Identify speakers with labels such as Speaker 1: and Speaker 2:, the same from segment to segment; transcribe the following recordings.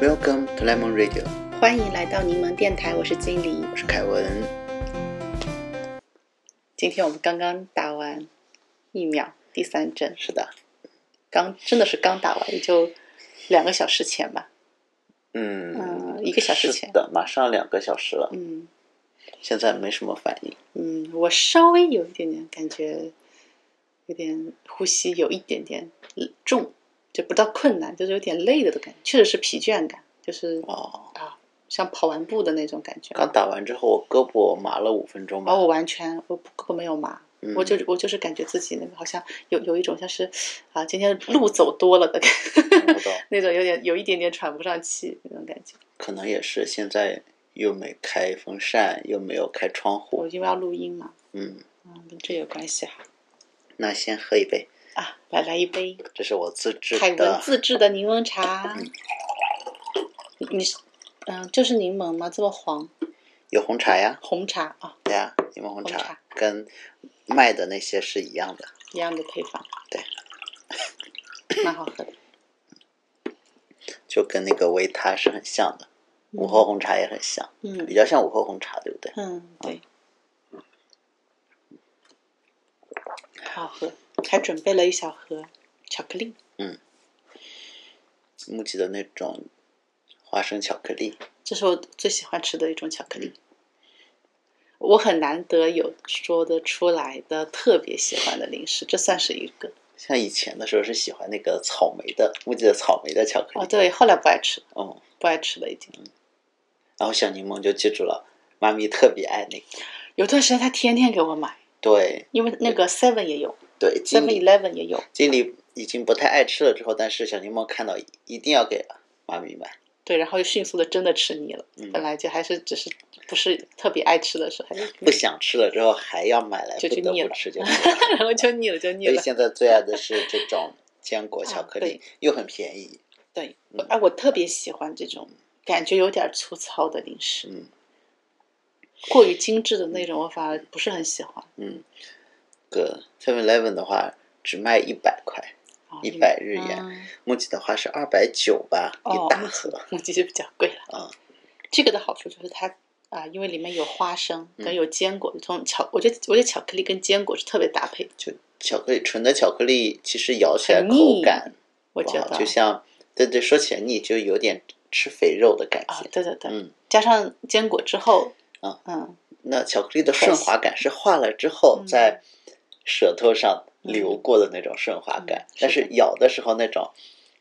Speaker 1: Welcome to Lemon Radio，
Speaker 2: 欢迎来到柠檬电台，我是金黎。
Speaker 1: 我是凯文。
Speaker 2: 今天我们刚刚打完疫苗第三针，是的，刚真的是刚打完，也就两个小时前吧。
Speaker 1: 嗯，
Speaker 2: 嗯一个小时前
Speaker 1: 是的，马上两个小时了，
Speaker 2: 嗯
Speaker 1: 现在没什么反应。
Speaker 2: 嗯，我稍微有一点点感觉，有点呼吸有一点点重，就不到困难，就是有点累了的感觉，确实是疲倦感，就是
Speaker 1: 哦，
Speaker 2: 啊，像跑完步的那种感觉。
Speaker 1: 刚打完之后，我胳膊麻了五分钟吧
Speaker 2: 然。后我完全我胳膊没有麻，
Speaker 1: 嗯
Speaker 2: 哦我就我就是感觉自己那个好像有有一种像是啊，今天路走多了的感
Speaker 1: 不
Speaker 2: 觉，
Speaker 1: 知道，
Speaker 2: 那种有点有一点点喘不上气那种感觉。
Speaker 1: 可能也是现在又没开风扇，又没有开窗户
Speaker 2: 我。因为要录音嘛，
Speaker 1: 嗯，
Speaker 2: 嗯，跟这有关系哈。
Speaker 1: 那先喝一杯，
Speaker 2: 啊，来来一杯
Speaker 1: 这是我自制
Speaker 2: 凯文
Speaker 1: 的。嗯
Speaker 2: 自制的柠檬茶。你你是嗯，就是柠檬吗？这么黄，
Speaker 1: 有红茶呀，
Speaker 2: 红茶啊，
Speaker 1: 对呀，柠檬红
Speaker 2: 红茶
Speaker 1: 茶跟卖的那些是一样的。
Speaker 2: 一样的配方，
Speaker 1: 对，
Speaker 2: 蛮好喝的。
Speaker 1: 就跟那个维他是很像的，午后红茶也很像，
Speaker 2: 嗯
Speaker 1: 比较像午后红茶，对不对？
Speaker 2: 嗯，对，好喝，还准备了一小盒巧克力，
Speaker 1: 木吉的那种花生巧克力，
Speaker 2: 这是我最喜欢吃的一种巧克力。我很难得有说得出来的特别喜欢的零食，这算是一个
Speaker 1: 像以前的时候是喜欢那个草莓的，木吉的草莓的巧克
Speaker 2: 哦。
Speaker 1: 力，
Speaker 2: 对，后来不爱吃，了，
Speaker 1: 嗯，
Speaker 2: 不爱吃了已经。
Speaker 1: 然后小柠檬就记住了，妈咪特别爱那个，
Speaker 2: 有段时间他天天给我买，
Speaker 1: 对
Speaker 2: 因为那个 Seven 也有
Speaker 1: 对，
Speaker 2: ，Seven
Speaker 1: 经理
Speaker 2: Eleven 也有，
Speaker 1: 经理已经不太爱吃了之后，但是小柠檬看到一定要给妈咪买，
Speaker 2: 对，然后就迅速的真的吃腻了。
Speaker 1: 嗯
Speaker 2: 本来就还是只是不是特别爱吃的时候，还是
Speaker 1: 不想吃了之后还要买来，
Speaker 2: 就
Speaker 1: 不
Speaker 2: 就
Speaker 1: 得
Speaker 2: 腻
Speaker 1: 不
Speaker 2: 了
Speaker 1: 吃就
Speaker 2: 然后就腻了，就腻
Speaker 1: 所以
Speaker 2: 了。
Speaker 1: 现在最爱的是这种坚果巧克
Speaker 2: 啊
Speaker 1: 力
Speaker 2: 对，
Speaker 1: 又很便宜，
Speaker 2: 对，
Speaker 1: 嗯
Speaker 2: 哎、我特别喜欢这种感觉有点粗糙的零食，
Speaker 1: 嗯。
Speaker 2: 过于精致的那种，我反而不是很喜欢。
Speaker 1: 嗯，个 Seven Eleven 的话只卖一百块，
Speaker 2: 啊
Speaker 1: 一百日元。
Speaker 2: 嗯
Speaker 1: 木吉的话是二百九吧，
Speaker 2: 哦
Speaker 1: 一大盒。
Speaker 2: 估计是比较贵了。
Speaker 1: 啊，
Speaker 2: 这个的好处就是它啊、因为里面有花生
Speaker 1: 嗯
Speaker 2: 跟有坚果，从巧，我觉得我觉得巧克力跟坚果是特别搭配的，
Speaker 1: 就巧克力，纯的巧克力其实咬起来
Speaker 2: 很
Speaker 1: 口
Speaker 2: 腻
Speaker 1: 感
Speaker 2: 我
Speaker 1: 不
Speaker 2: 觉
Speaker 1: 好，
Speaker 2: 得啊
Speaker 1: 就像对对，说起来腻就有点吃肥肉的感
Speaker 2: 啊
Speaker 1: 觉，。
Speaker 2: 对对对，
Speaker 1: 嗯，
Speaker 2: 加上坚果之后，
Speaker 1: 啊
Speaker 2: 嗯，
Speaker 1: 那巧克力的顺滑感是化了之后
Speaker 2: 嗯
Speaker 1: 在舌头上
Speaker 2: 嗯
Speaker 1: 流过的那种顺滑感
Speaker 2: 嗯，是
Speaker 1: 但是
Speaker 2: 的
Speaker 1: 咬的时候那种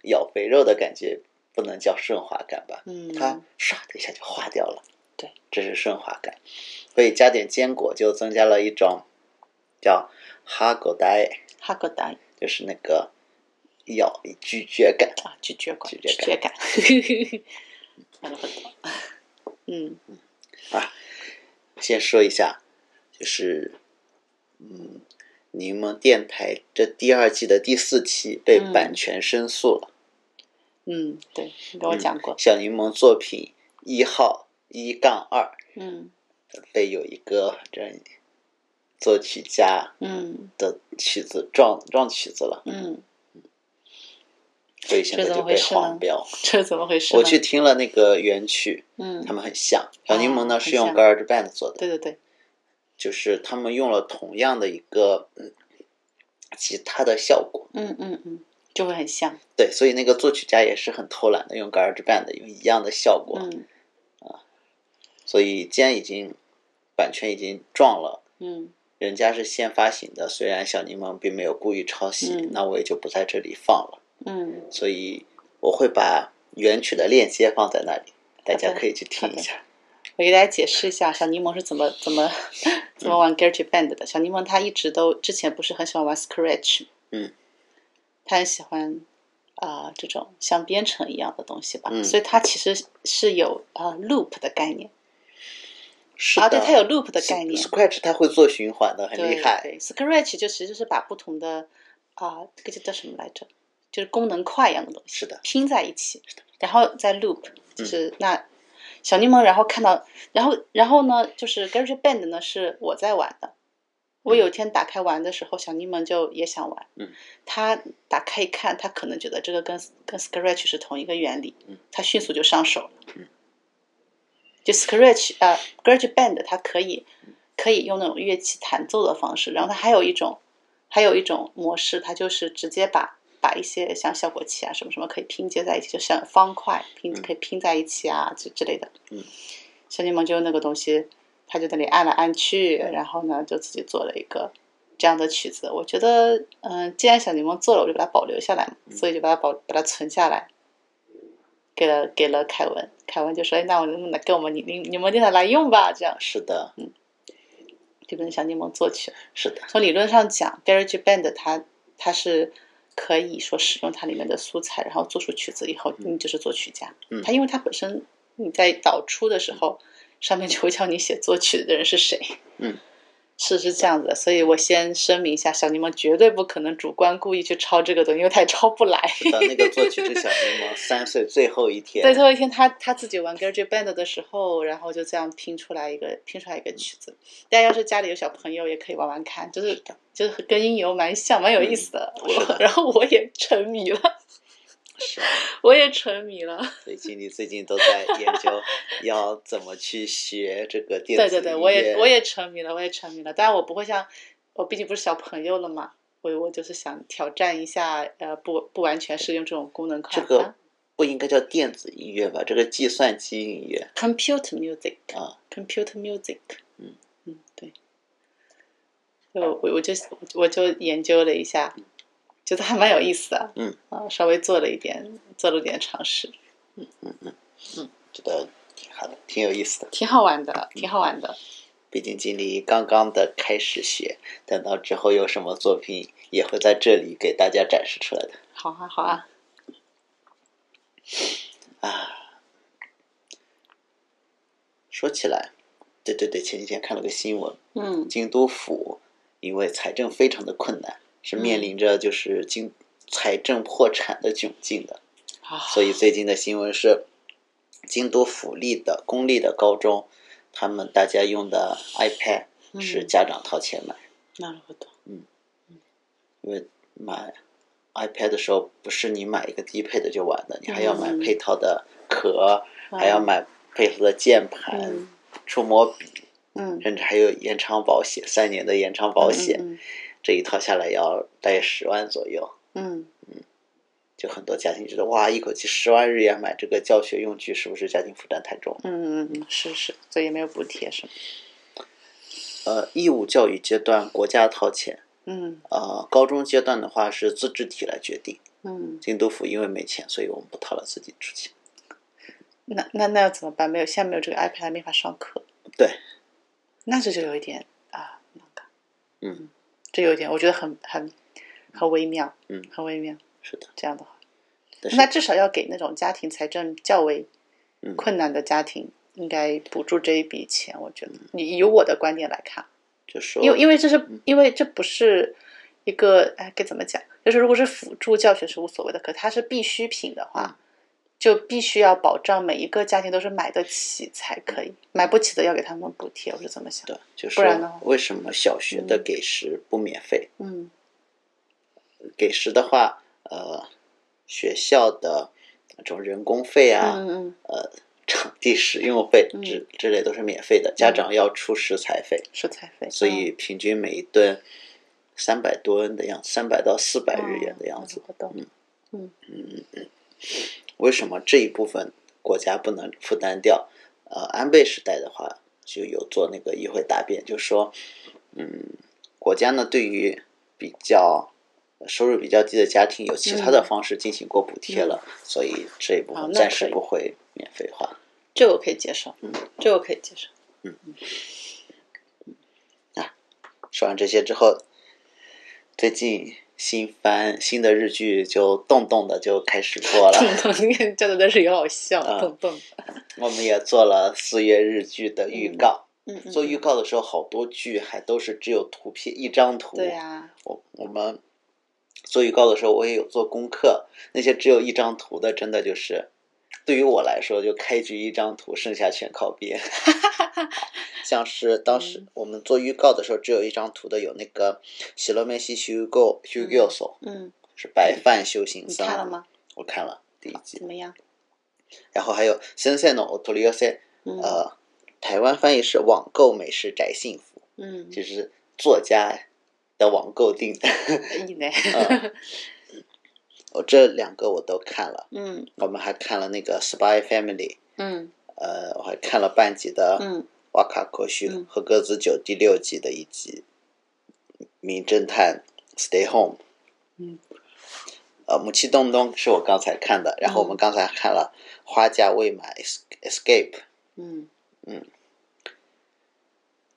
Speaker 1: 咬肥肉的感觉不能叫顺滑感吧？
Speaker 2: 嗯
Speaker 1: 它唰的一下就化掉了。
Speaker 2: 对，
Speaker 1: 这是顺滑感，所以加点坚果就增加了一种叫哈狗呆，
Speaker 2: 哈根达斯
Speaker 1: 就是那个咬咀嚼感。
Speaker 2: 啊，咀嚼感，
Speaker 1: 咀
Speaker 2: 咀
Speaker 1: 嚼
Speaker 2: 嚼感， 完了不懂。 嗯，
Speaker 1: 先说一下，就是嗯，柠檬电台这第二季的第四期被
Speaker 2: 嗯
Speaker 1: 版权申诉了。
Speaker 2: 嗯，对，你跟我
Speaker 1: 嗯
Speaker 2: 讲过，
Speaker 1: 小柠檬作品一号一杠二
Speaker 2: 嗯
Speaker 1: 被有一个这作曲家
Speaker 2: 嗯
Speaker 1: 的曲子撞撞曲子了。
Speaker 2: 嗯，
Speaker 1: 所以现在
Speaker 2: 这
Speaker 1: 就
Speaker 2: 怎么
Speaker 1: 被
Speaker 2: 回事呢
Speaker 1: 黄标。
Speaker 2: 这是怎么回事呢？
Speaker 1: 我去听了那个原曲，
Speaker 2: 嗯
Speaker 1: 他，们很像。小柠檬呢
Speaker 2: 哦
Speaker 1: 是
Speaker 2: 很
Speaker 1: 用
Speaker 2: 像
Speaker 1: GarageBand 做的，
Speaker 2: 对对对，
Speaker 1: 就是他们用了同样的一个嗯吉他的效果。
Speaker 2: 嗯嗯嗯，就会很像，
Speaker 1: 对，所以那个作曲家也是很偷懒的，用 GarageBand 用一样的效果。
Speaker 2: 嗯
Speaker 1: 所以既然已经版权已经撞了。
Speaker 2: 嗯
Speaker 1: 人家是先发行的，虽然小柠檬并没有故意抄袭，
Speaker 2: 嗯
Speaker 1: 那我也就不在这里放了。
Speaker 2: 嗯，
Speaker 1: 所以我会把原曲的链接放在那里，大家
Speaker 2: 好的
Speaker 1: 可以去
Speaker 2: 好
Speaker 1: 听一
Speaker 2: 的
Speaker 1: 下。
Speaker 2: 我给大家解释一下小柠檬是怎么怎 么怎么玩 GarageBand 的。小柠檬他一直都之前不是很喜欢玩 Scratch，
Speaker 1: 嗯，
Speaker 2: 他很喜欢啊、这种像编程一样的东西吧，
Speaker 1: 嗯
Speaker 2: 所以他其实是有啊、loop 的概念
Speaker 1: 是
Speaker 2: 啊，对，
Speaker 1: 的
Speaker 2: 它有 loop 的概念，
Speaker 1: Scratch 它会做循环的，很
Speaker 2: 对
Speaker 1: 厉害。
Speaker 2: 对，Scratch 就其实是把不同的啊，这个叫叫什么来着？就是功能块一样的东西，
Speaker 1: 是的嗯
Speaker 2: 拼在一起，然后再 loop，就是、那小柠檬，然后看到，然后然后呢，就是 GarageBand 呢是我在玩的，我有一天打开玩的时候，小柠檬就也想玩。
Speaker 1: 嗯，
Speaker 2: 他打开一看，他可能觉得这个跟跟 Scratch 是同一个原理。
Speaker 1: 嗯，
Speaker 2: 他迅速就上手了。
Speaker 1: 嗯，
Speaker 2: 就 Scratch 呃 Scratch Band，它可以可以用那种乐器弹奏的方式，然后它还有一种还有一种模式，它就是直接把把一些像效果器啊什么什么可以拼接在一起，就像方块拼
Speaker 1: 嗯
Speaker 2: 可以拼在一起啊之之类的。
Speaker 1: 嗯，
Speaker 2: 小柠檬就用那个东西。他就在那里按来按去，
Speaker 1: 嗯
Speaker 2: 然后呢，就自己做了一个这样的曲子。我觉得，嗯、既然小柠檬做了，我就把它保留下来嘛，
Speaker 1: 嗯
Speaker 2: 所以就把它保把它存下来，给了给了凯文。凯文就说：“哎，那我能不能给我们你你你们电台来用吧？”这样
Speaker 1: 是的，
Speaker 2: 嗯就跟小柠檬作曲。
Speaker 1: 是的，
Speaker 2: 从理论上讲 b e r r y Band 它它是可以说使用它里面的素材，然后做出曲子以后，你就是作曲家。
Speaker 1: 嗯
Speaker 2: 它因为它本身你在导出的时候，上面就会叫你写作曲的人是谁。
Speaker 1: 嗯，
Speaker 2: 是是这样子的，所以我先声明一下，小柠檬绝对不可能主观故意去抄这个东西，因为他也抄不来。
Speaker 1: 是的，那个作曲是小柠檬三岁最后一天，
Speaker 2: 对，最后一天他他自己玩 g a r a g Band 的时候，然后就这样拼出来一个拼出来一个曲子。大家要是家里有小朋友，也可以玩玩看，就是就是跟音游蛮像，蛮有意思的。
Speaker 1: 嗯是的
Speaker 2: 我然后我也沉迷了，
Speaker 1: 是啊
Speaker 2: 我也沉迷了。
Speaker 1: 所以经理最近都在研究 要怎么去学这个电
Speaker 2: 对
Speaker 1: 子
Speaker 2: 对
Speaker 1: 音乐。
Speaker 2: 对，我也我也沉迷了，我也沉迷了。当然我不会像我毕竟不是小朋友了嘛，我我就是想挑战一下，呃，不不完全是用这种功能快
Speaker 1: 这
Speaker 2: 乐。
Speaker 1: 个不应该叫电子音乐吧？这个计算机音乐
Speaker 2: Computer music
Speaker 1: 啊，
Speaker 2: computer music。
Speaker 1: 嗯
Speaker 2: 嗯，对。就我我就我就研究了一下，觉得还蛮有意思的。
Speaker 1: 嗯
Speaker 2: 啊，稍微做了一点，做了点尝试，
Speaker 1: 觉得挺好的，挺有意思的。
Speaker 2: 挺好玩的，挺好玩的。
Speaker 1: 毕竟经理刚刚的开始学，等到之后有什么作品，也会在这里给大家展示出来的
Speaker 2: 好啊，好啊。
Speaker 1: 啊。说起来，对对对，前几天看了个新闻，
Speaker 2: 嗯
Speaker 1: 京都府因为财政非常的困难，是面
Speaker 2: 嗯
Speaker 1: 临着就是经财政破产的窘境的。
Speaker 2: 啊，
Speaker 1: 所以最近的新闻是，京都府立的公立的高中，他们大家用的 iPad
Speaker 2: 嗯
Speaker 1: 是家长掏钱买，
Speaker 2: 那了不得。
Speaker 1: 因为买 iPad 的时候不是你买一个低配的就完了，你还要买
Speaker 2: 嗯
Speaker 1: 配套的壳，还要买配套的键盘、
Speaker 2: 哦嗯
Speaker 1: 触摸笔，
Speaker 2: 嗯
Speaker 1: 甚至还有延长保险，三年的延长保险，
Speaker 2: 嗯
Speaker 1: 这一套下来要大概十万左右。
Speaker 2: 嗯
Speaker 1: 就很多家庭觉得哇，一口气十万日元买这个教学用具，是不是家庭负担太重了？
Speaker 2: 嗯嗯嗯，是是，所以没有补贴是吗？
Speaker 1: 呃，义务教育阶段国家掏钱，
Speaker 2: 嗯
Speaker 1: 呃，高中阶段的话是自治体来决定。
Speaker 2: 嗯，
Speaker 1: 京都府因为没钱，所以我们不掏了，自己出钱。
Speaker 2: 那那那要怎么办？没有，现在没有这个 iPad 没法上课。
Speaker 1: 对，
Speaker 2: 那这就有一点啊，那个，
Speaker 1: 嗯，
Speaker 2: 这有一点，我觉得很很很微妙，
Speaker 1: 嗯
Speaker 2: 很微妙。
Speaker 1: 是的，
Speaker 2: 这样的话，
Speaker 1: 但是
Speaker 2: 那至少要给那种家庭财政较为
Speaker 1: 嗯
Speaker 2: 困难的家庭，应该补助这一笔钱。我
Speaker 1: 嗯
Speaker 2: 觉得，你以我的观点来看，
Speaker 1: 就说嗯
Speaker 2: 因为因为这是因为这不是一个哎该怎么讲？就是如果是辅助教学是无所谓的，可它是必需品的
Speaker 1: 嗯
Speaker 2: 话，就必须要保障每一个家庭都是买得起才可以，买不起的要给他们补贴。我是这么想的。
Speaker 1: 对，就
Speaker 2: 不
Speaker 1: 说
Speaker 2: 然呢
Speaker 1: 为什么小学的给食不免费？
Speaker 2: 嗯
Speaker 1: 给食的话，呃，学校的那种人工费啊，
Speaker 2: 嗯嗯，
Speaker 1: 呃，场地使用费
Speaker 2: 嗯
Speaker 1: 之之类都是免费的，家长要出食材费。
Speaker 2: 食材费，
Speaker 1: 所以平均每一吨三百多恩的样子，三百到四百日元的样子。
Speaker 2: 嗯我懂。嗯
Speaker 1: 为什么这一部分国家不能负担掉？呃，安倍时代的话就有做那个议会答辩，就说，嗯，国家呢对于比较收入比较低的家庭有其他的
Speaker 2: 嗯
Speaker 1: 方式进行过补贴了，所以这一部
Speaker 2: 哦
Speaker 1: 分
Speaker 2: 嗯那
Speaker 1: 暂时
Speaker 2: 可以
Speaker 1: 不会免费化。
Speaker 2: 这个我可以接受，
Speaker 1: 嗯
Speaker 2: 这个我可以接受。
Speaker 1: 说完这些之后，最近新番新的日剧就动动的就开始播了。
Speaker 2: 洞洞面真的但是有好笑，
Speaker 1: 啊
Speaker 2: 洞洞。
Speaker 1: 我们也做了四月日剧的预告。
Speaker 2: 嗯嗯
Speaker 1: 做预告的时候，好多剧还都是只有图片一张图。
Speaker 2: 对啊呀，
Speaker 1: 我我们做预告的时候，我也有做功课。那些只有一张图的，真的就是对于我来说，就开局一张图，剩下全靠 编。像是当
Speaker 2: 嗯
Speaker 1: 时我们做预告的时候，只有一张图的有那个喜乐梅西修够修够手，
Speaker 2: 嗯，
Speaker 1: 是白饭修行
Speaker 2: 你
Speaker 1: 僧。
Speaker 2: 看了吗？嗯
Speaker 1: 我看了第一集
Speaker 2: 怎，么样？
Speaker 1: 然后还有先生のお取り寄せ，
Speaker 2: 嗯
Speaker 1: 呃，台湾翻译是网购美食宅幸福，
Speaker 2: 嗯，
Speaker 1: 就是作家的网购订单。
Speaker 2: 以内，
Speaker 1: 啊我这两个我都看了，
Speaker 2: 嗯
Speaker 1: 我们还看了那个《Spy Family》，
Speaker 2: 嗯
Speaker 1: 呃，我还看了半集的《
Speaker 2: 嗯
Speaker 1: 瓦卡科须
Speaker 2: 嗯
Speaker 1: 和鸽子酒》第六集的一集，《名侦探 Stay Home》。
Speaker 2: 嗯。
Speaker 1: 呃，《母气东东》是我刚才看的，然后我们
Speaker 2: 嗯
Speaker 1: 刚才看了《花嫁未满》（Escape）。
Speaker 2: 嗯，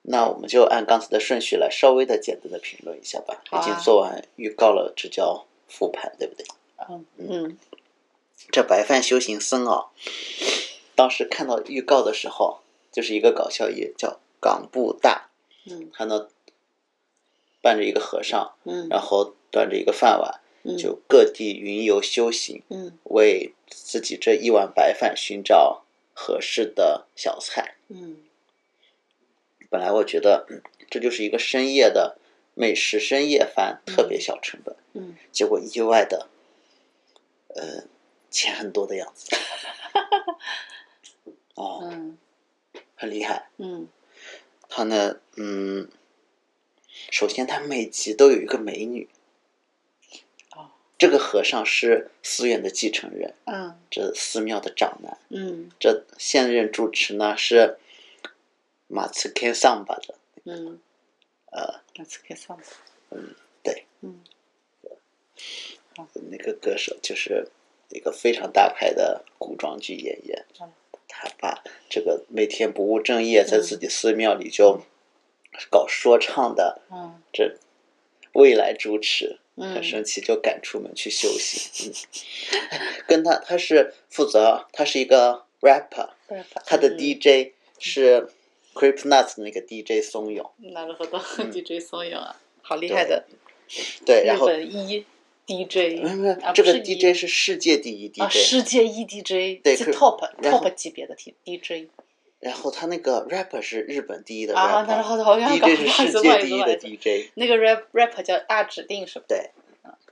Speaker 1: 那我们就按刚才的顺序来稍微的简单的评论一下吧。
Speaker 2: 好啊
Speaker 1: 已经做完预告了，这叫复盘，对不对？
Speaker 2: 嗯嗯
Speaker 1: 这白饭修行僧啊，当时看到预告的时候，就是一个搞笑艺，叫冈部大，
Speaker 2: 嗯
Speaker 1: 他呢伴着一个和尚，
Speaker 2: 嗯，
Speaker 1: 然后端着一个饭碗，
Speaker 2: 嗯
Speaker 1: 就各地云游修行，
Speaker 2: 嗯
Speaker 1: 为自己这一碗白饭寻找合适的小菜。
Speaker 2: 嗯
Speaker 1: 本来我觉得、嗯这就是一个深夜的美食深夜番，
Speaker 2: 嗯
Speaker 1: 特别小成本，
Speaker 2: 嗯，
Speaker 1: 结果意外的，呃，钱很多的样子。哦，
Speaker 2: 嗯
Speaker 1: 很厉害。
Speaker 2: 嗯
Speaker 1: 他呢，嗯，首先他每集都有一个美女。
Speaker 2: 哦
Speaker 1: 这个和尚是寺院的继承人，
Speaker 2: 嗯
Speaker 1: 这寺庙的长男。
Speaker 2: 嗯
Speaker 1: 这现任住持呢是马茨肯桑巴的，
Speaker 2: 嗯，
Speaker 1: 呃，
Speaker 2: 那次可以算了。
Speaker 1: 对，
Speaker 2: 嗯
Speaker 1: 那个歌手就是一个非常大牌的古装剧演员
Speaker 2: 嗯，
Speaker 1: 他把这个每天不务正业，在自己寺庙里就搞说唱的
Speaker 2: 嗯
Speaker 1: 这未来主持，
Speaker 2: 嗯
Speaker 1: 很生气，就赶出门去修行。嗯，跟他他是负责，他是一个 rapper，他的
Speaker 2: 嗯
Speaker 1: DJ 是 Creep Nuts 那个 DJ 松永，
Speaker 2: なるほど
Speaker 1: 嗯
Speaker 2: DJ 松永啊，好厉害的
Speaker 1: 对，
Speaker 2: 日
Speaker 1: 然后。
Speaker 2: 本一 DJ，
Speaker 1: 没有没有
Speaker 2: 啊，
Speaker 1: 这
Speaker 2: 不
Speaker 1: 个
Speaker 2: 是一
Speaker 1: DJ 是世界第一 DJ，、
Speaker 2: 啊，世界一 DJ，
Speaker 1: 对
Speaker 2: 是
Speaker 1: 可
Speaker 2: top
Speaker 1: 然后
Speaker 2: top 级别的 T DJ
Speaker 1: 然后他那个 rapper 是日本第一的 rapper，、
Speaker 2: 啊，那好的，好像
Speaker 1: DJ 是世界第一的 DJ，
Speaker 2: 那个 rap rap 叫大指定是吧？嗯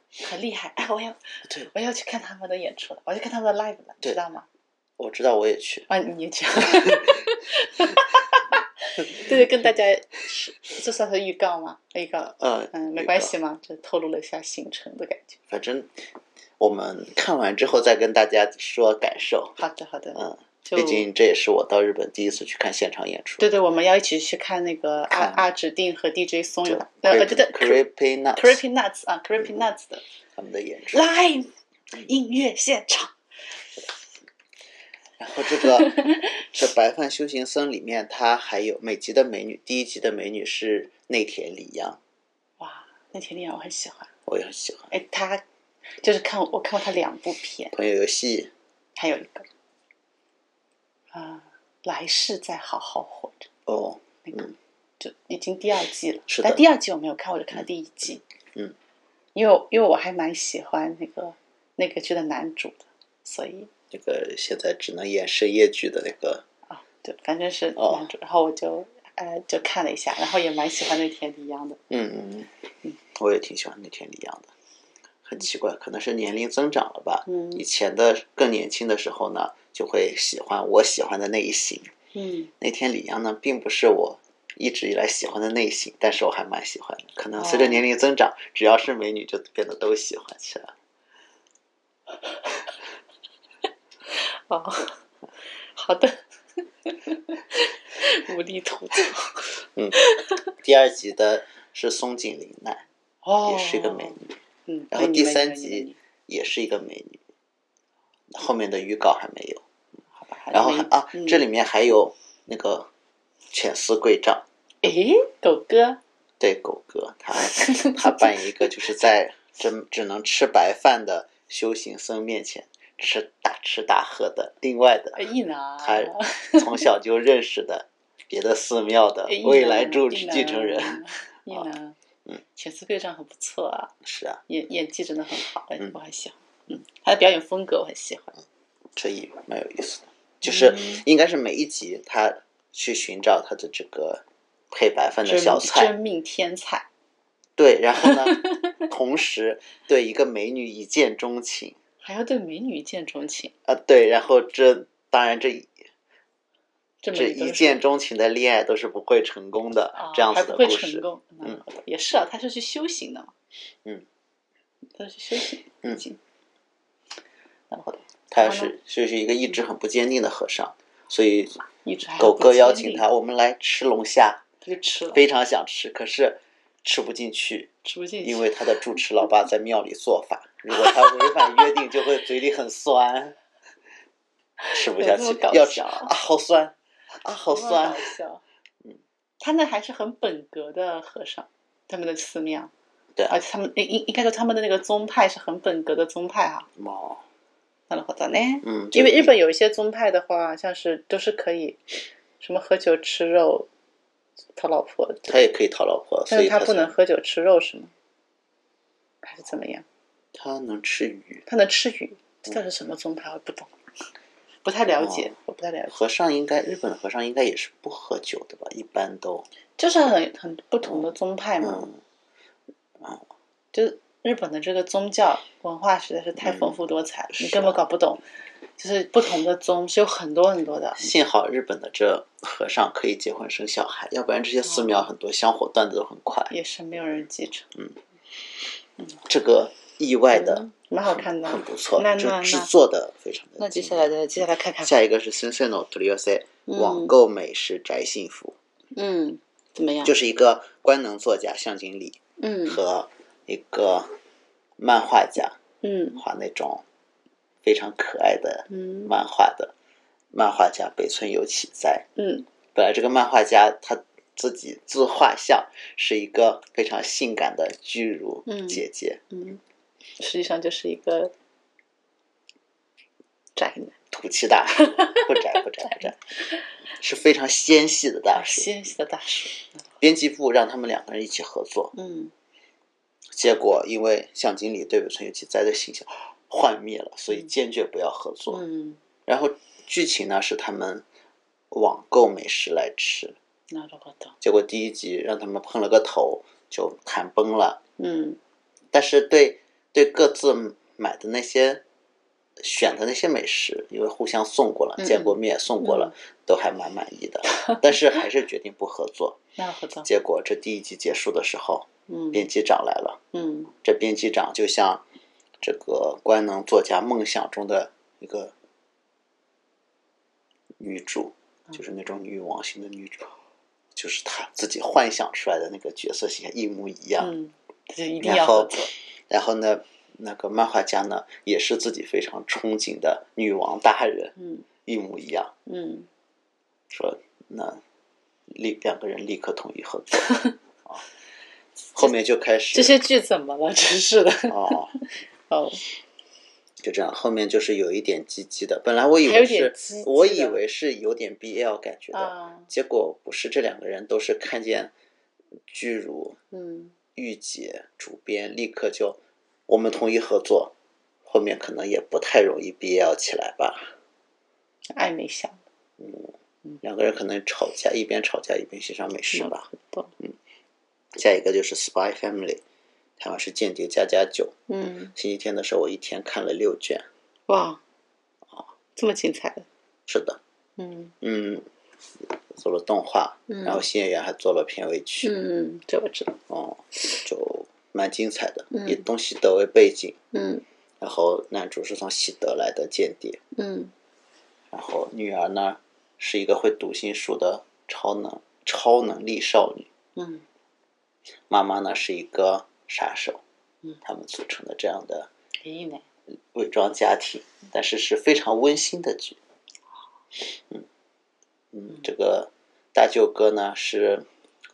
Speaker 1: 对
Speaker 2: 很厉害，哎，我要
Speaker 1: 对，
Speaker 2: 我要去看他们的演出了，我要去看他们的 live 了，
Speaker 1: 对
Speaker 2: 知道吗？
Speaker 1: 我知道我也去，
Speaker 2: 啊，你也 去。 对，跟大家这算是预告吗？预告了，
Speaker 1: 呃，
Speaker 2: 嗯，没关系嘛，就透露了一下行程的感觉。
Speaker 1: 反正我们看完之后再跟大家说感受，
Speaker 2: 好的，好的，
Speaker 1: 嗯，
Speaker 2: 就
Speaker 1: 毕竟这也是我到日本第一次去看现场演出，
Speaker 2: 对对，我们要一起去看那个阿
Speaker 1: 看
Speaker 2: 阿指定和 DJ 松
Speaker 1: 就
Speaker 2: 永，呃，呃对对
Speaker 1: Creepy Nuts
Speaker 2: Creepy Nuts 啊，Creepy Nuts 的
Speaker 1: 他们的演出，
Speaker 2: live 音乐现场。
Speaker 1: 然后这 个这白饭修行僧里面，他还有每集的美女，第一集的美女是内田里央，
Speaker 2: 哇，那田丽阳我很喜欢。
Speaker 1: 我也很喜欢，
Speaker 2: 哎，他就是看我看过他两部片，
Speaker 1: 朋友游戏
Speaker 2: 还有一个啊，来世再好好活着，
Speaker 1: 哦，
Speaker 2: 那个就已经第二季了。
Speaker 1: 是的
Speaker 2: 但第二季我没有看，我就看了第一季。
Speaker 1: 嗯，
Speaker 2: 因为我因为我还蛮喜欢那个那个剧的男主的，所以
Speaker 1: 那个现在只能演深夜剧的那个。
Speaker 2: 啊，对，反正是
Speaker 1: 哦
Speaker 2: 男主。然后我就呃就看了一下，然后也蛮喜欢那田丽央的。
Speaker 1: 嗯，嗯嗯，我也挺喜欢那天李阳的，很奇怪，可能是年龄增长了吧。
Speaker 2: 嗯
Speaker 1: 以前的更年轻的时候呢，就会喜欢我喜欢的类型。
Speaker 2: 嗯，
Speaker 1: 那天李阳呢，并不是我一直以来喜欢的类型，但是我还蛮喜欢的。可能随着
Speaker 2: 哦
Speaker 1: 年龄增长，只要是美女就变得都喜欢起来了。
Speaker 2: 哦，好 的，无力吐槽。
Speaker 1: 第二集的是松井玲奈，
Speaker 2: 哦，
Speaker 1: 也是一个美女，
Speaker 2: 嗯，
Speaker 1: 然后
Speaker 2: 美女
Speaker 1: 第
Speaker 2: 美女
Speaker 1: 三
Speaker 2: 美女
Speaker 1: 集
Speaker 2: 美女
Speaker 1: 也是一个美女。后面的预告还没有。
Speaker 2: 好吧，
Speaker 1: 然后还啊，这
Speaker 2: 里
Speaker 1: 里面还有那个犬饲贵丈，
Speaker 2: 诶，狗哥，
Speaker 1: 对狗哥， 他他扮演一个就是在只只能吃白饭的修行僧面前吃大吃大喝的，另外的
Speaker 2: 呃 一男，哎
Speaker 1: 他 从小就认识的别的寺庙的
Speaker 2: 呃一
Speaker 1: 未
Speaker 2: 男
Speaker 1: 来住
Speaker 2: 一
Speaker 1: 持
Speaker 2: 男
Speaker 1: 继承人，
Speaker 2: 一男，
Speaker 1: 嗯，
Speaker 2: 犬饲贵丈很不错啊，
Speaker 1: 是啊，
Speaker 2: 演演技真的很好，哎
Speaker 1: 嗯
Speaker 2: 我很喜欢，嗯，他的表演风格我很喜欢，
Speaker 1: 这一蛮有意思的，就是
Speaker 2: 嗯
Speaker 1: 应该是每一集他去寻找他的这个配白饭的
Speaker 2: 真
Speaker 1: 小菜，
Speaker 2: 真命天才，
Speaker 1: 对，然后 呢，同时对一个美女一见钟情
Speaker 2: 还要对美女一见钟情，
Speaker 1: 啊，对，然后这当然这
Speaker 2: 这么
Speaker 1: 这一见钟情的恋爱都是不会成功的，
Speaker 2: 啊，
Speaker 1: 这样
Speaker 2: 还
Speaker 1: 子的
Speaker 2: 不会
Speaker 1: 故
Speaker 2: 成
Speaker 1: 事，
Speaker 2: 功，嗯
Speaker 1: 嗯，
Speaker 2: 也是啊，他是去修行的嘛，
Speaker 1: 嗯，
Speaker 2: 他是修行，
Speaker 1: 嗯
Speaker 2: 行，然后
Speaker 1: 他
Speaker 2: 然后呢
Speaker 1: 是就是一个意志很不坚定的和尚，所以
Speaker 2: 一直还
Speaker 1: 狗
Speaker 2: 哎不
Speaker 1: 哥邀
Speaker 2: 坚
Speaker 1: 请
Speaker 2: 定，
Speaker 1: 他，我们来吃龙虾，
Speaker 2: 他就吃了，
Speaker 1: 非常想吃，可是吃不进去，
Speaker 2: 吃不进去，
Speaker 1: 因为他的住持老爸在庙里做法，如果他违反约定，就会嘴里很酸，吃不下
Speaker 2: 有这
Speaker 1: 去
Speaker 2: 么搞，
Speaker 1: 要吃
Speaker 2: 笑
Speaker 1: 啊，好酸啊，好
Speaker 2: 多么
Speaker 1: 酸
Speaker 2: 搞， 笑，嗯他那还是很本格的和尚，他们的寺庙，
Speaker 1: 对
Speaker 2: 而且他们应应应该说他们的那个宗派是很本格的宗派哈、
Speaker 1: 哦，
Speaker 2: 那好的呢，
Speaker 1: 嗯，
Speaker 2: 因为
Speaker 1: 就
Speaker 2: 日本有一些宗派的话，像是都是可以什么喝酒吃肉讨老婆，
Speaker 1: 他也可以讨老婆，所
Speaker 2: 但
Speaker 1: 以
Speaker 2: 是他
Speaker 1: 才
Speaker 2: 不能喝酒吃肉是吗？还是怎么样？
Speaker 1: 他能吃鱼，
Speaker 2: 他能吃鱼，这到底是什么宗派？我不懂，不太了解，我不太了解，
Speaker 1: 和尚应该日本的和尚应该也是不喝酒的吧，一般都
Speaker 2: 就是很很不同的宗派嘛。
Speaker 1: 嗯
Speaker 2: 就是日本的这个宗教文化实在是太丰富多彩了，你根本
Speaker 1: 是啊
Speaker 2: 搞不懂。就是不同的宗是有很多很多的，
Speaker 1: 幸好日本的这和尚可以结婚生小孩，要不然这些寺
Speaker 2: 哦
Speaker 1: 庙很多香火断的都很快。
Speaker 2: 也是没有人继承，
Speaker 1: 这个意外的
Speaker 2: 蛮好嗯看的，
Speaker 1: 很不错，
Speaker 2: 那
Speaker 1: 就
Speaker 2: 那
Speaker 1: 制
Speaker 2: 那
Speaker 1: 作的非常的。
Speaker 2: 那接下来的接下来看看，
Speaker 1: 下一个是 Sensei no t o r i o s e
Speaker 2: 嗯
Speaker 1: 网购美食宅幸福，
Speaker 2: 嗯，怎么样？
Speaker 1: 就是一个官能作家向井理
Speaker 2: 嗯
Speaker 1: 和一个漫画家
Speaker 2: 嗯
Speaker 1: 画那种非常可爱的
Speaker 2: 嗯
Speaker 1: 漫画的漫画家北村有起在
Speaker 2: 嗯
Speaker 1: 本来这个漫画家他自己自画像是一个非常性感的巨乳
Speaker 2: 嗯
Speaker 1: 姐姐，
Speaker 2: 嗯，实际上就是一个宅男，
Speaker 1: 土气 大叔，不宅不宅不宅，是非常纤细的大叔。
Speaker 2: 纤细的大叔，
Speaker 1: 编辑部让他们两个人一起合作，
Speaker 2: 嗯
Speaker 1: 结果因为向经理对北村有起哉的形象幻灭了，所以坚决不要合作。
Speaker 2: 嗯，
Speaker 1: 然后剧情呢是他们网购美食来吃，
Speaker 2: なるほど，
Speaker 1: 结果第一集让他们碰了个头，就谈崩了。
Speaker 2: 嗯
Speaker 1: 但是对对各自买的那些选的那些美食，因为互相送过了，
Speaker 2: 嗯嗯
Speaker 1: 见过面送过了，都还蛮满意的。但是还是决定不合作。
Speaker 2: なるほど，
Speaker 1: 结果这第一集结束的时候，
Speaker 2: 嗯
Speaker 1: 编辑长来了。
Speaker 2: 嗯
Speaker 1: 这编辑长就像这个官能作家梦想中的一个女主，就是那种女王型的女主。就是她自己幻想出来的那个角色形象一模一样，
Speaker 2: 嗯，这就一定要
Speaker 1: 然
Speaker 2: 合
Speaker 1: 后
Speaker 2: 作，，
Speaker 1: 然后呢，那个漫画家呢，也是自己非常憧憬的女王大人，
Speaker 2: 嗯
Speaker 1: 一模一样，
Speaker 2: 嗯
Speaker 1: 说那立两个人立刻同意合作，啊，后面就开始
Speaker 2: 这些剧怎么了？真是的，
Speaker 1: 哦，
Speaker 2: 哦，
Speaker 1: 就这样，后面就是有一点鸡鸡的，本来我以
Speaker 2: 还有
Speaker 1: 为
Speaker 2: 点
Speaker 1: 是
Speaker 2: 鸡鸡，的
Speaker 1: 我以为是有点 BL 感觉的，
Speaker 2: 啊，
Speaker 1: 结果不是，这两个人都是看见巨乳
Speaker 2: 嗯
Speaker 1: 御姐主编立刻就我们同意合作，后面可能也不太容易 BL 起来吧。
Speaker 2: 暧昧相
Speaker 1: 两个人可能吵架，一边吵架一边欣赏美
Speaker 2: 嗯
Speaker 1: 食吧。嗯
Speaker 2: 不，
Speaker 1: 下一个就是《Spy Family》，台湾是《间谍加加九》。
Speaker 2: 嗯，
Speaker 1: 星期天的时候，我一天看了六卷。
Speaker 2: 哇，哦这么精彩的，
Speaker 1: 是的，
Speaker 2: 嗯
Speaker 1: 嗯，做了动画，
Speaker 2: 嗯
Speaker 1: 然后新演员还做了片尾曲，
Speaker 2: 嗯，这我知道，
Speaker 1: 哦、就蛮精彩的，
Speaker 2: 嗯
Speaker 1: 以东西德为背景，
Speaker 2: 嗯
Speaker 1: 然后男主是从西德来的间谍，
Speaker 2: 嗯
Speaker 1: 然后女儿呢是一个会读心术的超能超能力少女，
Speaker 2: 嗯
Speaker 1: 妈妈呢是一个杀手，
Speaker 2: 嗯，
Speaker 1: 他们组成的这样的
Speaker 2: 林忆莲，
Speaker 1: 伪装家庭，但是是非常温馨的剧。嗯嗯，这个大舅哥呢是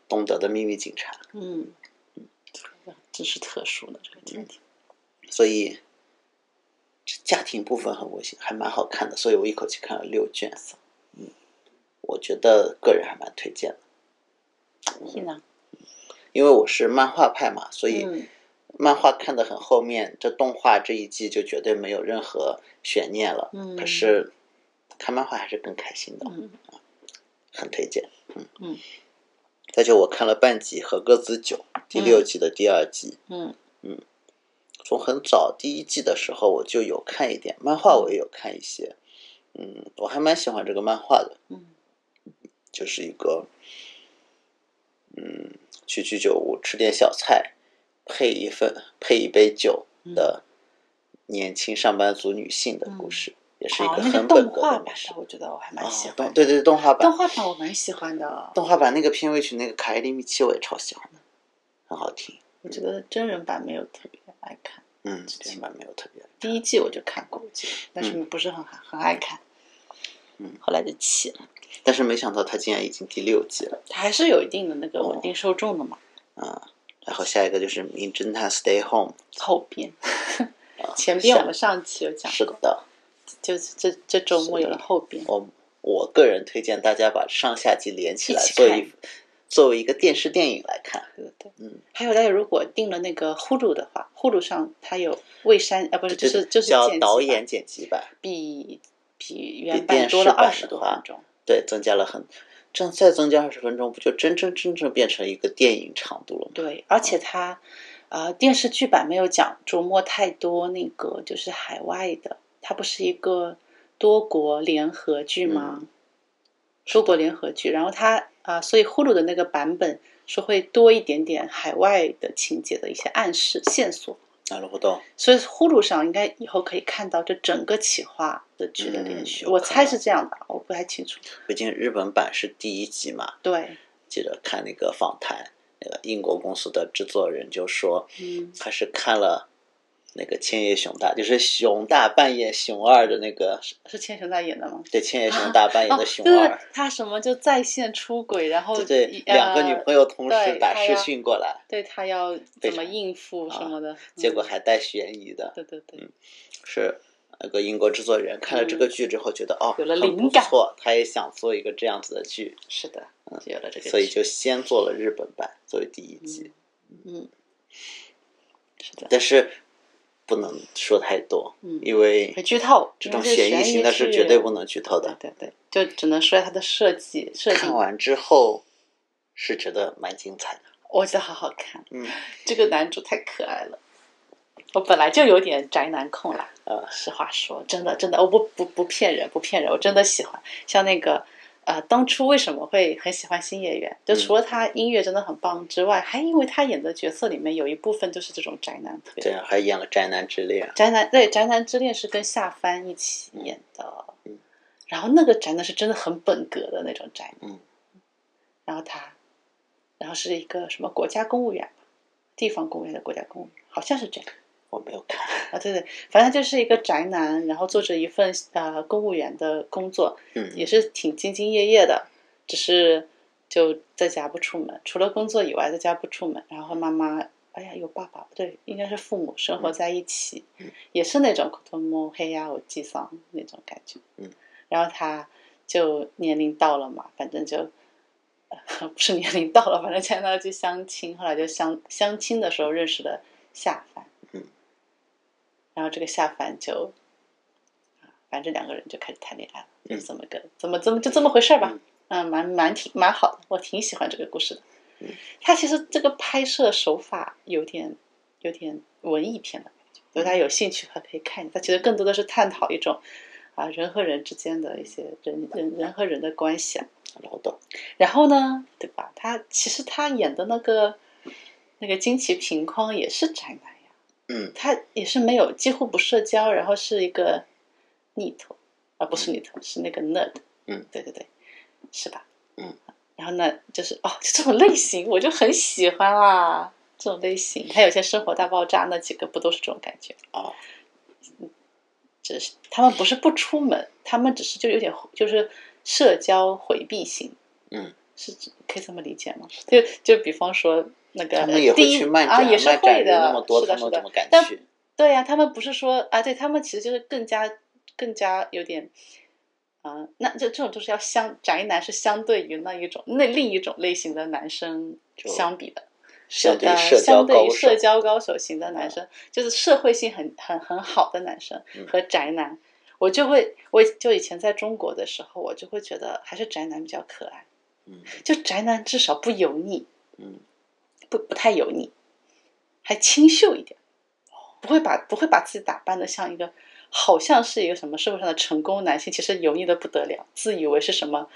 Speaker 1: 东德的秘密警察，
Speaker 2: 嗯，真嗯是特殊的这个家庭，
Speaker 1: 所以这家庭部分很温馨，还蛮好看的，所以我一口气看了六卷。嗯，我觉得个人还蛮推荐的，
Speaker 2: 一呢，
Speaker 1: 因为我是漫画派嘛，所以
Speaker 2: 嗯
Speaker 1: 漫画看得很后面，这动画这一季就绝对没有任何悬念了。
Speaker 2: 嗯
Speaker 1: 可是看漫画还是更开心的，
Speaker 2: 嗯
Speaker 1: 很推荐。嗯
Speaker 2: 嗯，
Speaker 1: 再就我看了半集《和歌子酒》第六季的第二集，
Speaker 2: 嗯
Speaker 1: 从很早第一季的时候我就有看一点，漫画我也有看一些。嗯，我还蛮喜欢这个漫画的，
Speaker 2: 嗯
Speaker 1: 就是一个，嗯，去居酒屋吃点小菜，配一份配一杯酒
Speaker 2: 嗯
Speaker 1: 的年轻上班族女性的故事，也是一
Speaker 2: 哦，
Speaker 1: 个
Speaker 2: 那个
Speaker 1: 很
Speaker 2: 动
Speaker 1: 本格
Speaker 2: 画
Speaker 1: 的
Speaker 2: 版
Speaker 1: 美食。
Speaker 2: 的，我觉得我还
Speaker 1: 啊
Speaker 2: 蛮喜欢
Speaker 1: 动
Speaker 2: 的。
Speaker 1: 对对对动画版
Speaker 2: 动画版我蛮喜欢的，
Speaker 1: 动画版那个片尾曲那个卡伊利米奇我也超喜欢的，很好听。
Speaker 2: 我觉得真人版没有特别爱看。
Speaker 1: 嗯，这片版没有特别。
Speaker 2: 第一季我就看过，我记得，但是不是很很爱看。
Speaker 1: 嗯，
Speaker 2: 后来就弃了。
Speaker 1: 但是没想到它竟然已经第六季了
Speaker 2: 它还是有一定的那
Speaker 1: 哦
Speaker 2: 个稳定受众的嘛，
Speaker 1: 啊、然后下一个就是《名侦探 Stay Home
Speaker 2: 后边。》
Speaker 1: 啊，
Speaker 2: 前边我
Speaker 1: 下
Speaker 2: 们上期有讲
Speaker 1: 是
Speaker 2: 过，
Speaker 1: 的，
Speaker 2: 就是这这周末有了后边。
Speaker 1: 我我个人推荐大家把上下集连起来
Speaker 2: 一起
Speaker 1: 做
Speaker 2: 看
Speaker 1: 一作为一个电视电影来看。
Speaker 2: 对对对，
Speaker 1: 嗯，
Speaker 2: 还有大家如果订了那个呼噜的话，呼噜上它有未删，呃，不是，就是就是
Speaker 1: 叫
Speaker 2: 剪辑
Speaker 1: 导
Speaker 2: 版
Speaker 1: 演剪辑版，
Speaker 2: 比比原
Speaker 1: 电
Speaker 2: 版多
Speaker 1: 视
Speaker 2: 了
Speaker 1: 版
Speaker 2: 二十
Speaker 1: 的
Speaker 2: 多
Speaker 1: 话
Speaker 2: 分钟。
Speaker 1: 对，增加了很，这样再增加二十分钟，不就真真正正变成一个电影长度了吗？
Speaker 2: 对，而且它呃电视剧版没有讲琢磨太多那个就是海外的，它不是一个多国联合剧吗？多国联合剧，然后它啊、所以呼噜的那个版本是会多一点点海外的情节的一些暗示线索。
Speaker 1: 哪路不动？
Speaker 2: 所以呼噜上应该以后可以看到这整个企划的剧的连续，
Speaker 1: 嗯
Speaker 2: 我猜是这样吧，我不太清楚。
Speaker 1: 毕竟日本版是第一集嘛，
Speaker 2: 对，
Speaker 1: 记得看那个访谈，那个英国公司的制作人就说，
Speaker 2: 嗯，
Speaker 1: 他是看了那个千叶雄大，就是熊大扮演熊二的那个，
Speaker 2: 是千寻在演的吗？
Speaker 1: 对，千叶雄大扮演的
Speaker 2: 哦
Speaker 1: 熊
Speaker 2: 对
Speaker 1: 二，
Speaker 2: 对，他什么就在线出轨，然后
Speaker 1: 对对，
Speaker 2: 呃
Speaker 1: 两个女朋友同时
Speaker 2: 对
Speaker 1: 打
Speaker 2: 他
Speaker 1: 视
Speaker 2: 要
Speaker 1: 讯过来，
Speaker 2: 对他要
Speaker 1: 非
Speaker 2: 怎么
Speaker 1: 常啊
Speaker 2: 应付什么的，
Speaker 1: 结果
Speaker 2: 嗯
Speaker 1: 还嗯带悬疑的，
Speaker 2: 对对对，
Speaker 1: 是那个英国制作人看了这个剧之后觉得、哦，
Speaker 2: 嗯有了
Speaker 1: 很
Speaker 2: 灵
Speaker 1: 不
Speaker 2: 感
Speaker 1: 错，他也想做一个这样子的剧，
Speaker 2: 是的，就有了这个剧，
Speaker 1: 所以就先做了日本版作为第一季，
Speaker 2: 嗯，是的，
Speaker 1: 但是不能说太多，
Speaker 2: 嗯
Speaker 1: 因为
Speaker 2: 会剧透，嗯
Speaker 1: 这
Speaker 2: 因为
Speaker 1: 种
Speaker 2: 是
Speaker 1: 悬疑型的是绝对不
Speaker 2: 剧
Speaker 1: 能剧透的。
Speaker 2: 对对对，就只能说它的设计设 定
Speaker 1: 看，完之后是觉得蛮精彩的，
Speaker 2: 我觉得好好看，
Speaker 1: 嗯，
Speaker 2: 这个男主太可爱了。我本来就有点宅男控啦，
Speaker 1: 啊
Speaker 2: 实话说，真的真的，我不不不骗人，不骗人，我真的喜欢。像那个呃，当初为什么会很喜欢新演员？就
Speaker 1: 嗯
Speaker 2: 除了他音乐真的很棒之外，还因为他演的角色里面有一部分就是这种宅男，特别
Speaker 1: 这样还演了《宅男之恋》，
Speaker 2: 宅男对《宅男之恋》是跟夏帆一起演的，
Speaker 1: 嗯
Speaker 2: 然后那个宅男是真的很本格的那种宅男，
Speaker 1: 嗯
Speaker 2: 然后他，然后是一个什么国家公务员吧，地方公务员的国家公务员，好像是这样
Speaker 1: 我没有看，
Speaker 2: 啊，对对，反正他就是一个宅男，然后做着一份呃公务员的工作，也
Speaker 1: 嗯，
Speaker 2: 是挺兢兢业业的，只是就在家不出门，除了工作以外，在家不出门。然后妈妈，哎呀，有爸爸，不对，应该是父母生活
Speaker 1: 嗯
Speaker 2: 在一起，也是那种口头摸黑呀、我记丧那种感觉。
Speaker 1: 嗯，
Speaker 2: 然后他就年龄到了嘛，反正就。 呃不是年龄到了，反正前他去相亲，后来就相相亲的时候认识的夏凡，
Speaker 1: 嗯，
Speaker 2: 然后这个夏凡就，啊反正两个人就开始谈恋爱了。就是这么个，怎么怎么就这么回事儿吧
Speaker 1: 嗯。
Speaker 2: 嗯，蛮蛮挺蛮好的，我挺喜欢这个故事的
Speaker 1: 嗯。
Speaker 2: 它其实这个拍摄手法有点有点文艺片的感觉，如果大家有兴趣的话可以看一下。它其实更多的是探讨一种啊人和人之间的一些人人人和人的关系啊。
Speaker 1: 老道，
Speaker 2: 然后呢，对吧？他其实他演的那个那个金崎平匡也是宅男呀，
Speaker 1: 嗯，
Speaker 2: 他也是没有几乎不社交，然后是一个 neat 啊，不是 neat，是那个 nerd，
Speaker 1: 嗯，
Speaker 2: 对对对，是吧？
Speaker 1: 嗯，
Speaker 2: 然后呢，就是哦，就这种类型我就很喜欢啦，这种类型，还有些《生活大爆炸》那几个不都是这种感觉？
Speaker 1: 哦，
Speaker 2: 只是他们不是不出门，他们只是就有点就是社交回避型。
Speaker 1: 嗯，
Speaker 2: 是指可以这么理解吗？就就比方说那个
Speaker 1: 他们也会
Speaker 2: 第一
Speaker 1: 去漫
Speaker 2: 啊，
Speaker 1: 展，
Speaker 2: 也是
Speaker 1: 漫展
Speaker 2: 会
Speaker 1: 人
Speaker 2: 的，
Speaker 1: 那么多，
Speaker 2: 是
Speaker 1: 他
Speaker 2: 的，是
Speaker 1: 们怎
Speaker 2: 的
Speaker 1: 么。敢
Speaker 2: 但
Speaker 1: 去？
Speaker 2: 对呀、他们不是说啊，对他们其实就是更加更加有点。啊、那这这种就是要相宅男是相对于那一种那另一种类型的男生
Speaker 1: 就
Speaker 2: 相比的，
Speaker 1: 相对于
Speaker 2: 呃
Speaker 1: 社交
Speaker 2: 相对
Speaker 1: 高
Speaker 2: 于
Speaker 1: 手
Speaker 2: 社，交高手型的男生，就是社会性很很很好的男生
Speaker 1: 嗯
Speaker 2: 和宅男，我就会，我就以前在中国的时候，我就会觉得还是宅男比较可爱，
Speaker 1: 嗯
Speaker 2: 就宅男至少不油腻，
Speaker 1: 嗯，
Speaker 2: 不不太油腻，还清秀一点，不会把不会把自己打扮的像一个。好像是一个什么社会上的成功男性，其实油腻的不得了，自以为是什么，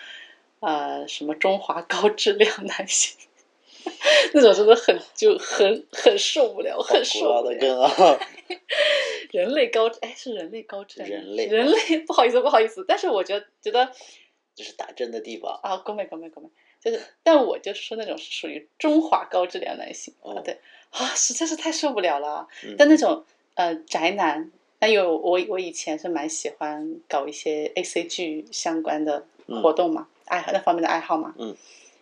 Speaker 2: 呃，什么中华高质量男性， 那种真的很就很很受不了，
Speaker 1: 好
Speaker 2: 很
Speaker 1: 古老
Speaker 2: 受不
Speaker 1: 的
Speaker 2: 了。
Speaker 1: 歌啊，
Speaker 2: 人类高哎是人类高质量男性，
Speaker 1: 人类
Speaker 2: 人类不好意思不好意思，但是我觉得觉得
Speaker 1: 这是打针的地方。
Speaker 2: 啊，ごめんごめんごめん，就是，但我就说那种是属于中华高质量男性、
Speaker 1: 哦
Speaker 2: 啊，对啊，实在是太受不了了。
Speaker 1: 嗯
Speaker 2: 但那种呃宅男，但有我我以前是蛮喜欢搞一些 A C G 相关的活动嘛，爱好那方面的爱好嘛，
Speaker 1: 嗯，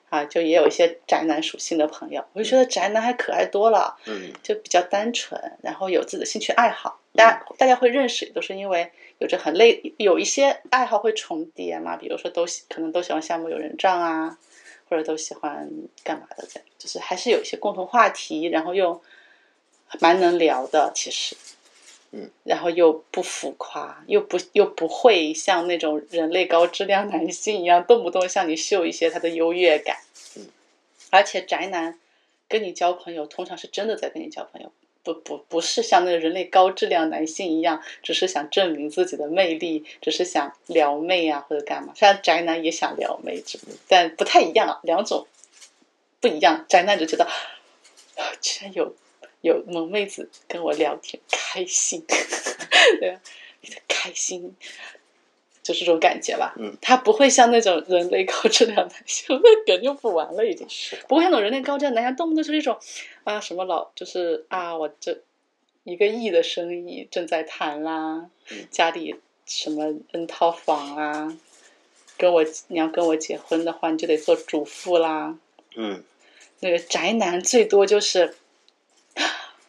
Speaker 2: 啊，就也有一些宅男属性的朋友，我就觉得宅男还可爱多了，
Speaker 1: 嗯
Speaker 2: 就比较单纯，然后有自己的兴趣爱好。大大家会认识，都是因为有着很类，有一些爱好会重叠嘛，比如说都喜可能都喜欢项目有人帐啊，或者都喜欢干嘛的这样，就是还是有一些共同话题，然后又蛮能聊的，其实，
Speaker 1: 嗯，
Speaker 2: 然后又不浮夸，又不又不会像那种人类高质量男性一样，动不动向你秀一些他的优越感，
Speaker 1: 嗯，
Speaker 2: 而且宅男跟你交朋友，通常是真的在跟你交朋友。不不不是像那个人类高质量男性一样，只是想证明自己的魅力，只是想撩妹啊或者干嘛。虽然宅男也想撩妹，只不但不太一样啊，两种不一样。宅男就觉得，啊居然有有萌妹子跟我聊天，开心， 对啊，开心，就是这种感觉吧。
Speaker 1: 嗯，
Speaker 2: 他不会像那种人类高质量男性，那梗就不玩了已经。
Speaker 1: 是的，
Speaker 2: 不会像那种人类高质量男性，动不动就是一种啊什么老就是啊我这一个亿的生意正在谈啦，
Speaker 1: 嗯
Speaker 2: 家里什么 N 套房啊，跟我你要跟我结婚的话，你就得做主妇啦。
Speaker 1: 嗯
Speaker 2: 那个宅男最多就是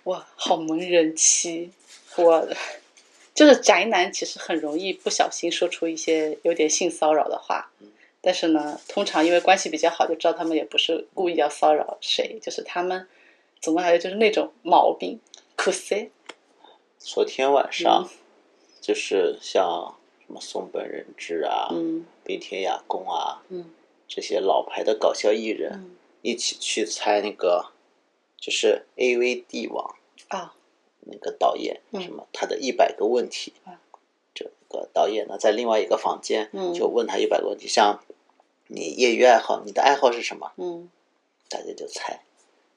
Speaker 2: 哇，好萌人妻，我就是宅男，其实很容易不小心说出一些有点性骚扰的话
Speaker 1: 嗯。
Speaker 2: 但是呢，通常因为关系比较好，就知道他们也不是故意要骚扰谁，就是他们总的来说就是那种毛病。可惜，
Speaker 1: 昨天晚上
Speaker 2: 嗯
Speaker 1: 就是像什么松本人志啊、
Speaker 2: 嗯
Speaker 1: 滨田雅弓啊
Speaker 2: 嗯
Speaker 1: 这些老牌的搞笑艺人
Speaker 2: 嗯
Speaker 1: 一起去猜那个，就是 A V 帝王
Speaker 2: 啊，
Speaker 1: 那个导演
Speaker 2: 嗯
Speaker 1: 什么他的一百个问题
Speaker 2: 啊，
Speaker 1: 这个导演呢在另外一个房间
Speaker 2: 嗯
Speaker 1: 就问他一百个问题，像你业余爱好，你的爱好是什么？
Speaker 2: 嗯，
Speaker 1: 大家就猜，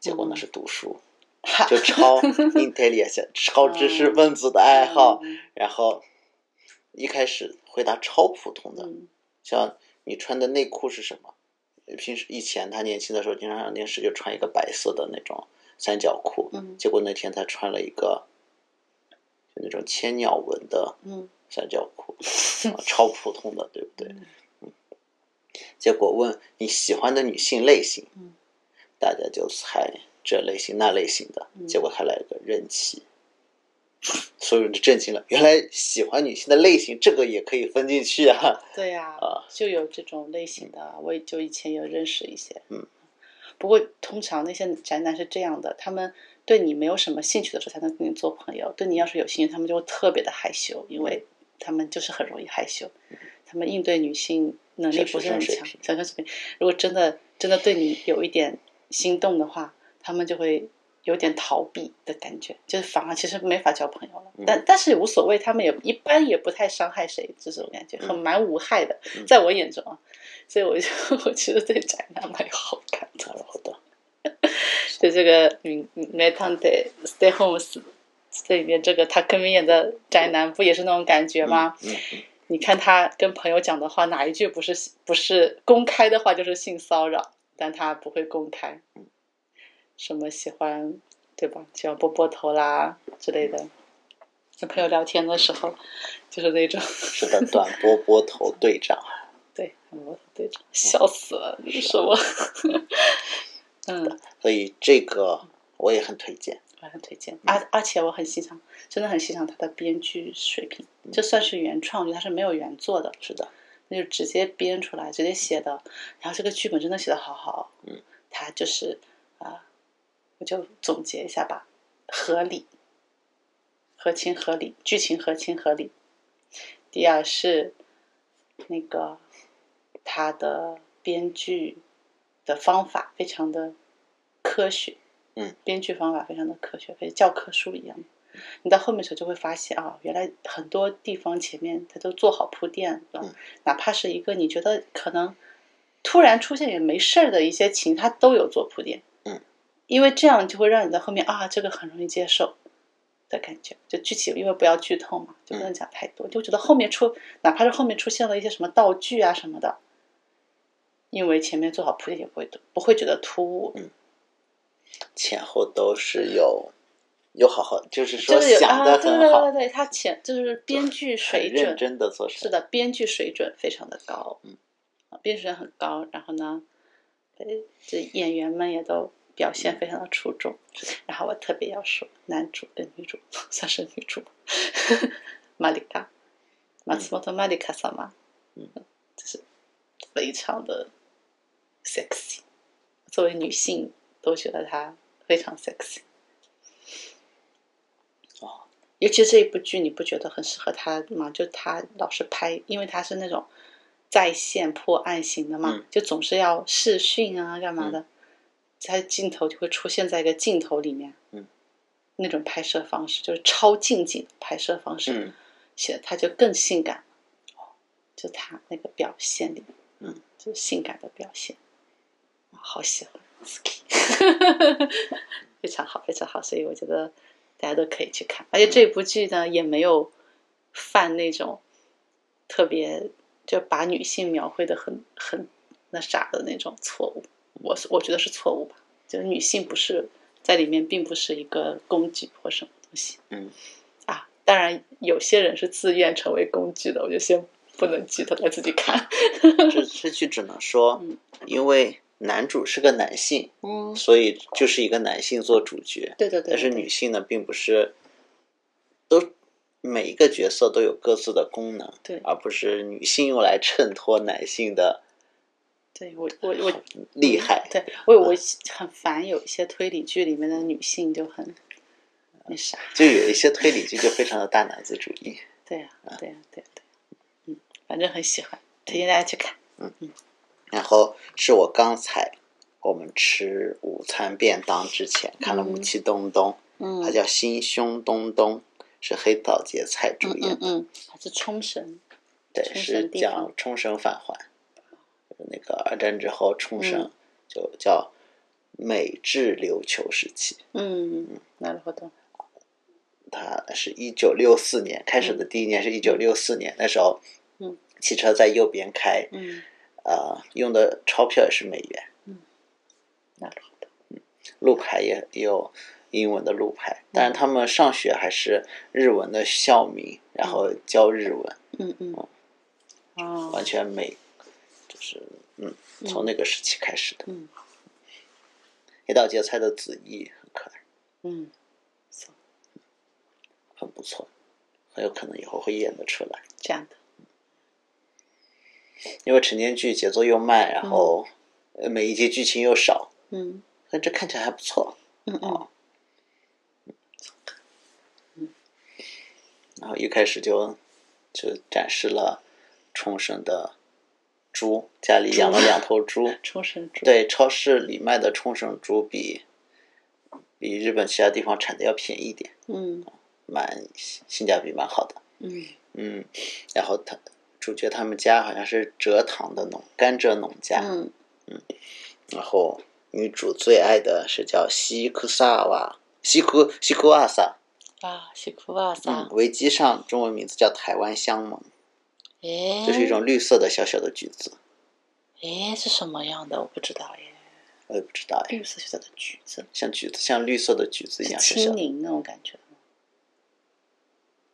Speaker 1: 结果呢
Speaker 2: 嗯
Speaker 1: 是读书，
Speaker 2: 哈嗯
Speaker 1: 就超 intelligence 超知识分子的爱哎好，然后一开始回答超普通的，
Speaker 2: 嗯
Speaker 1: 像你穿的内裤是什么？平时以前他年轻的时候，经常上电视就穿一个白色的那种三角裤，
Speaker 2: 嗯
Speaker 1: 结果那天他穿了一个就那种千鸟纹的
Speaker 2: 嗯
Speaker 1: 三角裤，啊 超普通的，对不对？嗯，结果问你喜欢的女性类型，
Speaker 2: 嗯
Speaker 1: 大家就猜这类型那类型的，
Speaker 2: 嗯
Speaker 1: 结果他来了个人妻，所有人都震惊了，原来喜欢女性的类型这个也可以分进去啊！
Speaker 2: 对呀、
Speaker 1: 啊
Speaker 2: 就有这种类型的，我也就以前有认识一些。
Speaker 1: 嗯，
Speaker 2: 不过通常那些宅男是这样的，他们对你没有什么兴趣的时候才能跟你做朋友，对你要是有兴趣，他们就会特别的害羞，因为他们就是很容易害羞，
Speaker 1: 嗯
Speaker 2: 他们应对女性能力不是很强
Speaker 1: 小学生水。平
Speaker 2: 小学生水平，如果真的真的对你有一点心动的话，他们就会。有点逃避的感觉，就是反而其实没法交朋友了，
Speaker 1: 嗯
Speaker 2: 但但是也无所谓，他们也一般也不太伤害谁，这种感觉
Speaker 1: 嗯
Speaker 2: 很蛮无害的，
Speaker 1: 嗯
Speaker 2: 在我眼中啊，所以我就 我觉得对宅男蛮有好感的。
Speaker 1: 然后的，
Speaker 2: 就这个嗯，《m e t a n d Stay Homes》这里面这个他跟明演的宅男不也是那种感觉吗？
Speaker 1: 嗯嗯
Speaker 2: 你看他跟朋友讲的话，哪一句不是不是公开的话就是性骚扰，但他不会公开。什么喜欢对吧？喜欢波波头啦之类的。跟朋友聊天的时候，就是那种
Speaker 1: 是的，短波波头队长，
Speaker 2: 对，我对着笑死了，是我， 嗯，
Speaker 1: 所以这个我也很推荐。
Speaker 2: 我很推荐，而而且我很欣赏，真的很欣赏他的编剧水平，就算是原创剧，他是没有原作的，
Speaker 1: 是的，
Speaker 2: 那就直接编出来，直接写的，然后这个剧本真的写的好好，
Speaker 1: 嗯，
Speaker 2: 他就是啊、我就总结一下吧，合理、合情合理，剧情合情合理。第二是那个他的编剧的方法非常的科学，
Speaker 1: 嗯，
Speaker 2: 编剧方法非常的科学，跟教科书一样。你到后面的时候就会发现啊，原来很多地方前面他都做好铺垫了，
Speaker 1: 嗯
Speaker 2: 哪怕是一个你觉得可能突然出现也没事儿的一些情，他都有做铺垫。
Speaker 1: 嗯，
Speaker 2: 因为这样就会让你在后面啊，这个很容易接受的感觉。就具体因为不要剧透嘛，
Speaker 1: 嗯
Speaker 2: 就不能讲太多。就觉得后面出，哪怕是后面出现了一些什么道具啊什么的，因为前面做好铺垫也不会不会觉得突兀。
Speaker 1: 嗯前后都是有有好好，就是说
Speaker 2: 就是有
Speaker 1: 想的
Speaker 2: 啊，对
Speaker 1: 很
Speaker 2: 对
Speaker 1: 好，
Speaker 2: 对对，他前就是编剧水
Speaker 1: 很认
Speaker 2: 准
Speaker 1: 真的做事。
Speaker 2: 是的，编剧水准非常的高，
Speaker 1: 嗯
Speaker 2: 啊，编剧水准很高，然后呢，呃，这演员们也都表现非常的出众。然后我特别要说男主跟女主，算是女主吧， 玛丽卡，马斯莫特玛丽卡萨玛，
Speaker 1: 嗯，
Speaker 2: 就是非常的 sexy，作为女性都觉得她非常 sexy。尤哦其这一部剧，你不觉得很适合他吗？就他老是拍，因为他是那种在线破案型的嘛，
Speaker 1: 嗯
Speaker 2: 就总是要视讯啊，干嘛的，他的镜头就会出现在一个镜头里面，
Speaker 1: 嗯，
Speaker 2: 那种拍摄方式就是超近景的拍摄方式，
Speaker 1: 嗯，
Speaker 2: 显他就更性感了，哦就他那个表现里，
Speaker 1: 嗯，
Speaker 2: 就是性感的表现，啊好喜欢 非常好，非常好，所以我觉得大家都可以去看，而且这部剧呢也没有犯那种特别就把女性描绘的很很那啥的那种错误，我是我觉得是错误吧，就是女性不是在里面并不是一个工具或什么东西，
Speaker 1: 嗯
Speaker 2: 啊，当然有些人是自愿成为工具的，我就先不能剧透，他自己 看。
Speaker 1: 这这句只能说
Speaker 2: 嗯，
Speaker 1: 因为男主是个男性，
Speaker 2: 嗯，
Speaker 1: 所以就是一个男性做主角。
Speaker 2: 对对对，
Speaker 1: 但是女性呢，并不是都每一个角色都有各自的功能，
Speaker 2: 对
Speaker 1: 而不是女性用来衬托男性的
Speaker 2: 对我我我嗯
Speaker 1: 厉害。
Speaker 2: 对我我很烦有一些推理剧里面的女性就很那啥，
Speaker 1: 就有一些推理剧就非常的大男子主义。
Speaker 2: 对呀、对呀、啊对呀、对呀、嗯，反正很喜欢，推荐大家去看。
Speaker 1: 然后是我刚才我们吃午餐便当之前看了《母
Speaker 2: 嗯
Speaker 1: 鸡东东》
Speaker 2: 嗯
Speaker 1: 它叫《心胸东东》，是黑岛节菜主演
Speaker 2: 嗯嗯，还是冲绳，
Speaker 1: 对，
Speaker 2: 冲
Speaker 1: 是
Speaker 2: 绳地
Speaker 1: 讲
Speaker 2: 方
Speaker 1: 冲绳返还，就是那个二战之后冲绳
Speaker 2: 嗯
Speaker 1: 就叫美制琉球时期，
Speaker 2: 嗯，なるほど，
Speaker 1: 它是一九六四年开始的第一年是一九六四年，那时候，
Speaker 2: 嗯，
Speaker 1: 汽车在右边开，
Speaker 2: 嗯，
Speaker 1: 呃，用的钞票也是美元，
Speaker 2: なるほど，
Speaker 1: 嗯路牌也也有英文的路牌，但是他们上学还是日文的校名，然后教日文，
Speaker 2: 嗯嗯，哦，
Speaker 1: 完全美，就是嗯，从那个时期开始的。
Speaker 2: 嗯
Speaker 1: 黑道节菜的子怡很可爱，
Speaker 2: 嗯，そう
Speaker 1: 很不错，很有可能以后会演得出来。
Speaker 2: 这样的，
Speaker 1: 因为晨间剧节奏又慢，然后呃每一集剧情又少，
Speaker 2: 嗯
Speaker 1: 但这看起来还不错。
Speaker 2: 嗯嗯，
Speaker 1: 然后一开始就就展示了冲绳的猪，家里养了两头 猪。
Speaker 2: 冲绳猪，
Speaker 1: 对，超市里卖的冲绳猪比比日本其他地方产的要便宜一点，
Speaker 2: 嗯
Speaker 1: 蛮性价比蛮好的。
Speaker 2: 嗯
Speaker 1: 嗯，然后他主角他们家好像是蔗糖的农甘蔗农家，
Speaker 2: 嗯
Speaker 1: 然后女主最爱的是叫西库萨瓦西库西库瓦萨，
Speaker 2: 啊，西库瓦
Speaker 1: 嗯
Speaker 2: 萨，，
Speaker 1: 维基上中文名字叫台湾香檬，
Speaker 2: 诶，
Speaker 1: 这是一种绿色的小小的橘子，
Speaker 2: 诶，是什么样的？我不知道耶。
Speaker 1: 我也不知道哎，
Speaker 2: 绿色小的橘子，
Speaker 1: 像橘子像绿色的橘子一
Speaker 2: 是
Speaker 1: 样小小
Speaker 2: 青
Speaker 1: 的。
Speaker 2: 柠那种感觉吗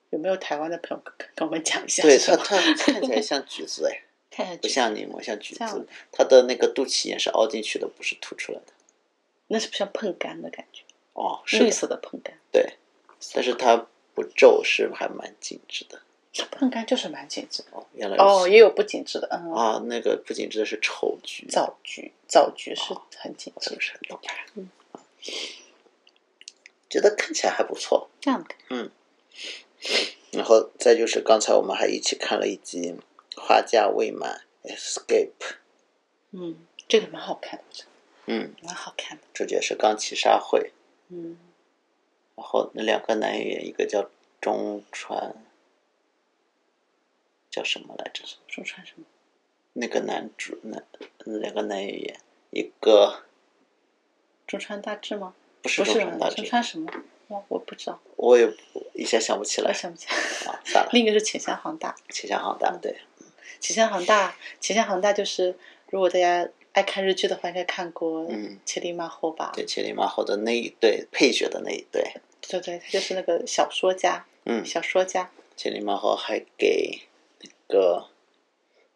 Speaker 2: 有没有台湾的朋友跟跟我们讲一下
Speaker 1: 对
Speaker 2: 是
Speaker 1: 它，
Speaker 2: 什么？
Speaker 1: 它看起来像橘子哎，
Speaker 2: 看下
Speaker 1: 不
Speaker 2: 去，
Speaker 1: 像柠檬，像橘
Speaker 2: 这样
Speaker 1: 子
Speaker 2: 的。
Speaker 1: 它的那个肚脐眼是凹进去的，不是凸出来的。
Speaker 2: 那是不是像碰柑的感觉？
Speaker 1: 哦，是的
Speaker 2: 绿色的碰柑，
Speaker 1: 对，但是它不皱，是还蛮紧致的。
Speaker 2: 碰柑就是蛮紧致的。
Speaker 1: 哦，原来如
Speaker 2: 哦，
Speaker 1: 此
Speaker 2: 也有不紧致的，嗯，
Speaker 1: 啊，那个不紧致的是丑橘，哦
Speaker 2: 枣橘，枣橘是很紧致嗯
Speaker 1: 是不
Speaker 2: 的。
Speaker 1: 是很懂？觉得看起来还不错。
Speaker 2: 这样的，
Speaker 1: 然后再就是刚才我们还一起看了一集《花嫁未满》（Escape），
Speaker 2: 嗯，这个蛮好看的，我觉得
Speaker 1: 嗯，
Speaker 2: 蛮好看的，
Speaker 1: 主角是冈崎沙惠，
Speaker 2: 嗯，
Speaker 1: 然后那两个男演员，一个叫中川，叫什么来着？
Speaker 2: 说穿什么？
Speaker 1: 那个男主男两个男演员，一个
Speaker 2: 中川大志吗？
Speaker 1: 不是
Speaker 2: 不
Speaker 1: 中
Speaker 2: 是
Speaker 1: 川大
Speaker 2: 中
Speaker 1: 志，
Speaker 2: 川什么？哇，我不知道，
Speaker 1: 我也不一下想不起
Speaker 2: 我
Speaker 1: 来
Speaker 2: 想不起来。
Speaker 1: 啊，算了，
Speaker 2: 另一个是浅香航大，
Speaker 1: 秦香航大嗯对，
Speaker 2: 浅香航大，浅香航大就是如果大家爱看日剧的话，应该看过
Speaker 1: 嗯
Speaker 2: 《千里马后》吧？
Speaker 1: 对，千里马后的那一对配角的那一对，
Speaker 2: 对对，他就是那个小说家，
Speaker 1: 嗯，
Speaker 2: 小说家，
Speaker 1: 千里马后还给那个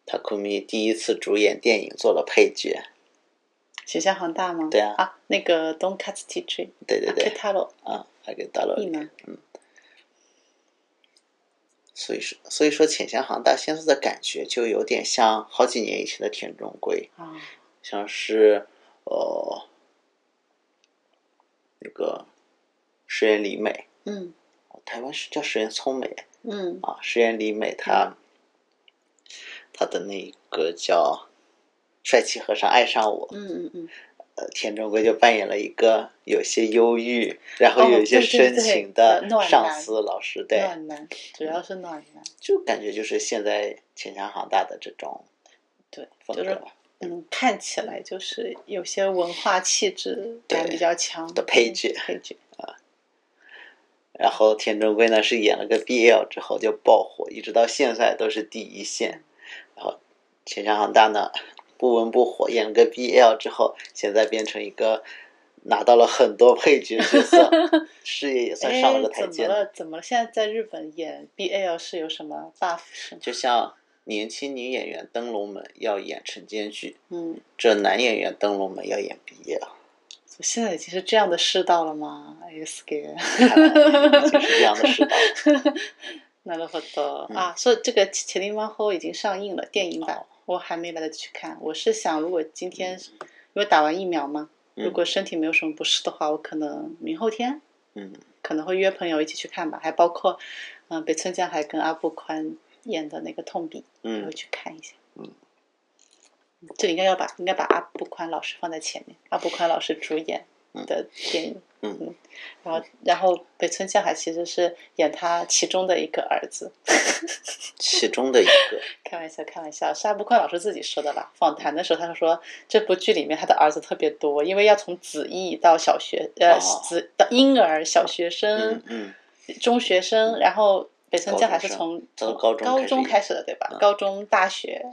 Speaker 1: 塔库米第一次主演电影做了配角，
Speaker 2: 浅香航大吗？
Speaker 1: 对啊
Speaker 2: 啊，那个 Don k a t s t i c h
Speaker 1: 对对对，
Speaker 2: 太郎
Speaker 1: 啊，还给大了
Speaker 2: 一男，
Speaker 1: 所以说，所以说浅香航大现在的感觉就有点像好几年以前的田中圭，
Speaker 2: 啊，
Speaker 1: 像是呃那个石原里美，
Speaker 2: 嗯
Speaker 1: 台湾是叫石原聪美
Speaker 2: 嗯
Speaker 1: 啊，石原里美她她的那个叫《帅气和尚爱上我》，
Speaker 2: 嗯嗯嗯，
Speaker 1: 呃，田中圭就扮演了有一个有些忧郁，然后
Speaker 2: 哦
Speaker 1: 有一些
Speaker 2: 对对
Speaker 1: 深
Speaker 2: 对
Speaker 1: 情
Speaker 2: 呃
Speaker 1: 的
Speaker 2: 暖
Speaker 1: 上
Speaker 2: 男
Speaker 1: 司老师，对，
Speaker 2: 暖男，主要是暖男，
Speaker 1: 就感觉就是现在浅香航大的这种
Speaker 2: 对，
Speaker 1: 风
Speaker 2: 就
Speaker 1: 格
Speaker 2: 是
Speaker 1: 吧
Speaker 2: 嗯，看起来就是有些文化气质感
Speaker 1: 对
Speaker 2: 比较强
Speaker 1: 的配角
Speaker 2: 嗯配角，
Speaker 1: 然后田中圭呢是演了个 BL 之后就爆火，一直到现在都是第一线。然后浅香航大呢不温不火，演了个 BL 之后，现在变成一个拿到了很多配角角 色，事业也算上了个
Speaker 2: 哎
Speaker 1: 台阶
Speaker 2: 怎么。了？怎么了？现在在日本演 BL 是有什么 buff 是吗？
Speaker 1: 就像年轻女演员登龙门要演晨间剧，
Speaker 2: 嗯，
Speaker 1: 这男演员登龙门要演 BL，
Speaker 2: 现在已经是这样的世道了吗？S K。
Speaker 1: 看来已经是这样的世道了。
Speaker 2: なるほど
Speaker 1: 嗯
Speaker 2: 啊，所以这个《千里马后》已经上映了电影
Speaker 1: 哦
Speaker 2: 版，我还没来得及去看。我是想，如果今天因为打完疫苗嘛，
Speaker 1: 嗯
Speaker 2: 如果身体没有什么不适的话，我可能明后天
Speaker 1: 嗯，
Speaker 2: 可能会约朋友一起去看吧，还包括嗯、北村匠海跟阿部宽演的那个《痛笔》，
Speaker 1: 嗯
Speaker 2: 我会去看一下。
Speaker 1: 嗯，
Speaker 2: 这里应该要把应该把阿部宽老师放在前面，阿部宽老师主演的电影。
Speaker 1: 嗯
Speaker 2: 然后，然后北村匠海其实是演他其中的一个儿子，
Speaker 1: 其中的一个，
Speaker 2: 开玩笑，开玩笑，是阿部宽老师自己说的啦。访谈的时候，他就说这部剧里面他的儿子特别多，因为要从子役到小学，呃，
Speaker 1: 哦
Speaker 2: 子到婴儿、小学生
Speaker 1: 嗯、 嗯，
Speaker 2: 中学生，然后北村匠海是从
Speaker 1: 高中生从
Speaker 2: 从
Speaker 1: 高中开始
Speaker 2: 中开始的，对吧？
Speaker 1: 嗯
Speaker 2: 高中、大学，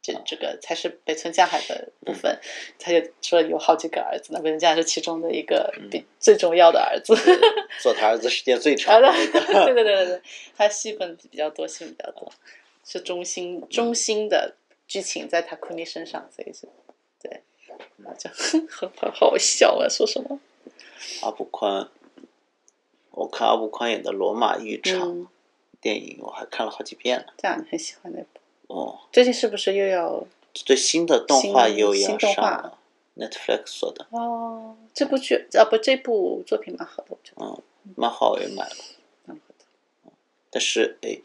Speaker 2: 这这个才是北村匠海的
Speaker 1: 嗯
Speaker 2: 部分。他就说有好几个儿子，那北村匠海是其中的一个
Speaker 1: 嗯
Speaker 2: 比最重要的儿子。
Speaker 1: 做他儿子时间最
Speaker 2: 啊，
Speaker 1: 长的那
Speaker 2: 对
Speaker 1: 个。
Speaker 2: 对对对对对，他戏份比较多，戏份比较多，
Speaker 1: 嗯
Speaker 2: 是中心中心的剧情在塔库尼身上，所以是，对，
Speaker 1: 嗯
Speaker 2: 那就 很很好笑啊，说什么？
Speaker 1: 阿布宽，我看阿布宽演的《罗马浴场》
Speaker 2: 嗯，
Speaker 1: 电影，我还看了好几遍呢。
Speaker 2: 这样你很喜欢那部，
Speaker 1: 哦，
Speaker 2: 最近是不是又要？
Speaker 1: 最新的动画
Speaker 2: 新
Speaker 1: 又
Speaker 2: 新
Speaker 1: 要
Speaker 2: 动
Speaker 1: 上
Speaker 2: 画
Speaker 1: 了，Netflix 做的，
Speaker 2: 哦，这部剧啊不，这部作品蛮好的，我觉得
Speaker 1: 嗯，漫画我也买了，
Speaker 2: 蛮好的。
Speaker 1: 但是哎，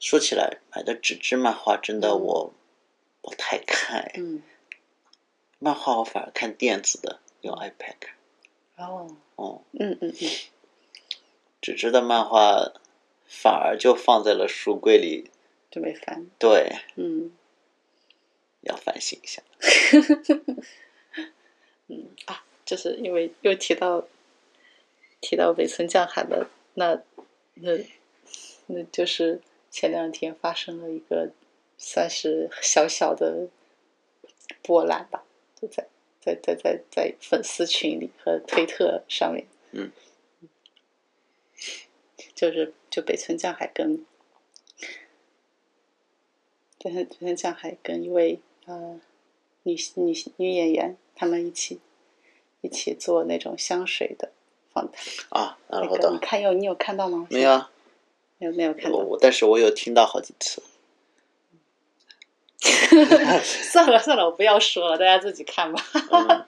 Speaker 1: 说起来买的纸质漫画真的
Speaker 2: 嗯
Speaker 1: 我不太看，哎
Speaker 2: 嗯，
Speaker 1: 漫画我反而看电子的，用 iPad 看。
Speaker 2: 哦，
Speaker 1: 哦，
Speaker 2: 嗯嗯嗯，
Speaker 1: 纸质的漫画反而就放在了书柜里，
Speaker 2: 就没翻，
Speaker 1: 对，
Speaker 2: 嗯
Speaker 1: 要反省一下。
Speaker 2: 啊，就是因为又提到提到北村匠海了，那那那就是前两天发生了一个算是小小的波澜吧，就在在在在在粉丝群里和推特上面，
Speaker 1: 嗯，
Speaker 2: 就是就北村匠海跟北村北村匠海跟一位呃女女女演员，他们一起一起做那种香水的访谈。
Speaker 1: 啊，然
Speaker 2: 那
Speaker 1: 后
Speaker 2: 个你
Speaker 1: 到
Speaker 2: 看有你有看到吗？
Speaker 1: 没有，啊，
Speaker 2: 没有没有看
Speaker 1: 我
Speaker 2: 到。
Speaker 1: 我但是我有听到好几 次。
Speaker 2: 算了算了，我不要说了，大家自己看吧。
Speaker 1: 嗯，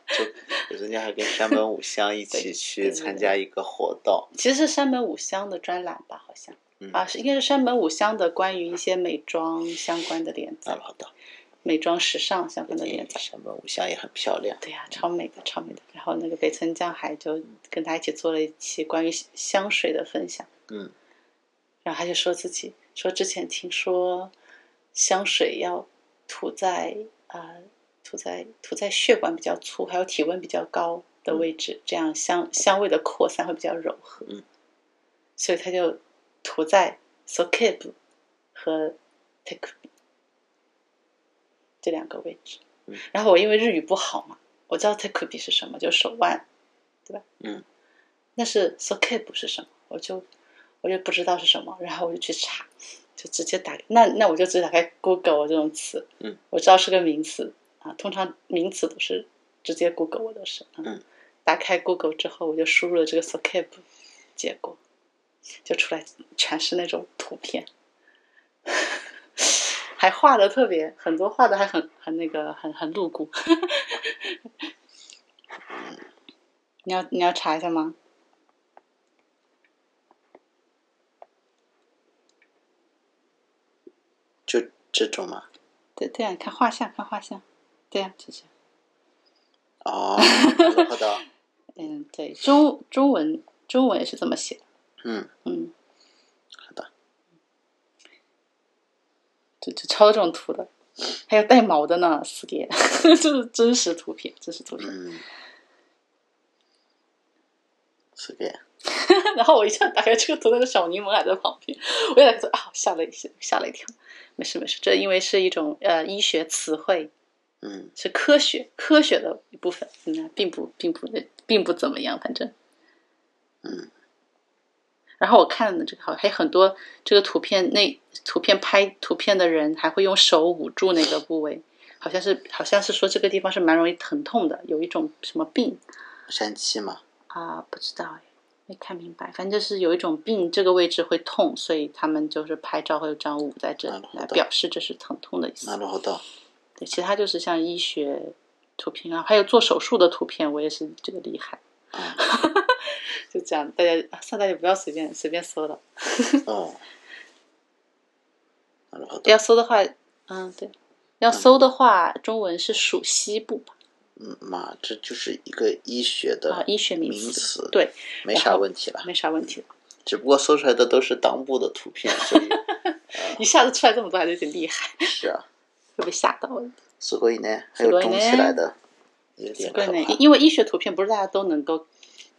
Speaker 1: 就人家还跟山本五香一
Speaker 2: 对
Speaker 1: 起去
Speaker 2: 对对
Speaker 1: 参
Speaker 2: 对
Speaker 1: 加一个活动，
Speaker 2: 其实是山本五香的专栏吧，好像
Speaker 1: 嗯
Speaker 2: 啊，是应该是山本五香的关于一些美妆相关的连
Speaker 1: 啊，
Speaker 2: 载，
Speaker 1: 好的，
Speaker 2: 美妆时尚相关的连
Speaker 1: 嗯
Speaker 2: 载。
Speaker 1: 山本五香也很漂亮，
Speaker 2: 对呀、超美的，超美的。然后那个北村匠海就跟他一起做了一期关于香水的分享，
Speaker 1: 嗯，
Speaker 2: 然后他就说自己说之前听说香水要涂在啊、呃涂在涂在血管比较粗，还有体温比较高的位置，这样香香味的扩散会比较柔和。
Speaker 1: 嗯，
Speaker 2: 所以他就涂在 s o k e b 和 t a k e 这两个位置。
Speaker 1: 嗯
Speaker 2: 然后我因为日语不好嘛，我知道 t a k e b 是什么，就手腕，对吧？
Speaker 1: 嗯，
Speaker 2: 但是 s o k e b 是什么，我就我就不知道是什么，然后我就去查。就直接打那那我就直接打开 Google 我这种词，
Speaker 1: 嗯，
Speaker 2: 我知道是个名词啊，通常名词都是直接 Google 我都是，
Speaker 1: 嗯，
Speaker 2: 打开 Google 之后我就输入了这个 s o c a p 结果就出来全是那种图片， 还画的特别很多画的还很很那个很很露骨， 你要你要查一下吗？
Speaker 1: 就这种嘛，
Speaker 2: 对对啊，你看画像看画像，对呀、啊，这些。
Speaker 1: 哦，好的，
Speaker 2: 嗯，对，中中文中文是这么写的，
Speaker 1: 嗯，
Speaker 2: 嗯，
Speaker 1: 好的，
Speaker 2: 就就超这种图的，还有带毛的呢，四叠， 这是真实图片，真实图 片。
Speaker 1: 嗯，随便，
Speaker 2: 然后我一下打开这个图，那个小柠檬还在旁边，我也说啊，吓了一吓，吓了一跳。没事没事，这因为是一种呃医学词汇，
Speaker 1: 嗯，
Speaker 2: 是科学科学的一部分，嗯，并不并不并不怎么样，反正，
Speaker 1: 嗯。
Speaker 2: 然后我看了这个好，还有很多这个图片那图片拍图片的人还会用手捂住那个部位，好像是好像是说这个地方是蛮容易疼痛的，有一种什么病
Speaker 1: 山七嘛，
Speaker 2: 啊，不知道哎，没看明白，反正就是有一种病，这个位置会痛，所以他们就是拍照会有这样捂在这
Speaker 1: 那
Speaker 2: 里
Speaker 1: 不
Speaker 2: 来
Speaker 1: 懂
Speaker 2: 表示这是疼痛的意思
Speaker 1: な。るほど，
Speaker 2: 对，其他就是像医学图片啊，还有做手术的图片，我也是觉得厉害。
Speaker 1: 啊，
Speaker 2: 就这样，大家啊算了大家不要随便随便搜了，
Speaker 1: 哦，なるほど，
Speaker 2: 要搜的话，嗯，对，要搜的话，中文是属西部吧？
Speaker 1: 嗯嘛，这就是一个医学
Speaker 2: 啊
Speaker 1: 的，
Speaker 2: 医学名
Speaker 1: 名词
Speaker 2: 对，
Speaker 1: 没
Speaker 2: 然
Speaker 1: 啥
Speaker 2: 后
Speaker 1: 问题了，
Speaker 2: 没啥问题。
Speaker 1: 只不过搜出来的都是裆部的图片，所以
Speaker 2: 一下子出来这么多，还是有点厉害，
Speaker 1: 是啊，
Speaker 2: 会被吓到的。
Speaker 1: すごいね，还
Speaker 2: す
Speaker 1: 有
Speaker 2: ごいね
Speaker 1: 肿起来的，有点可
Speaker 2: 对呢
Speaker 1: 怕。，
Speaker 2: 因为医学图片不是大家都能够，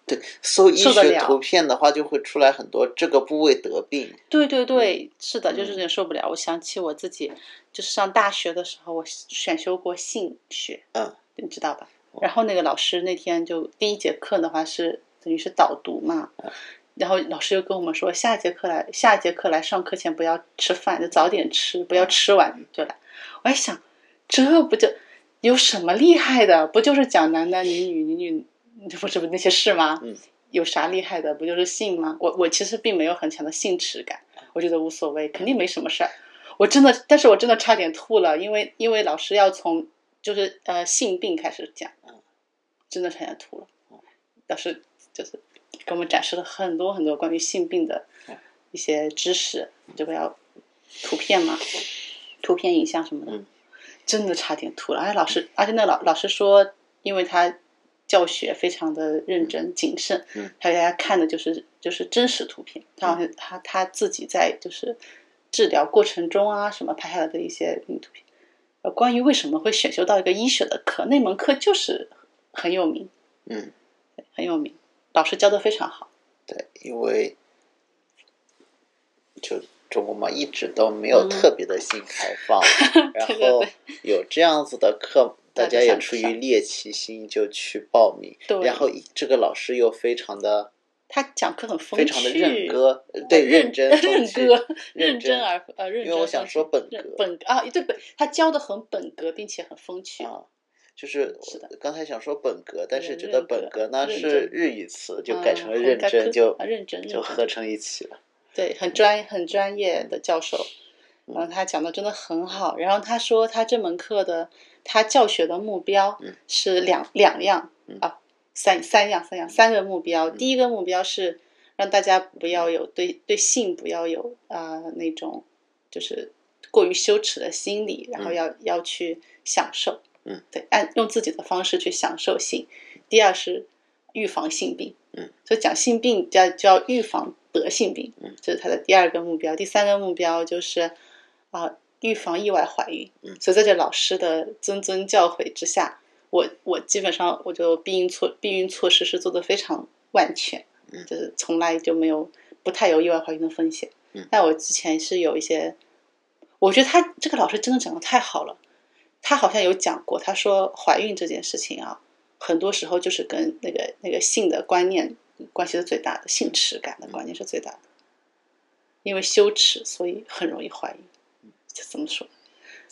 Speaker 1: 对，搜医
Speaker 2: 受得
Speaker 1: 学
Speaker 2: 了
Speaker 1: 图片的话，就会出来很多这个部位得病。
Speaker 2: 对对对，是的，就是
Speaker 1: 嗯
Speaker 2: 有点受不了。我想起我自己，就是上大学的时候，我选修过性学，
Speaker 1: 嗯，
Speaker 2: 你知道吧
Speaker 1: 哦？
Speaker 2: 然后那个老师那天就第一节课的话是等于是导读嘛，
Speaker 1: 哦
Speaker 2: 然后老师就跟我们说，下节课来，下节课来上课前不要吃饭，就早点吃，
Speaker 1: 哦
Speaker 2: 不要吃完就来。我还想，这不就有什么厉害的？不就是讲男男女女女女，这不是那些事吗？
Speaker 1: 嗯，
Speaker 2: 有啥厉害的？不就是性吗？我我其实并没有很强的性耻感，
Speaker 1: 哦
Speaker 2: 我觉得无所谓，肯定没什么事儿。我真的，但是我真的差点吐了，因为因为老师要从就是呃性病开始讲，啊真的差点吐了。老师就是给我们展示了很多很多关于性病的一些知识，这个要图片嘛，图片、影像什么的，
Speaker 1: 嗯
Speaker 2: 真的差点吐了。而且老师，而且那老老师说，因为他教学非常的认真谨慎，
Speaker 1: 嗯
Speaker 2: 他给大家看的就是就是真实图片，他好像他他自己在就是治疗过程中啊什么拍下来的一些病图片。呃，关于为什么会选修到一个医学的课，那门课就是很有名，
Speaker 1: 嗯，
Speaker 2: 很有名，老师教的非常好。
Speaker 1: 对，因为就中国嘛，一直都没有
Speaker 2: 嗯
Speaker 1: 特别的性开放，然
Speaker 2: 对对
Speaker 1: 后有这样子的课。大
Speaker 2: 大家
Speaker 1: 家也
Speaker 2: 想
Speaker 1: 出于
Speaker 2: 上
Speaker 1: 猎奇心就去报名，
Speaker 2: 对
Speaker 1: 然后一这个老师又非常的
Speaker 2: 他讲课很风
Speaker 1: 非
Speaker 2: 趣，
Speaker 1: 常的认哥，呃对
Speaker 2: 认
Speaker 1: 认真风
Speaker 2: 认
Speaker 1: 趣
Speaker 2: 哥，
Speaker 1: 认
Speaker 2: 真
Speaker 1: 真
Speaker 2: 而呃认真风趣。
Speaker 1: 因为我想说本
Speaker 2: 认
Speaker 1: 格
Speaker 2: 本格啊，对本，他教的很本格，并且很风趣。
Speaker 1: 啊，就是
Speaker 2: 是的
Speaker 1: 我刚才想说本格，但是
Speaker 2: 认
Speaker 1: 觉得
Speaker 2: 认
Speaker 1: 本
Speaker 2: 格
Speaker 1: 格呢
Speaker 2: 认
Speaker 1: 是
Speaker 2: 真
Speaker 1: 日语词，就
Speaker 2: 嗯
Speaker 1: 改成了
Speaker 2: 很
Speaker 1: 认
Speaker 2: 该
Speaker 1: 真，
Speaker 2: 科
Speaker 1: 就
Speaker 2: 啊认真
Speaker 1: 就
Speaker 2: 认真
Speaker 1: 合成一起了。
Speaker 2: 对，很专很专业的教授，然后他讲的真的很好。然后他说他这门课的他教学的目标
Speaker 1: 嗯
Speaker 2: 是两、两样、
Speaker 1: 嗯
Speaker 2: 啊，三三样三样三个目标。第一个目标是让大家
Speaker 1: 嗯
Speaker 2: 不要有对对性不要有啊、呃那种就是过于羞耻的心理，然后要要去享受，
Speaker 1: 嗯，
Speaker 2: 对，按用自己的方式去享受性。第二是预防性病，
Speaker 1: 嗯，
Speaker 2: 所以讲性病叫叫预防得性病，
Speaker 1: 嗯，
Speaker 2: 这是它的第二个目标。第三个目标就是啊、预防意外怀孕，
Speaker 1: 嗯
Speaker 2: 所以在这老师的谆谆教诲之下，我我基本上我就避孕措避孕措施是做的非常万全，
Speaker 1: 嗯
Speaker 2: 就是从来就没有不太有意外怀孕的风险。
Speaker 1: 嗯
Speaker 2: 但我之前是有一些，我觉得他这个老师真的讲的太好了，他好像有讲过，他说怀孕这件事情啊，很多时候就是跟那个那个性的观念关系是最大的，性耻感的
Speaker 1: 嗯
Speaker 2: 观念是最大的，因为羞耻，所以很容易怀孕。这怎么说？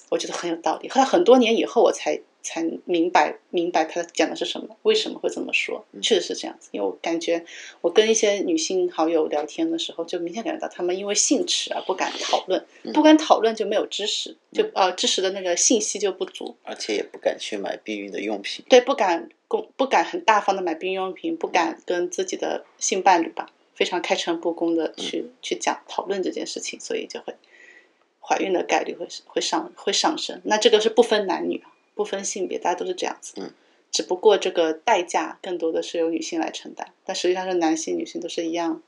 Speaker 2: 我觉得很有道理。后来很多年以后，我才才明白明白他讲的是什么，为什么会这么说。
Speaker 1: 嗯
Speaker 2: 确实是这样子，因为我感觉我跟一些女性好友聊天的时候，就明显感觉到她们因为性耻而不敢讨论，
Speaker 1: 嗯
Speaker 2: 不敢讨论就没有知识，就呃知识的那个信息就不足。
Speaker 1: 而且也不敢去买避孕的用品。
Speaker 2: 对，不敢公，不敢很大方的买避孕用品，不敢跟自己的性伴侣吧，非常开诚布公的去、去讲讨论这件事情，所以就会怀孕的概率会会上会上升。那这个是不分男女啊，不分性别，大家都是这样子。
Speaker 1: 嗯，
Speaker 2: 只不过这个代价更多的是由女性来承担，但实际上是男性女性都是一样。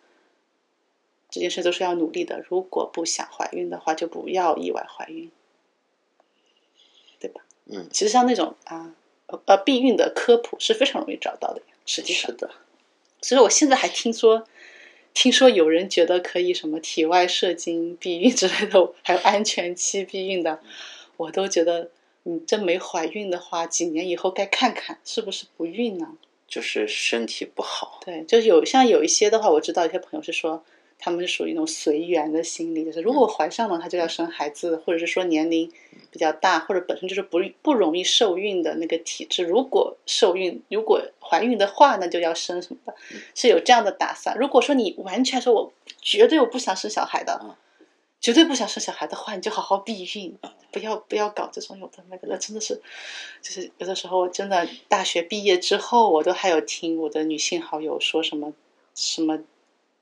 Speaker 2: 这件事都是要努力的，如果不想怀孕的话，就不要意外怀孕。
Speaker 1: 嗯，
Speaker 2: 其实像那种啊，呃呃，避孕的科普是非常容易找到的，实际上
Speaker 1: 是。的，
Speaker 2: 所以我现在还听说，听说有人觉得可以什么体外射精避孕之类的，还有安全期避孕的，我都觉得你真没怀孕的话，几年以后该看看是不是不孕呢、
Speaker 1: 就是身体不好。
Speaker 2: 对，就是有像有一些的话，我知道有些朋友是说，他们是属于那种随缘的心理，就是如果怀上了，他就要生孩子，或者是说年龄比较大，或者本身就是不孕不容易受孕的那个体质，如果受孕，如果怀孕的话，那就要生什么的，是有这样的打算。如果说你完全说我绝对我不想生小孩的
Speaker 1: 嗯。
Speaker 2: 绝对不想生小孩的话，你就好好避孕，不要不要搞这种有的没的，那真的是就是有的时候真的大学毕业之后，我都还有听我的女性好友说什么什么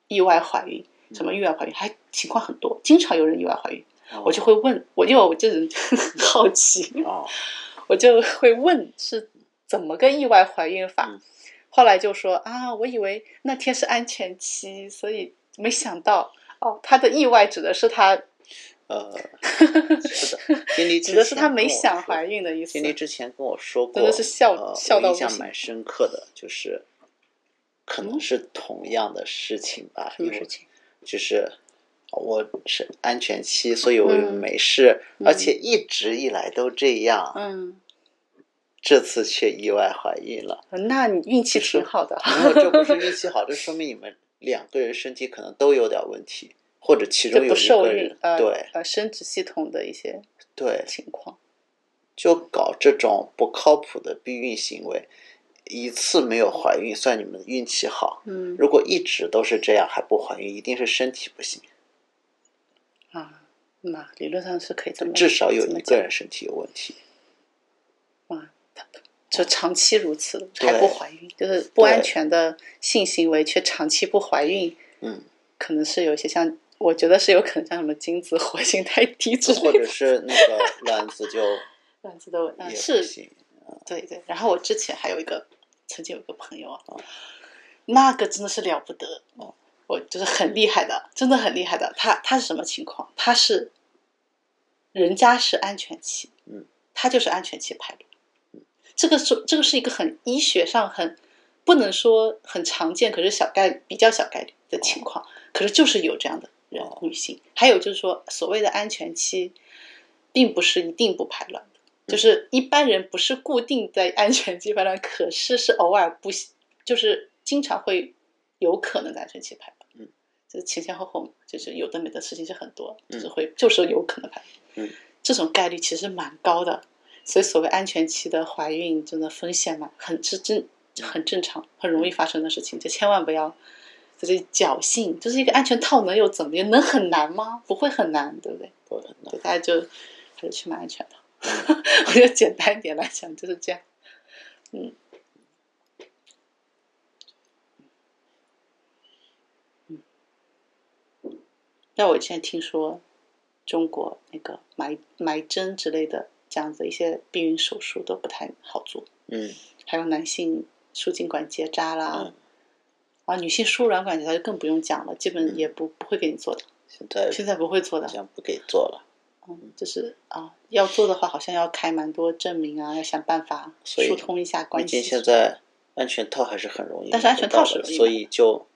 Speaker 2: 意外怀孕，什么意外怀孕，还情况很多，经常有人意外怀孕，我就会问，我因为我这人很 好奇，
Speaker 1: 哦，
Speaker 2: 我就会问是怎么个意外怀孕法。
Speaker 1: 嗯
Speaker 2: 后来就说啊，我以为那天是安全期，所以没想到哦，他的意外指的是他
Speaker 1: 呃， 是的，经理
Speaker 2: 指的是他没想怀
Speaker 1: 孕。
Speaker 2: 孕的意思
Speaker 1: 经。理之前跟我说过，
Speaker 2: 真的是笑
Speaker 1: 呃、
Speaker 2: 笑到
Speaker 1: 我
Speaker 2: 不
Speaker 1: 印象
Speaker 2: 行嗯
Speaker 1: 蛮深刻的，就是可能是同样的事情吧，
Speaker 2: 什么
Speaker 1: 因为
Speaker 2: 事情？
Speaker 1: 就是我是安全期，所以我
Speaker 2: 嗯
Speaker 1: 没事，
Speaker 2: 嗯
Speaker 1: 而且一直以来都这样，
Speaker 2: 嗯，
Speaker 1: 这次却意外怀孕了。
Speaker 2: 嗯那你运气
Speaker 1: 是
Speaker 2: 挺好的。
Speaker 1: 然后这不是运气好，这说明你们两个人身体可能都有点问题，或者 其
Speaker 2: 这
Speaker 1: 中有
Speaker 2: 不
Speaker 1: 一个
Speaker 2: 受孕
Speaker 1: 人，
Speaker 2: 呃
Speaker 1: 对
Speaker 2: 呃生殖系统的一些
Speaker 1: 对，
Speaker 2: 情况，
Speaker 1: 就搞这种不靠谱的避孕行为，一次没有怀孕算你们运气好。
Speaker 2: 嗯
Speaker 1: 如果一直都是这样还不怀孕，一定是身体不行，
Speaker 2: 啊，那理论上是可以这么
Speaker 1: 至少有
Speaker 2: 这么
Speaker 1: 一个
Speaker 2: 讲
Speaker 1: 人身体有问题。
Speaker 2: 哇，他就长期如此
Speaker 1: 对
Speaker 2: 还不怀孕，就是不安
Speaker 1: 对
Speaker 2: 全的性行为却长期不怀孕，
Speaker 1: 嗯，
Speaker 2: 可能是有一些像我觉得是有可能像什么精子活性太低之
Speaker 1: 或
Speaker 2: 类
Speaker 1: 者
Speaker 2: 的
Speaker 1: 是那个卵子就
Speaker 2: 卵子的问
Speaker 1: 也
Speaker 2: 题，
Speaker 1: 不
Speaker 2: 是
Speaker 1: 行。
Speaker 2: 对对，然后我之前还有一个，曾经有一个朋友啊，那个真的是了不得，
Speaker 1: 哦
Speaker 2: 我就是很厉害的，真的很厉害的。他他是什么情况？他是人家是安全期，
Speaker 1: 嗯，
Speaker 2: 他就是安全期排卵，这个是这个是一个很医学上很不能说很常见，可是小概比较小概率的情况，可是就是有这样的人、
Speaker 1: 哦
Speaker 2: 女性。还有就是说，所谓的安全期，并不是一定不排卵的，就是一般人不是固定在安全期排卵，可是是偶尔不就是经常会有可能在安全期排卵。
Speaker 1: 嗯，
Speaker 2: 就是前前后后就是有的没的事情是很多，
Speaker 1: 嗯
Speaker 2: 就是会就是有可能排卵。
Speaker 1: 嗯，
Speaker 2: 这种概率其实蛮高的。所以所谓安全期的怀孕，真的风险蛮很是正很正常，很容易发生的事情，就千万不要就是侥幸，就是一个安全套能有怎么样？能很难吗？不会很难，对不对？
Speaker 1: 不可能
Speaker 2: 对，大家就还是去买安全套。 我觉得简单一点来讲就是这样。嗯，但我以前听说中国那个埋埋针之类的这样子一些避孕手术都不太好做，
Speaker 1: 嗯
Speaker 2: 还有男性输精管结扎啦，
Speaker 1: 嗯
Speaker 2: 啊，女性输卵管结扎就更不用讲了，基本也不不会给你做的，
Speaker 1: 现在
Speaker 2: 现在不会做
Speaker 1: 好
Speaker 2: 的，
Speaker 1: 像不给做了，
Speaker 2: 嗯，就是啊，要做的话好像要开蛮多证明啊，要想办法
Speaker 1: 所以
Speaker 2: 疏通一下
Speaker 1: 毕
Speaker 2: 关系
Speaker 1: 竟。现在安全套还是很容易买
Speaker 2: 但
Speaker 1: 得到的，
Speaker 2: 是安全套是容易买
Speaker 1: 所以就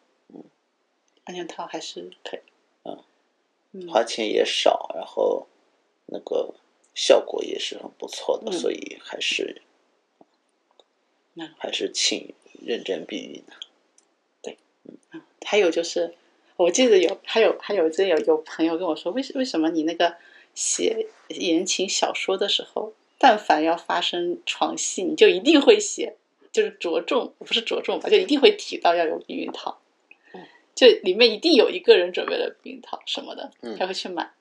Speaker 2: 安全套还是可以，
Speaker 1: 嗯
Speaker 2: 嗯，
Speaker 1: 花钱也少，然后那个效果也是很不错的，
Speaker 2: 嗯
Speaker 1: 所以还是
Speaker 2: 嗯
Speaker 1: 还是请认真避孕的。
Speaker 2: 还有就是，我记得有还有还有之前有有朋友跟我说，为什为什么你那个写言情小说的时候，但凡要发生床戏，你就一定会写，就是着重不是着重吧，就一定会提到要有避孕套，就里面一定有一个人准备了避孕套什么的
Speaker 1: 嗯，
Speaker 2: 他会去买。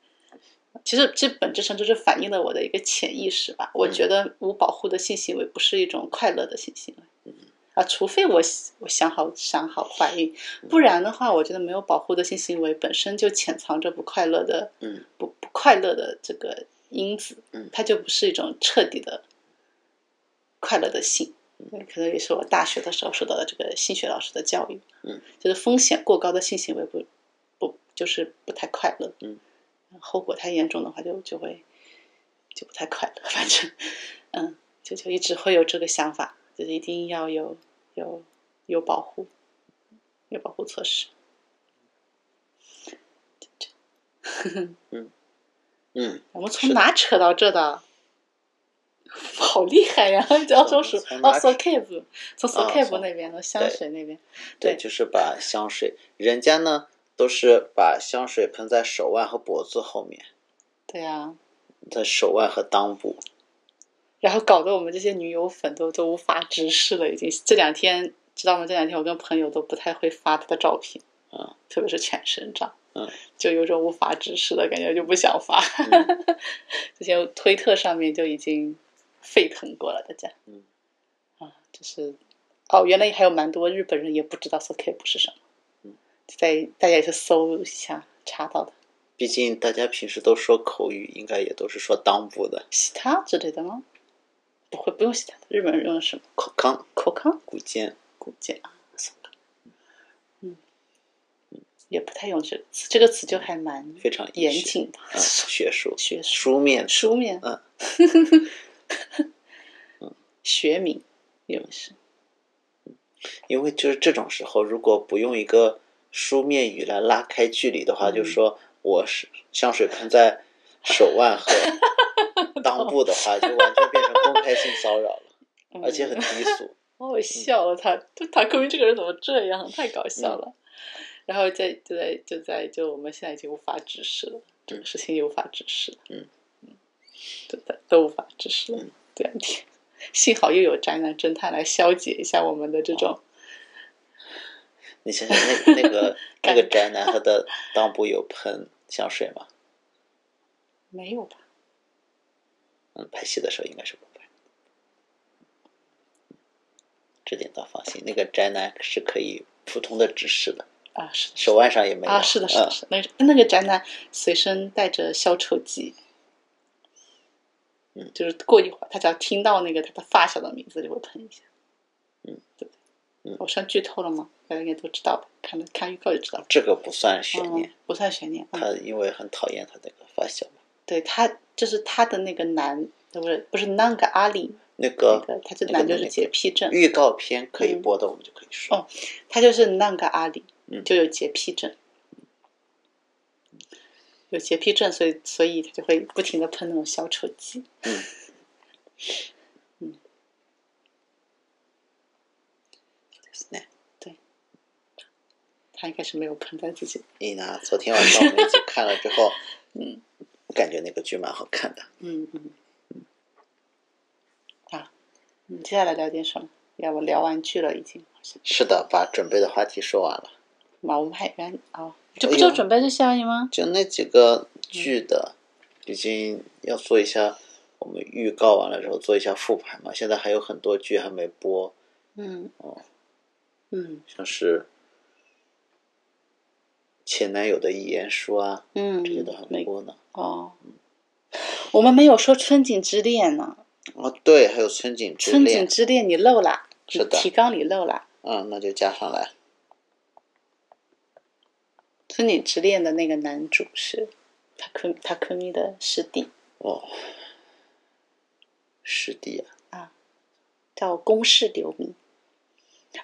Speaker 2: 其实，这本质上就是反映了我的一个潜意识吧。我觉得无保护的性行为不是一种快乐的性行为，啊，除非我我想好想好怀孕，不然的话，我觉得没有保护的性行为本身就潜藏着不快乐的，
Speaker 1: 嗯，
Speaker 2: 不不快乐的这个因子，
Speaker 1: 嗯
Speaker 2: 它就不是一种彻底的快乐的性。
Speaker 1: 嗯
Speaker 2: 对可能也是我大学的时候受到的这个性学老师的教育，
Speaker 1: 嗯，
Speaker 2: 就是风险过高的性行为不不就是不太快乐，
Speaker 1: 嗯，
Speaker 2: 后果太严重的话就就会就不太快乐，反正，嗯，就就一直会有这个想法，就是一定要有有有保护，有保护措施。
Speaker 1: 嗯，
Speaker 2: 我们
Speaker 1: 是
Speaker 2: 从
Speaker 1: 的
Speaker 2: 哪扯到这的？ 好厉害呀！ 只要说是
Speaker 1: 从
Speaker 2: 哦
Speaker 1: 哪扯
Speaker 2: ，SOCAVE，从
Speaker 1: 啊
Speaker 2: SOCAVE
Speaker 1: 从
Speaker 2: 那边的香水那边，对
Speaker 1: 就是把香水，人家呢都是把香水喷在手腕和脖子后面，
Speaker 2: 对啊，
Speaker 1: 在手腕和裆部。
Speaker 2: 然后搞得我们这些女友粉都都无法直视了，已经这两天知道吗？这两天我跟朋友都不太会发他的照片，啊
Speaker 1: 嗯，
Speaker 2: 特别是全身照，
Speaker 1: 嗯，
Speaker 2: 就有种无法直视的感觉，就不想发。
Speaker 1: 嗯
Speaker 2: 这些推特上面就已经沸腾过了，大家，
Speaker 1: 嗯，
Speaker 2: 啊，就是哦，原来还有蛮多日本人也不知道 SOK 不是什么，
Speaker 1: 嗯，
Speaker 2: 在大家也是搜一下查到的，
Speaker 1: 毕竟大家平时都说口语，应该也都是说裆部的。
Speaker 2: 其他之类的吗？不会，不用其他的，日本人用的什么
Speaker 1: 口腔、
Speaker 2: 口腔？
Speaker 1: 骨尖，
Speaker 2: 古建啊，算了嗯，也不太用这个词，这个词就还蛮
Speaker 1: 非常医
Speaker 2: 严
Speaker 1: 学，
Speaker 2: 谨的，
Speaker 1: 嗯，学术，
Speaker 2: 学术
Speaker 1: 书面
Speaker 2: 书面，
Speaker 1: 嗯
Speaker 2: 学名用的是，
Speaker 1: 因为就是这种时候，如果不用一个书面语来拉开距离的话，
Speaker 2: 嗯
Speaker 1: 就说我是香水喷在手腕和 裆部的话，就完全变成公开性骚扰了，而且很
Speaker 2: 嗯
Speaker 1: 低 俗。
Speaker 2: 好好笑啊，他就塔克明这个人怎么这样，太搞笑
Speaker 1: 嗯
Speaker 2: 了。然后在就在就在就我们现在已经无法直视了，这个事情也无法直视了，
Speaker 1: 嗯
Speaker 2: 嗯，都都无法直视了
Speaker 1: 嗯。
Speaker 2: 这两天，幸好又有宅男侦探来消解一下我们的这种
Speaker 1: 哦你想想那那 个那个
Speaker 2: 尴尬
Speaker 1: 宅男他的裆部有喷香水吗？
Speaker 2: 没有吧？
Speaker 1: 嗯，拍戏的时候应该是不拍。这点倒放心，那个宅男是可以普通的直视的，
Speaker 2: 啊，是的，
Speaker 1: 手腕上也没有
Speaker 2: 啊，是的，是的，
Speaker 1: 嗯
Speaker 2: 是的，那个那个宅男随身带着消臭剂，
Speaker 1: 嗯，
Speaker 2: 就是过一会儿，他只要听到那个他的发小的名字，就会喷一下，
Speaker 1: 嗯，
Speaker 2: 对不对？
Speaker 1: 嗯
Speaker 2: 我算剧透了吗？大家应该都知道吧？看了看预告就知道了。
Speaker 1: 这个不算悬念
Speaker 2: 嗯。，不算悬念。嗯，
Speaker 1: 他因为很讨厌他那个发小嘛，
Speaker 2: 对他就是他的那个男，不是不是那个阿里，
Speaker 1: 那
Speaker 2: 那
Speaker 1: 个
Speaker 2: 个他
Speaker 1: 嗯那
Speaker 2: 这
Speaker 1: 个
Speaker 2: 男就
Speaker 1: 那
Speaker 2: 是
Speaker 1: 个
Speaker 2: 洁癖症，
Speaker 1: 预告片可以播的，我们就可以说。
Speaker 2: 哦他就是那个阿里，
Speaker 1: 嗯
Speaker 2: 就有洁癖症，有洁癖症，所以所以他就会不停的喷那种消臭剂。
Speaker 1: 嗯
Speaker 2: 嗯
Speaker 1: ね
Speaker 2: 他应该是没有喷在自己。
Speaker 1: 伊娜，昨天晚上我们一起看了之 后，
Speaker 2: 嗯，
Speaker 1: 感觉那个剧蛮好看的。
Speaker 2: 嗯嗯。啊，你接下来聊点什么？要不聊完剧了已经，好像。
Speaker 1: 是的，把准备的话题说完了，
Speaker 2: 嘛，我们还原啊，这
Speaker 1: 哎
Speaker 2: 不
Speaker 1: 呦
Speaker 2: 就准备这些而已吗？
Speaker 1: 就那几个
Speaker 2: 嗯
Speaker 1: 剧的，已经要做一下。我们预告完了之后做一下复盘嘛，现在还有很多剧还没播，
Speaker 2: 嗯
Speaker 1: 哦，
Speaker 2: 嗯
Speaker 1: 像是《前男友的遗言书啊，
Speaker 2: 嗯，
Speaker 1: 这些都很
Speaker 2: 没
Speaker 1: 多呢。
Speaker 2: 哦，我们没有说《春景之恋》呢，
Speaker 1: 哦，对，还有春景
Speaker 2: 《
Speaker 1: 之
Speaker 2: 春景
Speaker 1: 恋，
Speaker 2: 之恋》你漏啦，
Speaker 1: 是的
Speaker 2: 提纲里漏啦，
Speaker 1: 嗯，那就加上来。
Speaker 2: 《春景之恋》的那个男主是塔克塔克米的师弟，
Speaker 1: 哦，师弟啊，
Speaker 2: 叫宫室流明。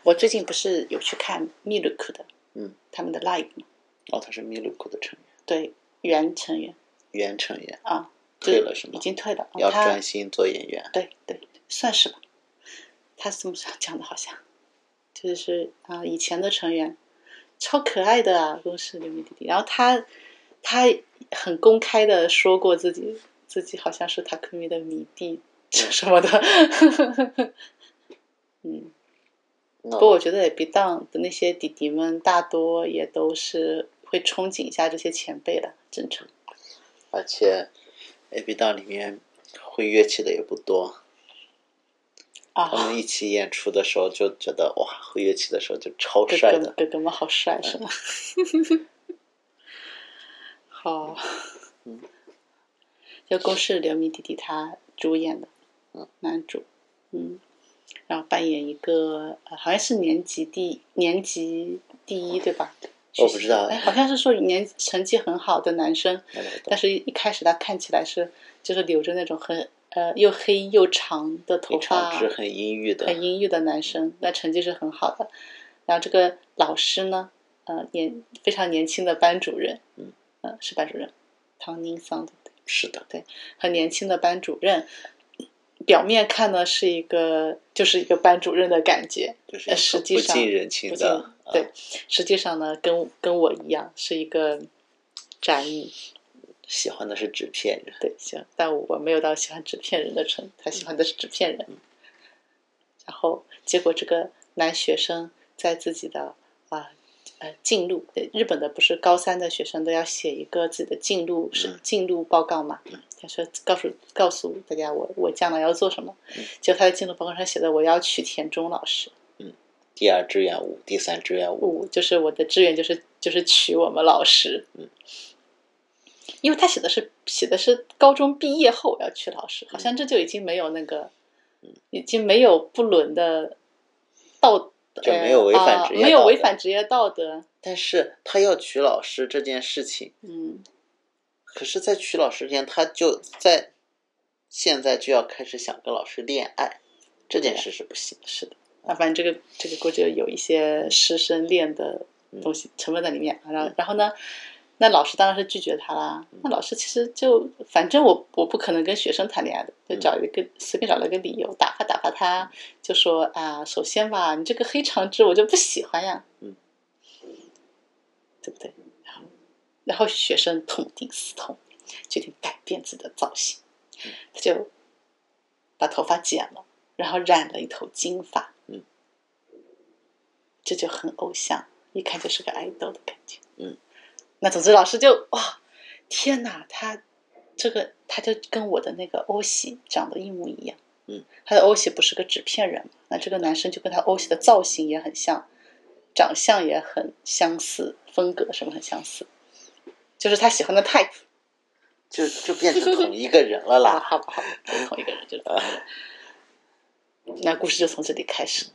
Speaker 2: 我最近不是有去看 Milk 的，
Speaker 1: 嗯，
Speaker 2: 他们的 live 嘛，
Speaker 1: 哦，他是密鲁库的成员，
Speaker 2: 对，原成员
Speaker 1: 原成员，
Speaker 2: 啊，
Speaker 1: 退
Speaker 2: 就
Speaker 1: 了是吗
Speaker 2: 已经退了，哦
Speaker 1: 要
Speaker 2: 他
Speaker 1: 专心做演员。
Speaker 2: 对对，算是吧。他是这么讲的，好像就是啊、以前的成员超可爱的啊，公司流明弟弟。然后他他很公开的说过自己自己好像是塔克米的迷弟 什么的，嗯，
Speaker 1: 那
Speaker 2: 不过我觉得也比当的那些弟弟们大多也都是会憧憬一下这些前辈的，正常。
Speaker 1: 而且 A B 档里面会乐器的也不多，
Speaker 2: 啊，
Speaker 1: 他们一起演出的时候就觉得哇，会乐器的时候就超
Speaker 2: 哥
Speaker 1: 帅
Speaker 2: 哥
Speaker 1: 的。嗯
Speaker 2: 哥哥们好帅是吗？ 好，
Speaker 1: 嗯
Speaker 2: 就公式流明弟弟他主演的，
Speaker 1: 嗯，
Speaker 2: 男主，嗯，然后扮演一个呃好像是年级第年级第一对吧？
Speaker 1: 我不知道
Speaker 2: 哎，好像是说年成绩很好的男生，
Speaker 1: 那个
Speaker 2: 但是一开始他看起来是就是留着那种很呃又黑又长的头
Speaker 1: 一
Speaker 2: 发，
Speaker 1: 场是很阴郁的，
Speaker 2: 很阴郁的男生，那成绩是很好的。然后这个老师呢，呃，年非常年轻的班主任，
Speaker 1: 嗯
Speaker 2: 呃，是班主任，唐宁桑对不对？
Speaker 1: 是的，
Speaker 2: 很年轻的班主任，表面看呢是一个就是一个班主任的感觉，
Speaker 1: 就是
Speaker 2: 呃
Speaker 1: 一
Speaker 2: 实
Speaker 1: 个
Speaker 2: 际
Speaker 1: 不
Speaker 2: 上
Speaker 1: 近人情的，啊嗯
Speaker 2: 不近对，实际上呢跟跟我一样是一个宅女，
Speaker 1: 喜欢的是纸片人。
Speaker 2: 对，行，但我没有到喜欢纸片人的程度，他喜欢的是纸片人。嗯然后结果这个男学生在自己的啊呃进路，呃日本的不是高三的学生都要写一个自己的进路是
Speaker 1: 嗯
Speaker 2: 进路报告嘛？他说告诉告诉大家我我将来要做什么，结果他的进路报告上写的我要去田中老师，
Speaker 1: 第二志愿五，第三志愿五，
Speaker 2: 五就是我的志愿就是就是娶我们老师，
Speaker 1: 嗯，
Speaker 2: 因为他写的是写的是高中毕业后要娶老师，好像这就已经没有那个，
Speaker 1: 嗯
Speaker 2: 已经没有不伦的道德，
Speaker 1: 就没有违反
Speaker 2: 呃
Speaker 1: 职业
Speaker 2: 没有
Speaker 1: 道
Speaker 2: 违
Speaker 1: 德
Speaker 2: 反职业道德，
Speaker 1: 但是他要娶老师这件事情，
Speaker 2: 嗯，
Speaker 1: 可是，在娶老师之前，他就在现在就要开始想跟老师恋爱，这件事是不行的。
Speaker 2: 是的，啊，反正这个这个估计有一些师生恋的东西成分在里面。啊然后然后呢，那老师当然是拒绝他啦。那老师其实就反正我我不可能跟学生谈恋爱的，就找一个随便找了一个理由打发打发他，就说啊，首先吧，你这个黑长直我就不喜欢呀，
Speaker 1: 嗯，
Speaker 2: 对不对？然后然后学生痛定思痛，决定改变自己的造型，他就把头发剪了。然后染了一头金发，
Speaker 1: 嗯，
Speaker 2: 这就很偶像，一看就是个爱豆的感觉，
Speaker 1: 嗯。
Speaker 2: 那总之老师就哇，天哪，他这个他就跟我的那个欧喜长得一模一样，
Speaker 1: 嗯，
Speaker 2: 他的欧喜不是个纸片人嘛，那这个男生就跟他欧喜的造型也很像，长相也很相似，风格什么很相似，就是他喜欢的 type。
Speaker 1: 就就变成同一个人了 啦。
Speaker 2: 好吧，好吧，同一个人就是同一个人。那故事就从这里开始，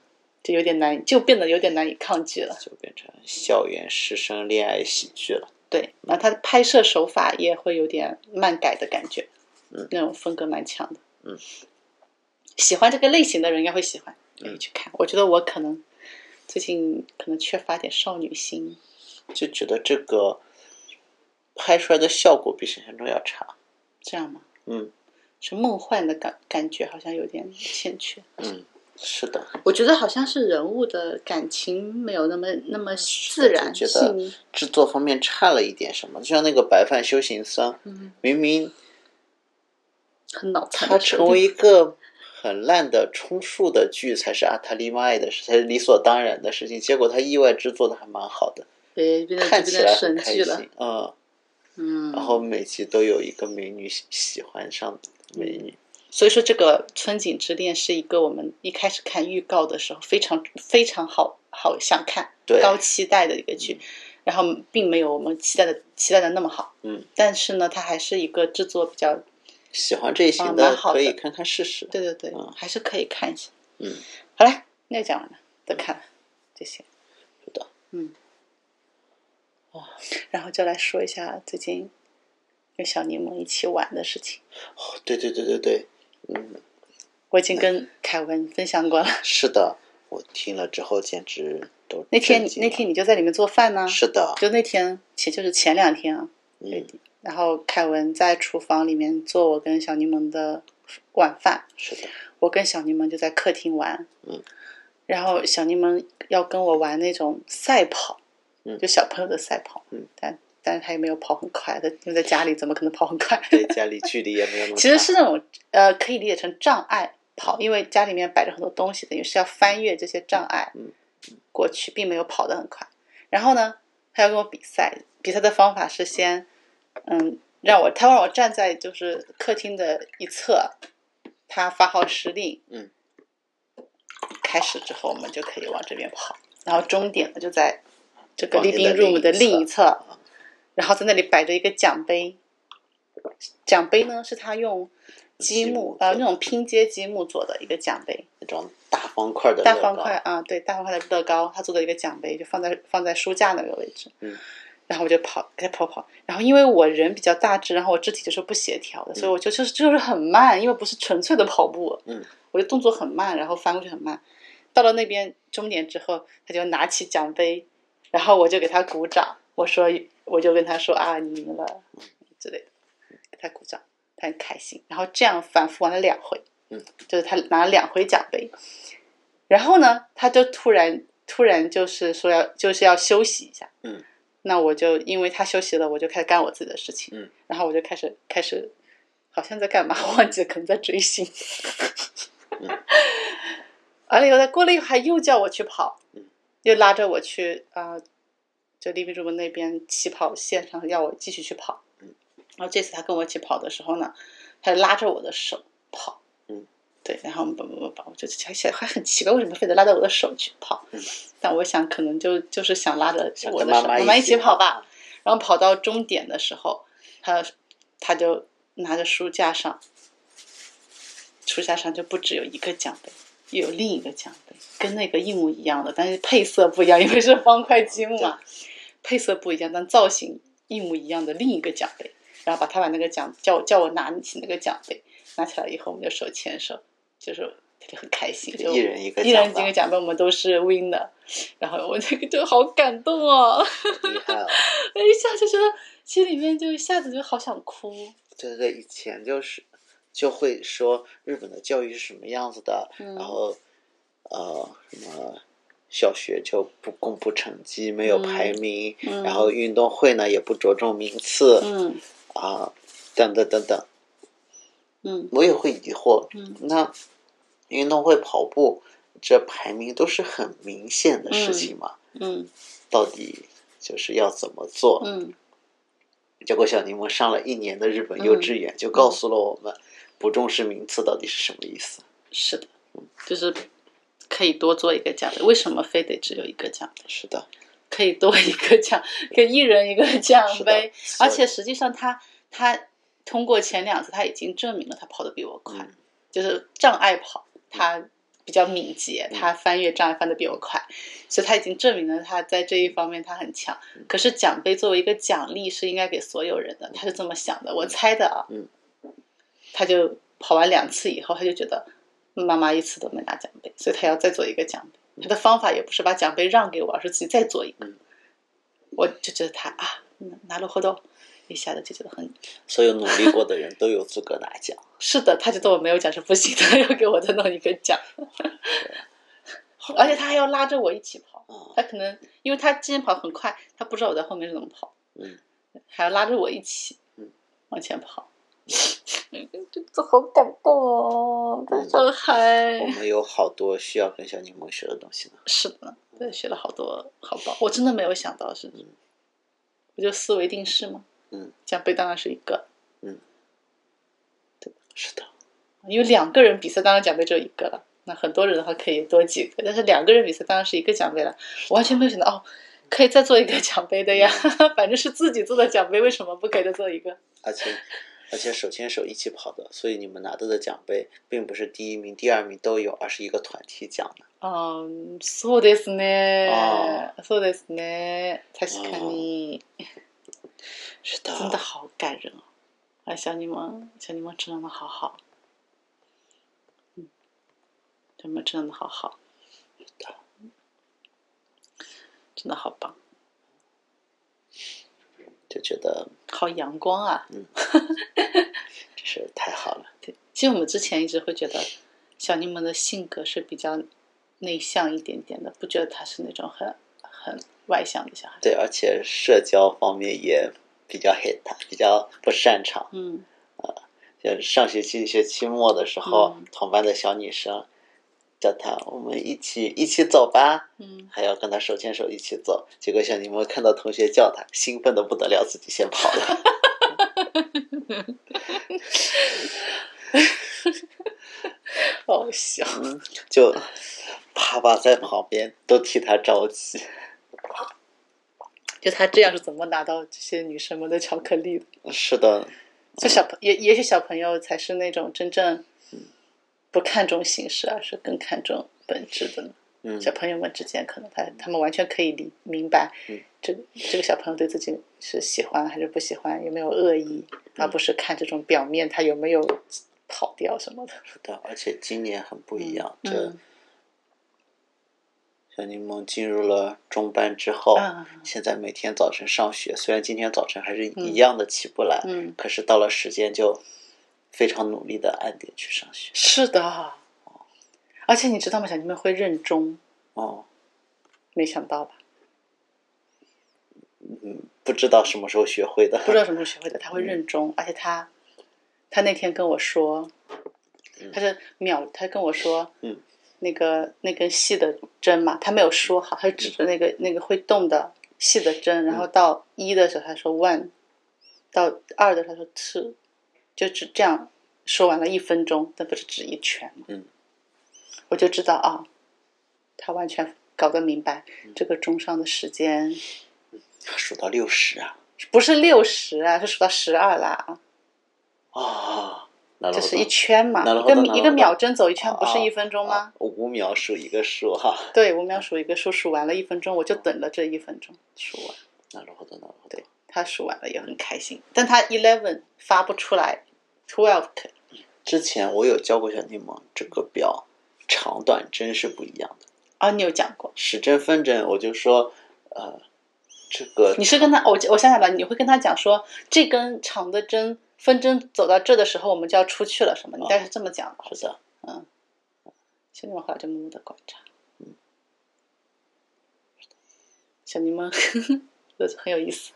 Speaker 2: 就有点难，就变得有点难以抗拒了。
Speaker 1: 就变成校园师生恋爱喜剧了。
Speaker 2: 对，然后他的拍摄手法也会有点漫改的感觉，
Speaker 1: 嗯，
Speaker 2: 那种风格蛮强的。
Speaker 1: 嗯，
Speaker 2: 喜欢这个类型的人应该会喜欢，可以
Speaker 1: 嗯
Speaker 2: 去看。我觉得我可能最近可能缺乏点少女心，
Speaker 1: 就觉得这个拍出来的效果比想象中要差。
Speaker 2: 这样吗？
Speaker 1: 嗯
Speaker 2: 是梦幻的感感觉，好像有点欠缺。
Speaker 1: 嗯，是的，
Speaker 2: 我觉得好像是人物的感情没有那么那么自然
Speaker 1: 就觉
Speaker 2: 细
Speaker 1: 得
Speaker 2: 腻。
Speaker 1: 制作方面差了一点什么。就像那个白饭修行僧，
Speaker 2: 嗯，
Speaker 1: 明明
Speaker 2: 很脑残
Speaker 1: 他
Speaker 2: 的设定。
Speaker 1: 成为一个很烂的充数的剧才是阿塔利麦的事，才是理所当然的事情。结果他意外制作的还蛮好的，
Speaker 2: 对，变成
Speaker 1: 看
Speaker 2: 就
Speaker 1: 起
Speaker 2: 变
Speaker 1: 来
Speaker 2: 成
Speaker 1: 很
Speaker 2: 神
Speaker 1: 开
Speaker 2: 剧了
Speaker 1: 心。。嗯，
Speaker 2: 嗯，
Speaker 1: 然后每集都有一个美女喜喜欢上美
Speaker 2: 嗯
Speaker 1: 女。
Speaker 2: 所以说这个《春景之恋》是一个我们一开始看预告的时候非常非常好好想看、
Speaker 1: 对
Speaker 2: 高期待的一个剧。然后并没有我们期待的期待的那么好，
Speaker 1: 嗯，
Speaker 2: 但是呢，它还是一个制作比较，
Speaker 1: 喜欢这一型
Speaker 2: 嗯
Speaker 1: 的
Speaker 2: 蛮好的
Speaker 1: 可以看看试试。
Speaker 2: 对对对，
Speaker 1: 嗯
Speaker 2: 还是可以看一下。
Speaker 1: 嗯，
Speaker 2: 好了，那讲完了，都看了这些，
Speaker 1: 是的，哦
Speaker 2: 嗯，然后就来说一下最近跟小柠檬一起玩的事情。
Speaker 1: 哦对对对对对，嗯，
Speaker 2: 我已经跟凯文分享过了。
Speaker 1: 是的，我听了之后简直都
Speaker 2: 那天
Speaker 1: 震
Speaker 2: 你
Speaker 1: 惊
Speaker 2: 那天你就在里面做饭呢、
Speaker 1: 了是的，
Speaker 2: 就那天前就是前两天啊，
Speaker 1: 嗯，
Speaker 2: 然后凯文在厨房里面做我跟小柠檬的晚饭，
Speaker 1: 是的，
Speaker 2: 我跟小柠檬就在客厅玩，
Speaker 1: 嗯，
Speaker 2: 然后小柠檬要跟我玩那种赛跑，
Speaker 1: 嗯
Speaker 2: 就小朋友的赛跑，
Speaker 1: 嗯，
Speaker 2: 但但是他也没有跑很快，他因为在家里怎么可能跑很快？
Speaker 1: 对家里距离也没有那么
Speaker 2: 其实
Speaker 1: 大
Speaker 2: 是那种呃，可以理解成障碍跑，因为家里面摆着很多东西，等于是要翻越这些障碍
Speaker 1: 嗯
Speaker 2: 过去，并没有跑得很快。然后呢，他要跟我比赛，比赛的方法是先嗯，让我他让我站在就是客厅的一侧，他发号施令，
Speaker 1: 嗯，
Speaker 2: 开始之后我们就可以往这边跑，然后终点呢就在这个
Speaker 1: 往你的
Speaker 2: living room 的
Speaker 1: 另
Speaker 2: 另
Speaker 1: 一啊
Speaker 2: 一侧，然后在那里摆着一个奖杯，奖杯呢是他用积
Speaker 1: 积
Speaker 2: 木
Speaker 1: 木
Speaker 2: 呃
Speaker 1: 做的
Speaker 2: 那种拼接积木做的一个奖杯，
Speaker 1: 那种大方块的
Speaker 2: 大
Speaker 1: 乐
Speaker 2: 方
Speaker 1: 高
Speaker 2: 块，啊，对，大方块的乐高，他做的一个奖杯，就放在放在书架那个位置。
Speaker 1: 嗯。
Speaker 2: 然后我就跑，给他跑跑。然后因为我人比较大只，然后我肢体就是不协调的，所以我就就是就是很慢，因为不是纯粹的跑步。
Speaker 1: 嗯。
Speaker 2: 我就动作很慢，然后翻过去很慢。到了那边终点之后，他就拿起奖杯，然后我就给他鼓掌，我说我就跟他说啊，你赢了之类的，给他鼓掌，他很开心。然后这样反复玩了两回，
Speaker 1: 嗯，
Speaker 2: 就是他拿了两回奖杯。然后呢，他就突然突然就是说要就是要休息一下，
Speaker 1: 嗯，
Speaker 2: 那我就因为他休息了，我就开始干我自己的事情，
Speaker 1: 嗯，
Speaker 2: 然后我就开始开始好像在干嘛， 忘记了，可能在追星。完了以后，他过了一会儿还又叫我去跑，
Speaker 1: 嗯
Speaker 2: 又拉着我去啊、呃就 living room 那边起跑线上要我继续去跑，
Speaker 1: 嗯，
Speaker 2: 然后这次他跟我一起跑的时候呢，他拉着我的手跑，
Speaker 1: 嗯
Speaker 2: 对，然后不不不不，我就还想还很奇怪，为什么非得拉着我的手去跑？
Speaker 1: 嗯
Speaker 2: 但我想可能就就是想拉着
Speaker 1: 想
Speaker 2: 我
Speaker 1: 跟
Speaker 2: 的手，
Speaker 1: 妈妈
Speaker 2: 妈妈
Speaker 1: 一
Speaker 2: 一
Speaker 1: 起
Speaker 2: 起跑
Speaker 1: 跑
Speaker 2: 吧。然后跑到终点的时候，他他就拿着书架上，书架上就不只有一个奖杯，又有另一个奖杯，跟那个一模一样的，但是配色不一样，因为是方块积木嘛，配色不一样，但造型一模一样的另一个奖杯。然后把他把那个奖叫我叫我拿起那个奖杯，拿起来以后我们就手牵手，就是他就很开心，就
Speaker 1: 一人一个
Speaker 2: 一人
Speaker 1: 奖吧
Speaker 2: 几个奖杯，我们都是 winner。然后我这个就好感动哦，
Speaker 1: 厉害了。
Speaker 2: 我一下就觉得心里面就一下子就好想哭。
Speaker 1: 对对对，以前就是就会说日本的教育是什么样子的，
Speaker 2: 嗯
Speaker 1: 然后呃什么小学就不公布成绩，没有排名，
Speaker 2: 嗯
Speaker 1: 然后运动会呢也不着重名次
Speaker 2: 嗯
Speaker 1: 啊、等等等等，
Speaker 2: 嗯
Speaker 1: 我也会疑惑，
Speaker 2: 嗯
Speaker 1: 那运动会跑步这排名都是很明显的事情嘛，
Speaker 2: 嗯
Speaker 1: 到底就是要怎么做？
Speaker 2: 嗯
Speaker 1: 结果小柠檬上了一年的日本幼稚园，
Speaker 2: 嗯
Speaker 1: 就告诉了我们不重视名次到底是什么意思。
Speaker 2: 是的，就是可以多做一个奖杯，为什么非得只有一个奖杯？
Speaker 1: 是的，
Speaker 2: 可以多一个奖，可以一人一个奖
Speaker 1: 是的
Speaker 2: 杯。
Speaker 1: 所以
Speaker 2: 而且实际上他，他通过前两次，他已经证明了他跑得比我快，
Speaker 1: 嗯
Speaker 2: 就是障碍跑，他比较敏捷，
Speaker 1: 嗯
Speaker 2: 他翻越障碍翻得比我快，所以他已经证明了他在这一方面他很强。
Speaker 1: 嗯
Speaker 2: 可是奖杯作为一个奖励是应该给所有人的，他是这么想的，我猜的啊。
Speaker 1: 嗯
Speaker 2: 他就跑完两次以后，他就觉得妈妈一次都没拿奖杯，所以他要再做一个奖杯。他的方法也不是把奖杯让给我，而是自己再做一个
Speaker 1: 嗯。
Speaker 2: 我就觉得他啊，拿了活动，一下子就觉得很
Speaker 1: 所有努力过的人都有资格拿奖。
Speaker 2: 是的，他觉得我没有奖是不行 的，要给我再弄一个奖，而且他还要拉着我一起跑。
Speaker 1: 啊，
Speaker 2: 他可能因为他之前跑很快，他不知道我在后面是怎么跑，
Speaker 1: 嗯，
Speaker 2: 还要拉着我一起，
Speaker 1: 嗯，
Speaker 2: 往前跑，这这好感动哦，在上
Speaker 1: 我
Speaker 2: 海，
Speaker 1: 们有好多需要跟小柠檬学的东西呢。
Speaker 2: 嗯是的，对，学了好多好棒，我真的没有想到是
Speaker 1: 嗯，
Speaker 2: 不就思维定式吗？
Speaker 1: 嗯，
Speaker 2: 奖杯当然是一个，
Speaker 1: 是的，
Speaker 2: 因为两个人比赛，当然奖杯只有一个了。那很多人的话可以多几个，但是两个人比赛当然是一个奖杯了。我完全没有想到哦，可以再做一个奖杯的呀， 反正是自己做的奖杯，为什么不给他做一个？
Speaker 1: 而且而且手牵手一起跑的，所以你们拿到的奖杯并不是第一名、第二名都有，而是一个团体奖的。
Speaker 2: 嗯，そうですね
Speaker 1: 哦，
Speaker 2: そうですね，確かに，
Speaker 1: 是
Speaker 2: 真的好感人哦！啊，小柠檬，小柠檬成长的好好，嗯，小柠檬成长的好好，真的好棒，
Speaker 1: 就觉得
Speaker 2: 好阳光啊！
Speaker 1: 真是太好了。
Speaker 2: 对，其实我们之前一直会觉得小柠檬的性格是比较内向一点点的，不觉得他是那种很很外向的小孩。
Speaker 1: 对，而且社交方面也比较黑他，比较不擅长。
Speaker 2: 嗯，
Speaker 1: 就是上学期学期末的时候，
Speaker 2: 嗯
Speaker 1: 同班的小女生叫她，我们一起一起走吧，
Speaker 2: 嗯，
Speaker 1: 还要跟她手牵手一起走。结果小柠檬看到同学叫她，兴奋的不得了，自己先跑了。
Speaker 2: 好笑。
Speaker 1: 就爸爸在旁边都替她着急。
Speaker 2: 就他这样是怎么拿到这些女生们的巧克力的？
Speaker 1: 是的，
Speaker 2: 就小朋也也许小朋友才是那种真正不看重形式，而是更看重本质的呢。
Speaker 1: 嗯，
Speaker 2: 小朋友们之间，可能他他们完全可以理明白
Speaker 1: 嗯
Speaker 2: 这个这个小朋友对自己是喜欢还是不喜欢，有没有恶意，而不是看这种表面他有没有跑掉什么的。
Speaker 1: 是的，而且今年很不一样。这
Speaker 2: 嗯
Speaker 1: 小柠檬进入了中班之后，
Speaker 2: 啊
Speaker 1: 现在每天早晨上学，虽然今天早晨还是
Speaker 2: 嗯
Speaker 1: 一样的起不来，
Speaker 2: 嗯，
Speaker 1: 可是到了时间就非常努力的按点去上学。
Speaker 2: 是的。而且你知道吗？小柠檬会认钟，
Speaker 1: 哦，
Speaker 2: 没想到吧？
Speaker 1: 嗯，不知道什么时候学会的。
Speaker 2: 不知道什么时候学会的，他会认钟，而且他他那天跟我说，他是秒，他跟我说，
Speaker 1: 嗯，
Speaker 2: 那个那根细的针嘛，他没有说好，他指
Speaker 1: 嗯
Speaker 2: 着那个那个会动的细的针，然后到一的时候他说 one，到二的时候他说 two，就只这样说完了一分钟，那不是指一圈吗？
Speaker 1: 嗯，
Speaker 2: 我就知道啊，他完全搞得明白
Speaker 1: 嗯
Speaker 2: 这个钟上的时间。
Speaker 1: 数到六十啊！
Speaker 2: 不是六十啊，是数到十二啦。
Speaker 1: 啊、那
Speaker 2: 就是一圈嘛，
Speaker 1: なる
Speaker 2: 一
Speaker 1: ほど
Speaker 2: 个
Speaker 1: なるほど
Speaker 2: 一个秒针走一圈，
Speaker 1: 啊
Speaker 2: 不是一分钟吗？
Speaker 1: 五秒数一个数哈。
Speaker 2: 对，五秒数一个数，数完了一分钟，我就等了这一分钟数完。
Speaker 1: なるほど、なるほど
Speaker 2: 对。他数完了也很开心，但他 eleven 发不出来，twelve
Speaker 1: 之前我有教过小柠檬，这个表长短针是不一样的。
Speaker 2: 啊，你有讲过，
Speaker 1: 时针分针，我就说，呃，这个
Speaker 2: 你是跟他，我我想想吧，你会跟他讲说，这根长的针分针走到这的时候，我们就要出去了什
Speaker 1: 啊
Speaker 2: 么？你大概是这么讲的，
Speaker 1: 是的，
Speaker 2: 小柠檬后来就默默的观察，小柠檬就是 很有意思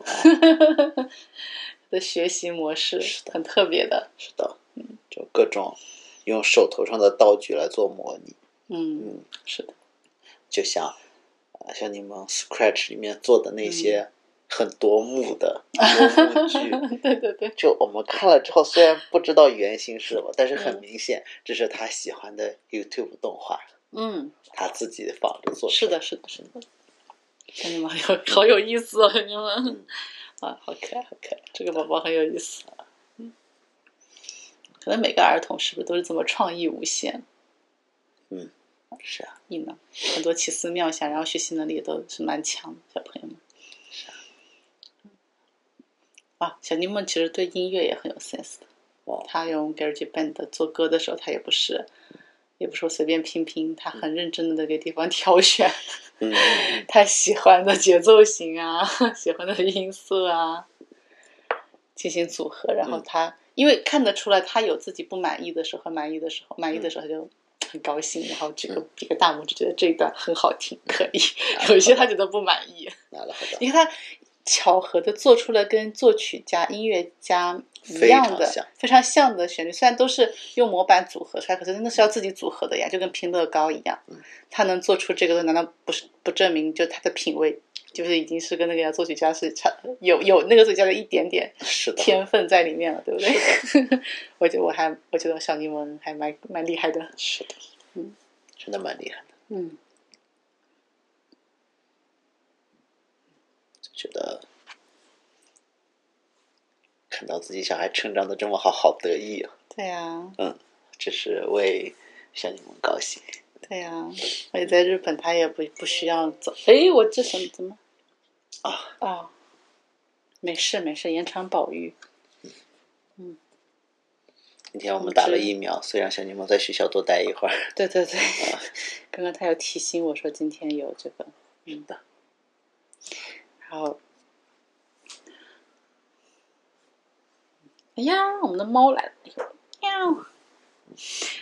Speaker 2: 的学习模式，
Speaker 1: 是的
Speaker 2: 很特别的。
Speaker 1: 是的，嗯，就各种用手头上的道具来做模拟，
Speaker 2: 嗯，是的，
Speaker 1: 就像呃，像你们 Scratch 里面做的
Speaker 2: 嗯
Speaker 1: 那些很夺目 的多目剧，
Speaker 2: 对对对，
Speaker 1: 就我们看了之后，虽然不知道原型是什么，但是很明显这是他喜欢的 YouTube 动画，
Speaker 2: 嗯，
Speaker 1: 他自己仿着做，
Speaker 2: 是的，是的，是的。小柠檬有好有意思哦，小柠檬
Speaker 1: 嗯
Speaker 2: 啊，好可爱，好可爱，这个宝宝很有意思。嗯，可能每个儿童是不是都是这么创意无限？
Speaker 1: 是啊，
Speaker 2: 异能，很多奇思妙想，然后学习能力也都是蛮强的小朋友们。啊，小柠檬其实对音乐也很有 sense 的。
Speaker 1: 哦
Speaker 2: 他用 GarageBand 做歌的时候，他也不是，也不是说随便拼拼，他很认真的在给地方挑选
Speaker 1: 嗯，嗯
Speaker 2: 他喜欢的节奏型啊，喜欢的音色啊，进行组合。然后
Speaker 1: 嗯
Speaker 2: 他、因为看得出来，他有自己不满意的时候，满意的时候，满意的时候他就很高兴，然后举个比个大拇指，觉得这一段很好听，可以。
Speaker 1: 啊
Speaker 2: 有一些他觉得不满意，
Speaker 1: 拿了好的，
Speaker 2: 你看他巧合的做出了跟作曲家、音乐家一
Speaker 1: 非
Speaker 2: 样
Speaker 1: 常
Speaker 2: 的
Speaker 1: 像
Speaker 2: 非常像的旋律，虽然都是用模板组合出来，可是那是要自己组合的呀，就跟拼乐高一样。
Speaker 1: 嗯
Speaker 2: 他能做出这个，难道不是不证明就他的品味？就是已经是跟那个作曲家是差有有那个作曲家的一点点
Speaker 1: 是的，
Speaker 2: 天分在里面了，对不对？ 我觉得我还我觉得小柠檬还蛮蛮厉害的，
Speaker 1: 是的，
Speaker 2: 嗯，
Speaker 1: 嗯真的蛮厉害的。
Speaker 2: 嗯，
Speaker 1: 觉得看到自己小孩成长的这么好，好得意啊！
Speaker 2: 对呀，
Speaker 1: 这是为小柠檬高兴。
Speaker 2: 对呀，而且在日本他也不不需要走。哎，我这什么怎么？
Speaker 1: 啊
Speaker 2: 啊，没事没事，延长保育。
Speaker 1: 今天我们
Speaker 2: 通
Speaker 1: 打了
Speaker 2: 知
Speaker 1: 疫苗，所以让小柠檬在学校多待一会儿。
Speaker 2: 对对对，刚刚他有提醒我说今天有这个，嗯
Speaker 1: 的。
Speaker 2: 然后，哎呀，我们的猫来了，喵。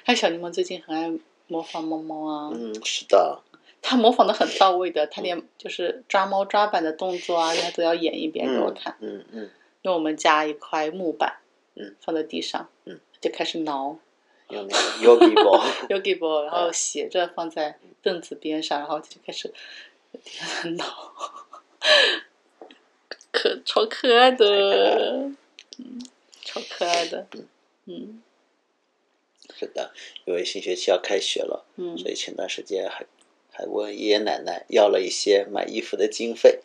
Speaker 2: 还有小柠檬最近很爱模仿猫猫啊，
Speaker 1: 嗯，是的，
Speaker 2: 它模仿的很到位的，它连就是抓猫抓板的动作啊，它都要演一遍给我看。
Speaker 1: 嗯嗯，
Speaker 2: 用我们家一块木板，
Speaker 1: 嗯，
Speaker 2: 放在地上，
Speaker 1: 嗯，就
Speaker 2: 就开始挠。
Speaker 1: 用那个 Yogi Ball，
Speaker 2: 有给波，然后
Speaker 1: 嗯
Speaker 2: 斜着放在凳子边上，然后就开始很挠，可超可爱
Speaker 1: 太可爱
Speaker 2: 的， 嗯，超可爱的，嗯
Speaker 1: 是的，因为新学期要开学了，
Speaker 2: 嗯，
Speaker 1: 所以前段时间还还问爷爷奶奶要了一些买衣服的经 费，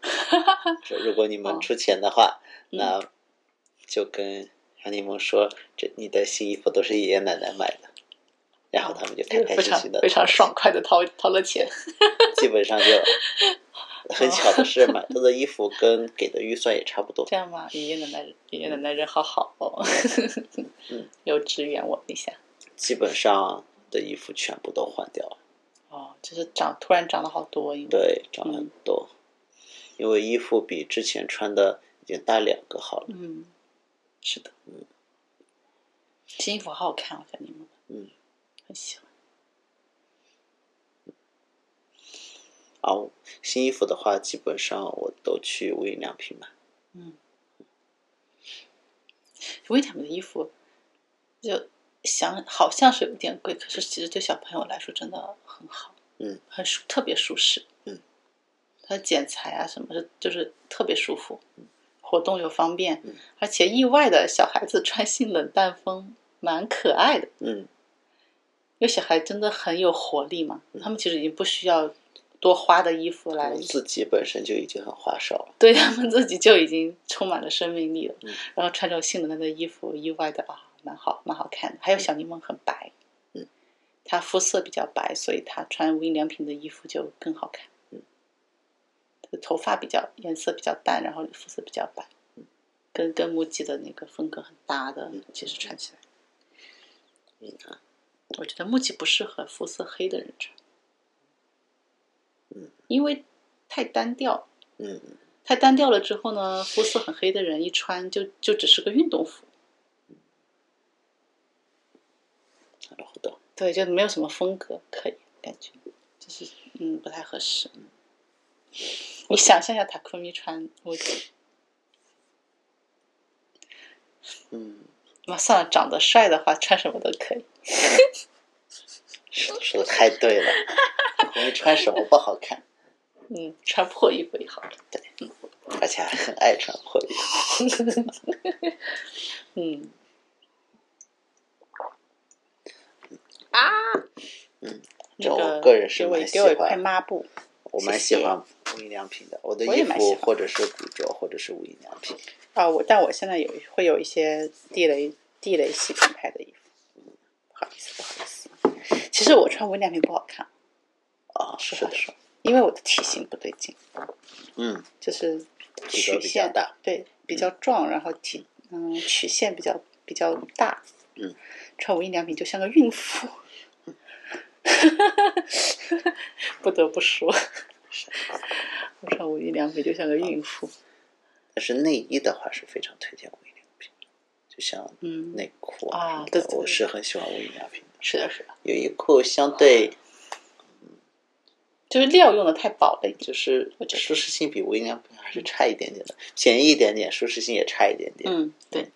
Speaker 1: 说如果你们
Speaker 2: 哦
Speaker 1: 出钱的话，
Speaker 2: 嗯
Speaker 1: 那就跟小柠檬说，这你的新衣服都是爷爷奶奶买的，然后他们就开开
Speaker 2: 哎非
Speaker 1: 心
Speaker 2: 常
Speaker 1: 心的，
Speaker 2: 非常爽，快的掏掏了钱，
Speaker 1: 基本上就很巧的是，买到的衣服跟给的预算也差不多。
Speaker 2: 这样吧，爷爷奶奶爷爷奶奶人好好哦，
Speaker 1: 嗯，
Speaker 2: 有支援我一下
Speaker 1: 基本上的衣服全部都换掉了，
Speaker 2: 哦，就是长突然长了好多，因为
Speaker 1: 对，涨了很多，因为衣服比之前穿的已经大两个号了。
Speaker 2: 嗯，是的，嗯，新衣服好好看哦，小柠檬，
Speaker 1: 嗯，
Speaker 2: 很喜欢。
Speaker 1: 啊，新衣服的话，基本上我都去无印良品买。
Speaker 2: 无印良品的衣服，就想好像是有点贵，可是其实对小朋友来说真的很好，
Speaker 1: 嗯，
Speaker 2: 很舒特别舒适，
Speaker 1: 嗯，
Speaker 2: 它的剪裁啊什么的，就是特别舒服，活动又方便，
Speaker 1: 嗯
Speaker 2: 而且意外的小孩子穿性冷淡风蛮可爱的，
Speaker 1: 嗯，
Speaker 2: 因为小孩真的很有活力嘛，
Speaker 1: 嗯
Speaker 2: 他们其实已经不需要多花的衣服来
Speaker 1: 我自己本身就已经很花哨了。
Speaker 2: 对他们自己就已经充满了生命力了。
Speaker 1: 嗯
Speaker 2: 然后穿这种性能的衣服，意外的啊，蛮好，蛮好看的。还有小柠檬很白，
Speaker 1: 嗯，
Speaker 2: 她肤色比较白，所以她穿无印良品的衣服就更好看。
Speaker 1: 嗯，
Speaker 2: 头发比较颜色比较淡，然后肤色比较白，跟跟木吉的那个风格很搭的
Speaker 1: 嗯，
Speaker 2: 其实穿起来，
Speaker 1: 你看，
Speaker 2: 我觉得木吉不适合肤色黑的人穿，
Speaker 1: 嗯，
Speaker 2: 因为太单调。
Speaker 1: 嗯
Speaker 2: 太单调了之后呢，肤色很黑的人一穿就就只是个运动服，
Speaker 1: 然后的，
Speaker 2: 对，就没有什么风格可以感觉，就是嗯不太合适。你想象一下塔库米穿我，
Speaker 1: 嗯，
Speaker 2: 那算了，长得帅的话穿什么都可以。
Speaker 1: 说说的太对了，我们穿什么不好看，
Speaker 2: 嗯，穿破衣服也好看。对，
Speaker 1: 而且还很爱穿破衣服。
Speaker 2: 嗯，
Speaker 1: 这
Speaker 2: 嗯那
Speaker 1: 啊我个人是
Speaker 2: 给我
Speaker 1: 蛮喜
Speaker 2: 给我一块
Speaker 1: 欢
Speaker 2: 抹布。
Speaker 1: 我蛮喜欢无印良品的，我的
Speaker 2: 我
Speaker 1: 衣
Speaker 2: 也蛮喜
Speaker 1: 服
Speaker 2: 欢
Speaker 1: 或者是古着或者是无印良品。
Speaker 2: 啊，我但我现在有会有一些地雷地雷系品牌的衣服，不好意思不好意思。其实我穿无印良品不好看，
Speaker 1: 啊，
Speaker 2: 实
Speaker 1: 是
Speaker 2: 话
Speaker 1: 的，
Speaker 2: 说，因为我的体型不对劲，
Speaker 1: 嗯，
Speaker 2: 就是
Speaker 1: 体格
Speaker 2: 曲
Speaker 1: 比较
Speaker 2: 线
Speaker 1: 大，
Speaker 2: 对比较壮，然后体嗯曲线比较比较大，
Speaker 1: 嗯，
Speaker 2: 穿无印良品就像个孕妇， 不得不 说，我穿无印良品就像个孕妇，
Speaker 1: 但是内衣的话是非常推荐无印良品，就像
Speaker 2: 嗯，
Speaker 1: 内裤
Speaker 2: 啊
Speaker 1: 什么的
Speaker 2: 对对对
Speaker 1: 我是很喜欢无印良品的。
Speaker 2: 是的是的，
Speaker 1: 优衣库相对
Speaker 2: 啊就是料用的太薄了一点，
Speaker 1: 就是舒适性比无印良品还是差一点点的，便宜一点点，舒适性也差一点点。
Speaker 2: 嗯嗯，对，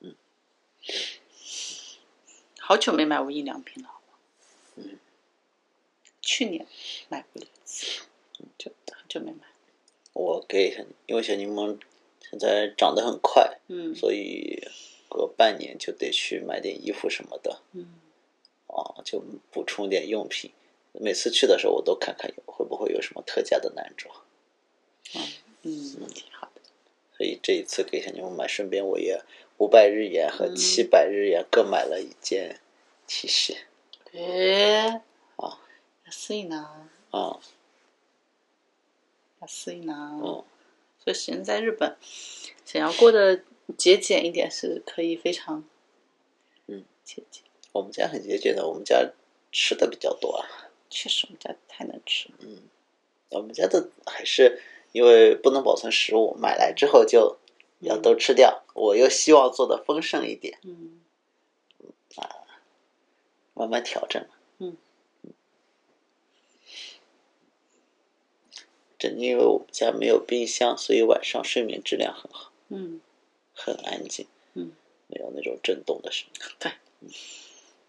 Speaker 2: 嗯，好久没买无印良品了，嗯，去年买过一次，就很久没买，
Speaker 1: 我给小，因为小柠檬现在长得很快，
Speaker 2: 嗯
Speaker 1: 所以隔半年就得去买点衣服什么的
Speaker 2: 嗯，
Speaker 1: 啊，就补充点用品。每次去的时候，我都看看有会不会有什么特价的男装。
Speaker 2: 嗯，挺好的。
Speaker 1: 所以这一次给小妞买，顺便我也五百日元和七百日元各买了一件 T 恤
Speaker 2: えー、
Speaker 1: あ
Speaker 2: 安いな
Speaker 1: 啊，
Speaker 2: 安いな、
Speaker 1: 嗯
Speaker 2: 所以人在日本想要过得节俭一点是可以非常，
Speaker 1: 嗯，
Speaker 2: 节俭。
Speaker 1: 我们家很节俭的，我们家吃的比较多啊，
Speaker 2: 确实，我们家太能吃了。
Speaker 1: 我们家的还是因为不能保存食物，买来之后就要都吃掉。我又希望做的丰盛一点，
Speaker 2: 嗯，
Speaker 1: 慢慢调整。
Speaker 2: 嗯，
Speaker 1: 正因为我们家没有冰箱，所以晚上睡眠质量很好，
Speaker 2: 嗯，
Speaker 1: 很安静。
Speaker 2: 嗯，
Speaker 1: 没有那种震动的声音。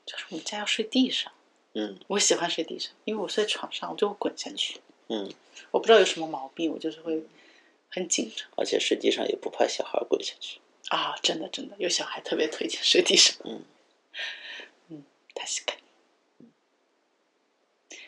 Speaker 2: 就是我们家要睡地上，
Speaker 1: 嗯
Speaker 2: 我喜欢睡地上，因为我睡床上我就会滚下去。
Speaker 1: 嗯，
Speaker 2: 我不知道有什么毛病，我就是会很紧张
Speaker 1: 而且睡地上也不怕小孩滚 下去。
Speaker 2: 啊！真的真的，有小孩特别推荐睡地上。
Speaker 1: 嗯
Speaker 2: 嗯，他是肯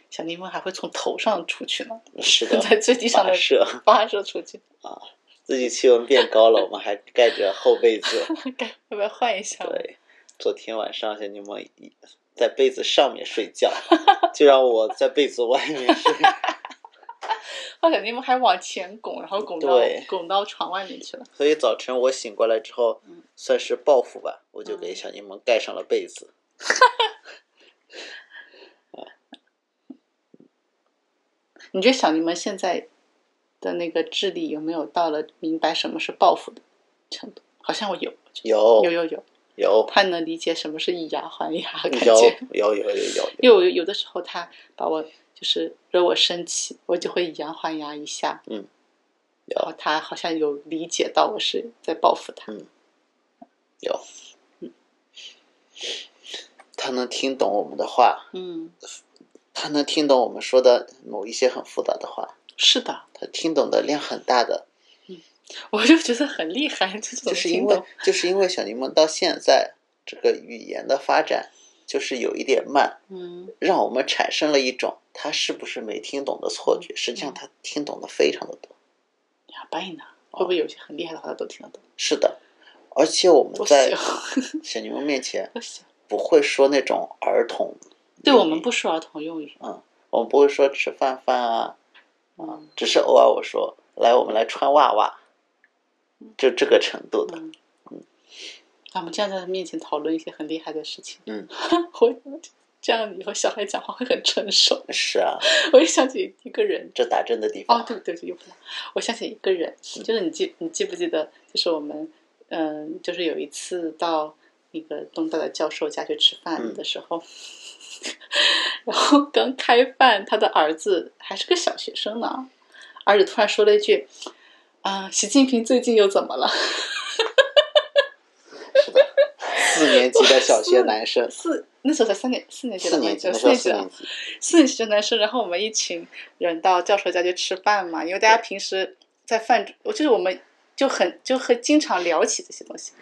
Speaker 2: 小柠檬还会从头上出去呢，
Speaker 1: 是的，
Speaker 2: 在最地上的
Speaker 1: 发射
Speaker 2: 发射出去，
Speaker 1: 自己气温变高了，我们还盖着厚被子。
Speaker 2: 该要不要换一下？
Speaker 1: 对，昨天晚上小柠檬一在被子上面睡觉，就让我在被子外面睡。
Speaker 2: 后来你们还往前拱，然后拱到
Speaker 1: 对
Speaker 2: 拱到床外面去了。
Speaker 1: 所以早晨我醒过来之后
Speaker 2: 嗯，
Speaker 1: 算是报复吧，我就给
Speaker 2: 嗯
Speaker 1: 小柠檬盖上了被子。
Speaker 2: 你觉得小柠檬现在的那个智力有没有到了明白什么是报复的程度？好像我有，我觉得
Speaker 1: 有
Speaker 2: 有有有，
Speaker 1: 有
Speaker 2: 他能理解什么是以牙还牙，感
Speaker 1: 有
Speaker 2: 觉。
Speaker 1: 有有有有有，
Speaker 2: 因为我有的时候他把我就是惹我生气，我就会以牙还牙一下。
Speaker 1: 嗯，有
Speaker 2: 然后他好像有理解到我是在报复他。
Speaker 1: 有，
Speaker 2: 嗯
Speaker 1: 他能听懂我们的话，
Speaker 2: 嗯，
Speaker 1: 他能听懂我们说的某一些很复杂的话，
Speaker 2: 是的，
Speaker 1: 他听懂的量很大的。
Speaker 2: 我就觉得很厉害，这种
Speaker 1: 就是
Speaker 2: 听
Speaker 1: 因为
Speaker 2: 懂
Speaker 1: 就是因为小柠檬到现在这个语言的发展就是有一点慢，
Speaker 2: 嗯
Speaker 1: 让我们产生了一种他是不是没听懂的错觉。实际
Speaker 2: 嗯
Speaker 1: 上他听懂的非常的多，
Speaker 2: 哑巴呢，会
Speaker 1: 哦
Speaker 2: 不会有些很厉害的话他都听得懂？
Speaker 1: 是的，而且我们
Speaker 2: 多
Speaker 1: 在
Speaker 2: 行，
Speaker 1: 小柠檬面前
Speaker 2: 多行。
Speaker 1: 不会说那种儿童，
Speaker 2: 对我们不说儿童用语，
Speaker 1: 我们不会说吃饭饭啊，
Speaker 2: 嗯
Speaker 1: 啊，只是偶尔我说来我们来穿袜袜，就这个程度的。
Speaker 2: 嗯，我们这样在他面前讨论一些很厉害的事情，
Speaker 1: 嗯，
Speaker 2: 我这样以后小孩讲话会很成熟。
Speaker 1: 是啊，
Speaker 2: 我就想起一个人，
Speaker 1: 这打针的地
Speaker 2: 哦，
Speaker 1: 方，
Speaker 2: 对不对？对不起又不了。我想起一个人，
Speaker 1: 嗯
Speaker 2: 就是你记你记不记得，就是我们，嗯，就是有一次到那个东大的教授家去吃饭
Speaker 1: 嗯
Speaker 2: 的时候， 然后刚开饭，他的儿子还是个小学生呢，儿子突然说了一句：“啊，习近平最近又怎么了？”，
Speaker 1: 四年级的小学男生
Speaker 2: 四那时候才三年 四年级
Speaker 1: 四
Speaker 2: 了吧，
Speaker 1: 年级
Speaker 2: 就
Speaker 1: 那
Speaker 2: 四
Speaker 1: 时候
Speaker 2: 年级
Speaker 1: 四年级。
Speaker 2: 了，四年级的男生，然后我们一群人到教授家去吃饭嘛，因为大家平时在饭，我就是我们就很就很经常聊起这些东西。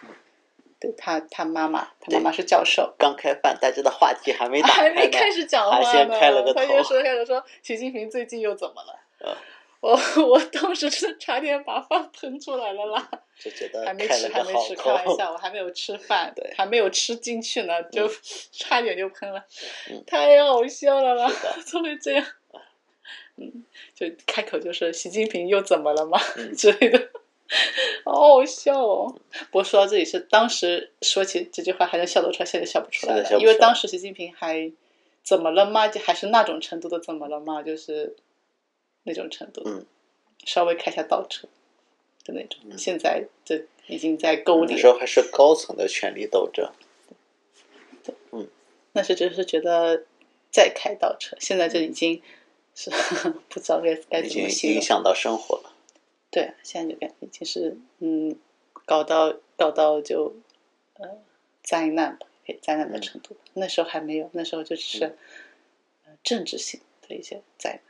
Speaker 2: 对他，他妈妈，他妈妈是教授，
Speaker 1: 刚开饭，大家的话题还没打
Speaker 2: 还没
Speaker 1: 开
Speaker 2: 开
Speaker 1: 呢。
Speaker 2: 始讲话
Speaker 1: 他
Speaker 2: 呢，
Speaker 1: 先开了个
Speaker 2: 他
Speaker 1: 头
Speaker 2: 就说开始说习近平最近又怎么了？
Speaker 1: 嗯
Speaker 2: 我我当时是差点把饭喷出来了啦！
Speaker 1: 就觉得
Speaker 2: 还没
Speaker 1: 开
Speaker 2: 吃，
Speaker 1: 了
Speaker 2: 还
Speaker 1: 个
Speaker 2: 没
Speaker 1: 好
Speaker 2: 吃，开玩
Speaker 1: 头。
Speaker 2: 笑，我还没有吃 饭，
Speaker 1: 对
Speaker 2: 还没有吃进去呢，就 差点就喷了，
Speaker 1: 嗯
Speaker 2: 太好笑了啦
Speaker 1: 是的，
Speaker 2: 怎么会这样？嗯，就开口就是习近平又怎么了嘛、
Speaker 1: 嗯
Speaker 2: 之类的，好好笑哦。不过说到这里是当时说起这句话还能笑得出来，现在笑不出
Speaker 1: 是
Speaker 2: 来
Speaker 1: 的
Speaker 2: 了，
Speaker 1: 笑不
Speaker 2: 因为
Speaker 1: 出来
Speaker 2: 当时习近平还怎么了嘛，就还是那种程度的怎么了嘛，就是那种程度，
Speaker 1: 嗯，
Speaker 2: 稍微开下倒车的那种。
Speaker 1: 嗯
Speaker 2: 现在这已经在沟里
Speaker 1: 那
Speaker 2: 了
Speaker 1: 时候还是高层的权力斗争，
Speaker 2: 那时只是觉得再开倒车，现在就已经是 不知道该该
Speaker 1: 已
Speaker 2: 怎
Speaker 1: 经
Speaker 2: 么形
Speaker 1: 影
Speaker 2: 容。
Speaker 1: 响到生活了。
Speaker 2: 对，现在就感已经是嗯，搞到搞到就呃灾难吧，可以灾
Speaker 1: 嗯
Speaker 2: 难的程度吧。那时候还没有，那时候就只是、呃政治性的一些灾难。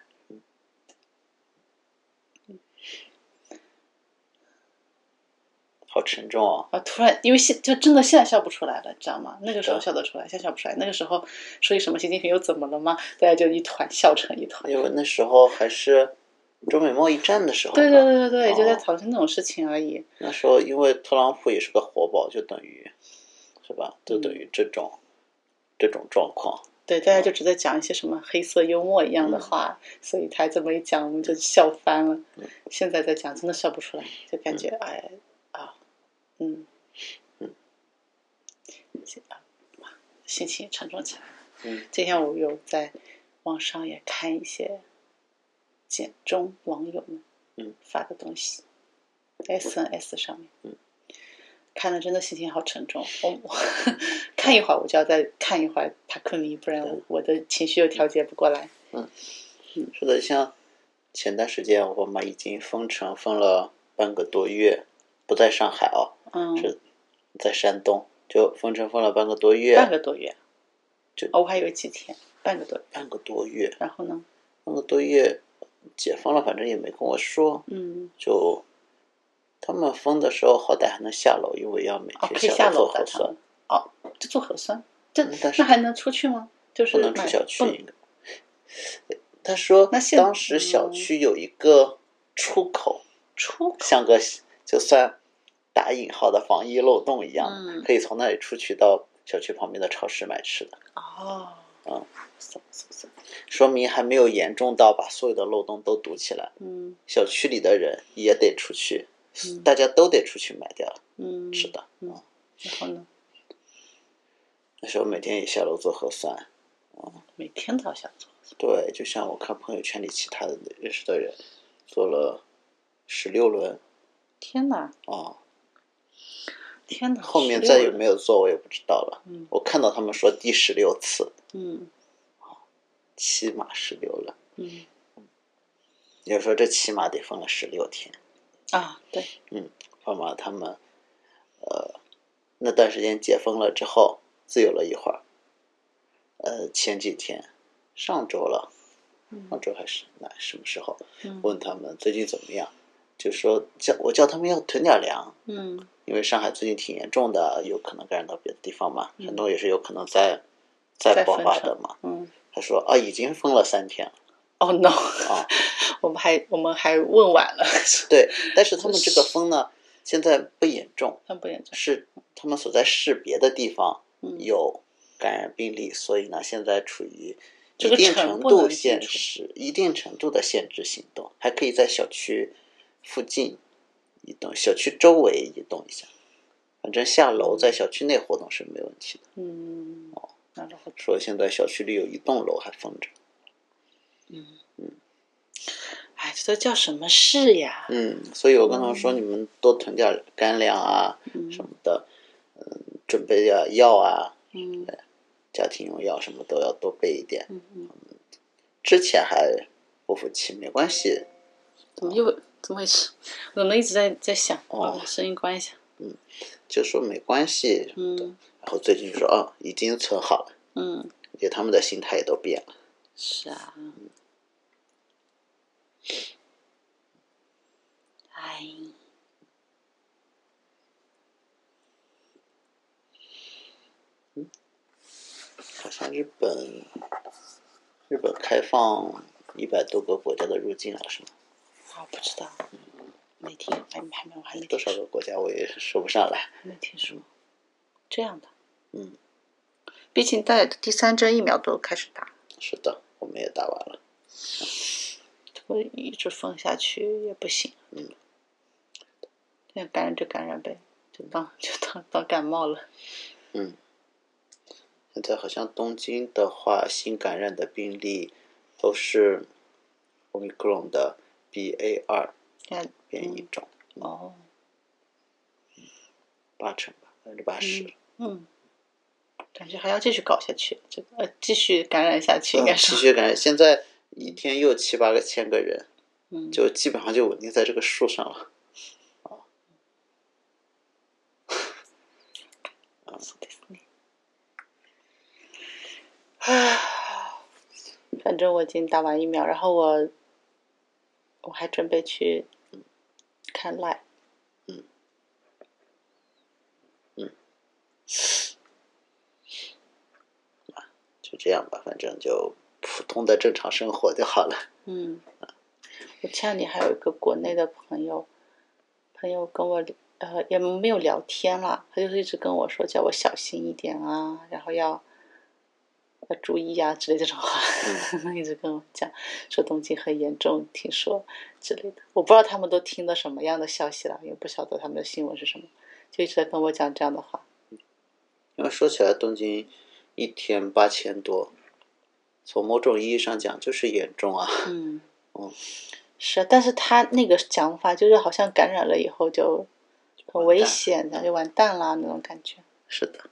Speaker 1: 好沉重哦，
Speaker 2: 啊！突然，因为现就真的现在笑不出来了，知道吗？那个时候
Speaker 1: 对
Speaker 2: 笑得出来，现在笑不出来。那个时候说一什么习近平又怎么了吗？大家就一团笑成一团。
Speaker 1: 因为那时候还是中美贸易战的时候嘛，
Speaker 2: 对对对对对，就在
Speaker 1: 哦
Speaker 2: 讨论这种事情而已。
Speaker 1: 那时候因为特朗普也是个活宝，就等于是吧，就
Speaker 2: 嗯
Speaker 1: 等于这种、这种状况。
Speaker 2: 对，大家
Speaker 1: 嗯
Speaker 2: 就只在讲一些什么黑色幽默一样的话，所以他这么一讲，我们就笑翻了。
Speaker 1: 嗯
Speaker 2: 现在再讲，真的笑不出来，就感觉、哎啊，嗯
Speaker 1: 嗯
Speaker 2: 这啊哇心情也沉重起来。
Speaker 1: 嗯，
Speaker 2: 今天我有在网上也看一些简中网友们
Speaker 1: 嗯
Speaker 2: 发的东西，SNS 上面，
Speaker 1: 嗯，
Speaker 2: 看了真的心情好沉重。我我 看一会儿我就要再看一会儿帕克米，不然我我的情绪又调节不过来。嗯
Speaker 1: 是的，像前段时间我们已经封城封了半个多月，不在上海哦，
Speaker 2: 嗯，
Speaker 1: 是在山东，就封城封了半个多月，
Speaker 2: 半个多月，
Speaker 1: 就
Speaker 2: 哦，我还以为几天，半个多月。
Speaker 1: 半个多月，
Speaker 2: 然后呢，
Speaker 1: 半个多月解封了，反正也没跟我说，
Speaker 2: 嗯，
Speaker 1: 就。他们封的时候，好歹还能下楼，因为要每
Speaker 2: 哦，可以
Speaker 1: 天
Speaker 2: 下
Speaker 1: 楼
Speaker 2: 楼
Speaker 1: 做
Speaker 2: 的
Speaker 1: 核
Speaker 2: 他
Speaker 1: 酸
Speaker 2: 们，，哦，就做核酸，这
Speaker 1: 嗯但是
Speaker 2: 那还能出去吗？就是
Speaker 1: 不能出
Speaker 2: 买
Speaker 1: 小区
Speaker 2: 不能。
Speaker 1: 应该。他说，
Speaker 2: 那现嗯
Speaker 1: 当时小区有一个出口，
Speaker 2: 出
Speaker 1: 像个就算打引号的防疫漏洞一样，
Speaker 2: 嗯
Speaker 1: 可以从那里出去到小区旁边的超市买吃的，
Speaker 2: 哦，
Speaker 1: 嗯
Speaker 2: 走走走，
Speaker 1: 说明还没有严重到把所有的漏洞都堵起来。
Speaker 2: 嗯
Speaker 1: 小区里的人也得出去，
Speaker 2: 嗯
Speaker 1: 大家都得出去买掉
Speaker 2: 嗯，
Speaker 1: 吃。的。
Speaker 2: 嗯
Speaker 1: 嗯
Speaker 2: 然后呢，
Speaker 1: 那时候每天也下楼做核酸，
Speaker 2: 每天都要下做，
Speaker 1: 对，就像我看朋友圈里其他的认识的人，做了十六轮
Speaker 2: 天哪，
Speaker 1: 啊。
Speaker 2: 天哪，
Speaker 1: 后面
Speaker 2: 16
Speaker 1: 再有
Speaker 2: 了
Speaker 1: 没有做我也不知道了。
Speaker 2: 嗯
Speaker 1: 我看到他们说第十六次，
Speaker 2: 嗯
Speaker 1: 起码十六了。
Speaker 2: 嗯
Speaker 1: 也就是说这起码得封了十六天，
Speaker 2: 啊，对，
Speaker 1: 好吗？他们，呃，那段时间解封了之后，自由了一会儿。呃，前几天，上周了，
Speaker 2: 嗯
Speaker 1: 上周还是那什么时候？
Speaker 2: 嗯
Speaker 1: 问他们最近怎么样，就说叫我叫他们要囤点粮，
Speaker 2: 嗯
Speaker 1: 因为上海最近挺严重的，有可能感染到别的地方嘛，
Speaker 2: 嗯
Speaker 1: 山东也是有可能再
Speaker 2: 再
Speaker 1: 再爆
Speaker 2: 分
Speaker 1: 发
Speaker 2: 成
Speaker 1: 的嘛。
Speaker 2: 嗯。
Speaker 1: 他说啊，已经封了三天了。
Speaker 2: 哦、no！
Speaker 1: 啊
Speaker 2: 我们还我们还问晚了，
Speaker 1: 对，但是他们这个封呢，现在不严重，
Speaker 2: 他不严重。
Speaker 1: 是他们所在市别的地方
Speaker 2: 嗯，
Speaker 1: 有感染病例，所以呢，现在处于
Speaker 2: 这
Speaker 1: 一
Speaker 2: 个
Speaker 1: 定
Speaker 2: 城
Speaker 1: 程
Speaker 2: 不
Speaker 1: 度
Speaker 2: 能进
Speaker 1: 限
Speaker 2: 出
Speaker 1: 制，一定程度的限制行动，还可以在小区附近移动，小区周围移动一下。反正下楼在小区内活动是没问题的。
Speaker 2: 嗯，那如何
Speaker 1: 说现在小区里有一栋楼还封着，
Speaker 2: 嗯嗯，哎，这都叫什么事呀？
Speaker 1: 嗯，所以我跟他们说，你们多囤点干粮啊，
Speaker 2: 嗯
Speaker 1: 什么的，嗯，准备点药啊，
Speaker 2: 嗯
Speaker 1: 家庭用药什么都要多备一点。
Speaker 2: 嗯嗯，
Speaker 1: 之前还不服气，没关系，
Speaker 2: 怎么又怎么回事？我怎么一直在在想？
Speaker 1: 哦
Speaker 2: 我把声音关一下。
Speaker 1: 就说没关系什么的。
Speaker 2: 嗯
Speaker 1: 然后最近说啊、已经存好了，
Speaker 2: 嗯，
Speaker 1: 我觉得他们的心态也都变了。
Speaker 2: 是啊。哎，
Speaker 1: 好像日本，日本开放一百多个国家的入境了，是吗？
Speaker 2: 我不知道，没听，还没还没，我还没
Speaker 1: 多
Speaker 2: 听
Speaker 1: 少
Speaker 2: 说，
Speaker 1: 个国家我也说不上来。
Speaker 2: 还没听说。这样的，
Speaker 1: 嗯，
Speaker 2: 毕竟大家第三针疫苗都开始打，
Speaker 1: 是的，我们也打完了。
Speaker 2: 这个一直封下去也不行。
Speaker 1: 嗯，
Speaker 2: 那感染就感染呗，就当 就当当感冒了。
Speaker 1: 现在好像东京的话，新感染的病例都是 Omicron 的 BA 二
Speaker 2: 看
Speaker 1: 变异种，
Speaker 2: 哦，
Speaker 1: 八成吧，百分之八十。
Speaker 2: 嗯，感觉还要继续搞下去，这个呃继续感染下去，应该
Speaker 1: 嗯
Speaker 2: 是
Speaker 1: 持续感染，现在一天又七八个千个人，
Speaker 2: 嗯，
Speaker 1: 就基本上就稳定在这个数上了。
Speaker 2: そうですね。 唉反正我已经打完疫苗，然后我我还准备去看 live。
Speaker 1: 嗯。嗯。就这样吧，反正就普通的正常生活就好了。
Speaker 2: 嗯，我前两天还有一个国内的朋友，朋友跟我呃也没有聊天了，他就是一直跟我说叫我小心一点啊，然后要要注意啊之类这种话， 一直跟我讲说东京很严重，听说之类的。我不知道他们都听的什么样的消息了，也不晓得他们的新闻是什么，就一直在跟我讲这样的话。
Speaker 1: 因为说起来，东京一天八千多，从某种意义上讲就是严重啊。
Speaker 2: 嗯
Speaker 1: 哦，
Speaker 2: 是啊，但是他那个讲法就是好像感染了以后就很危险的，就完蛋啦那种感觉。
Speaker 1: 是的，啊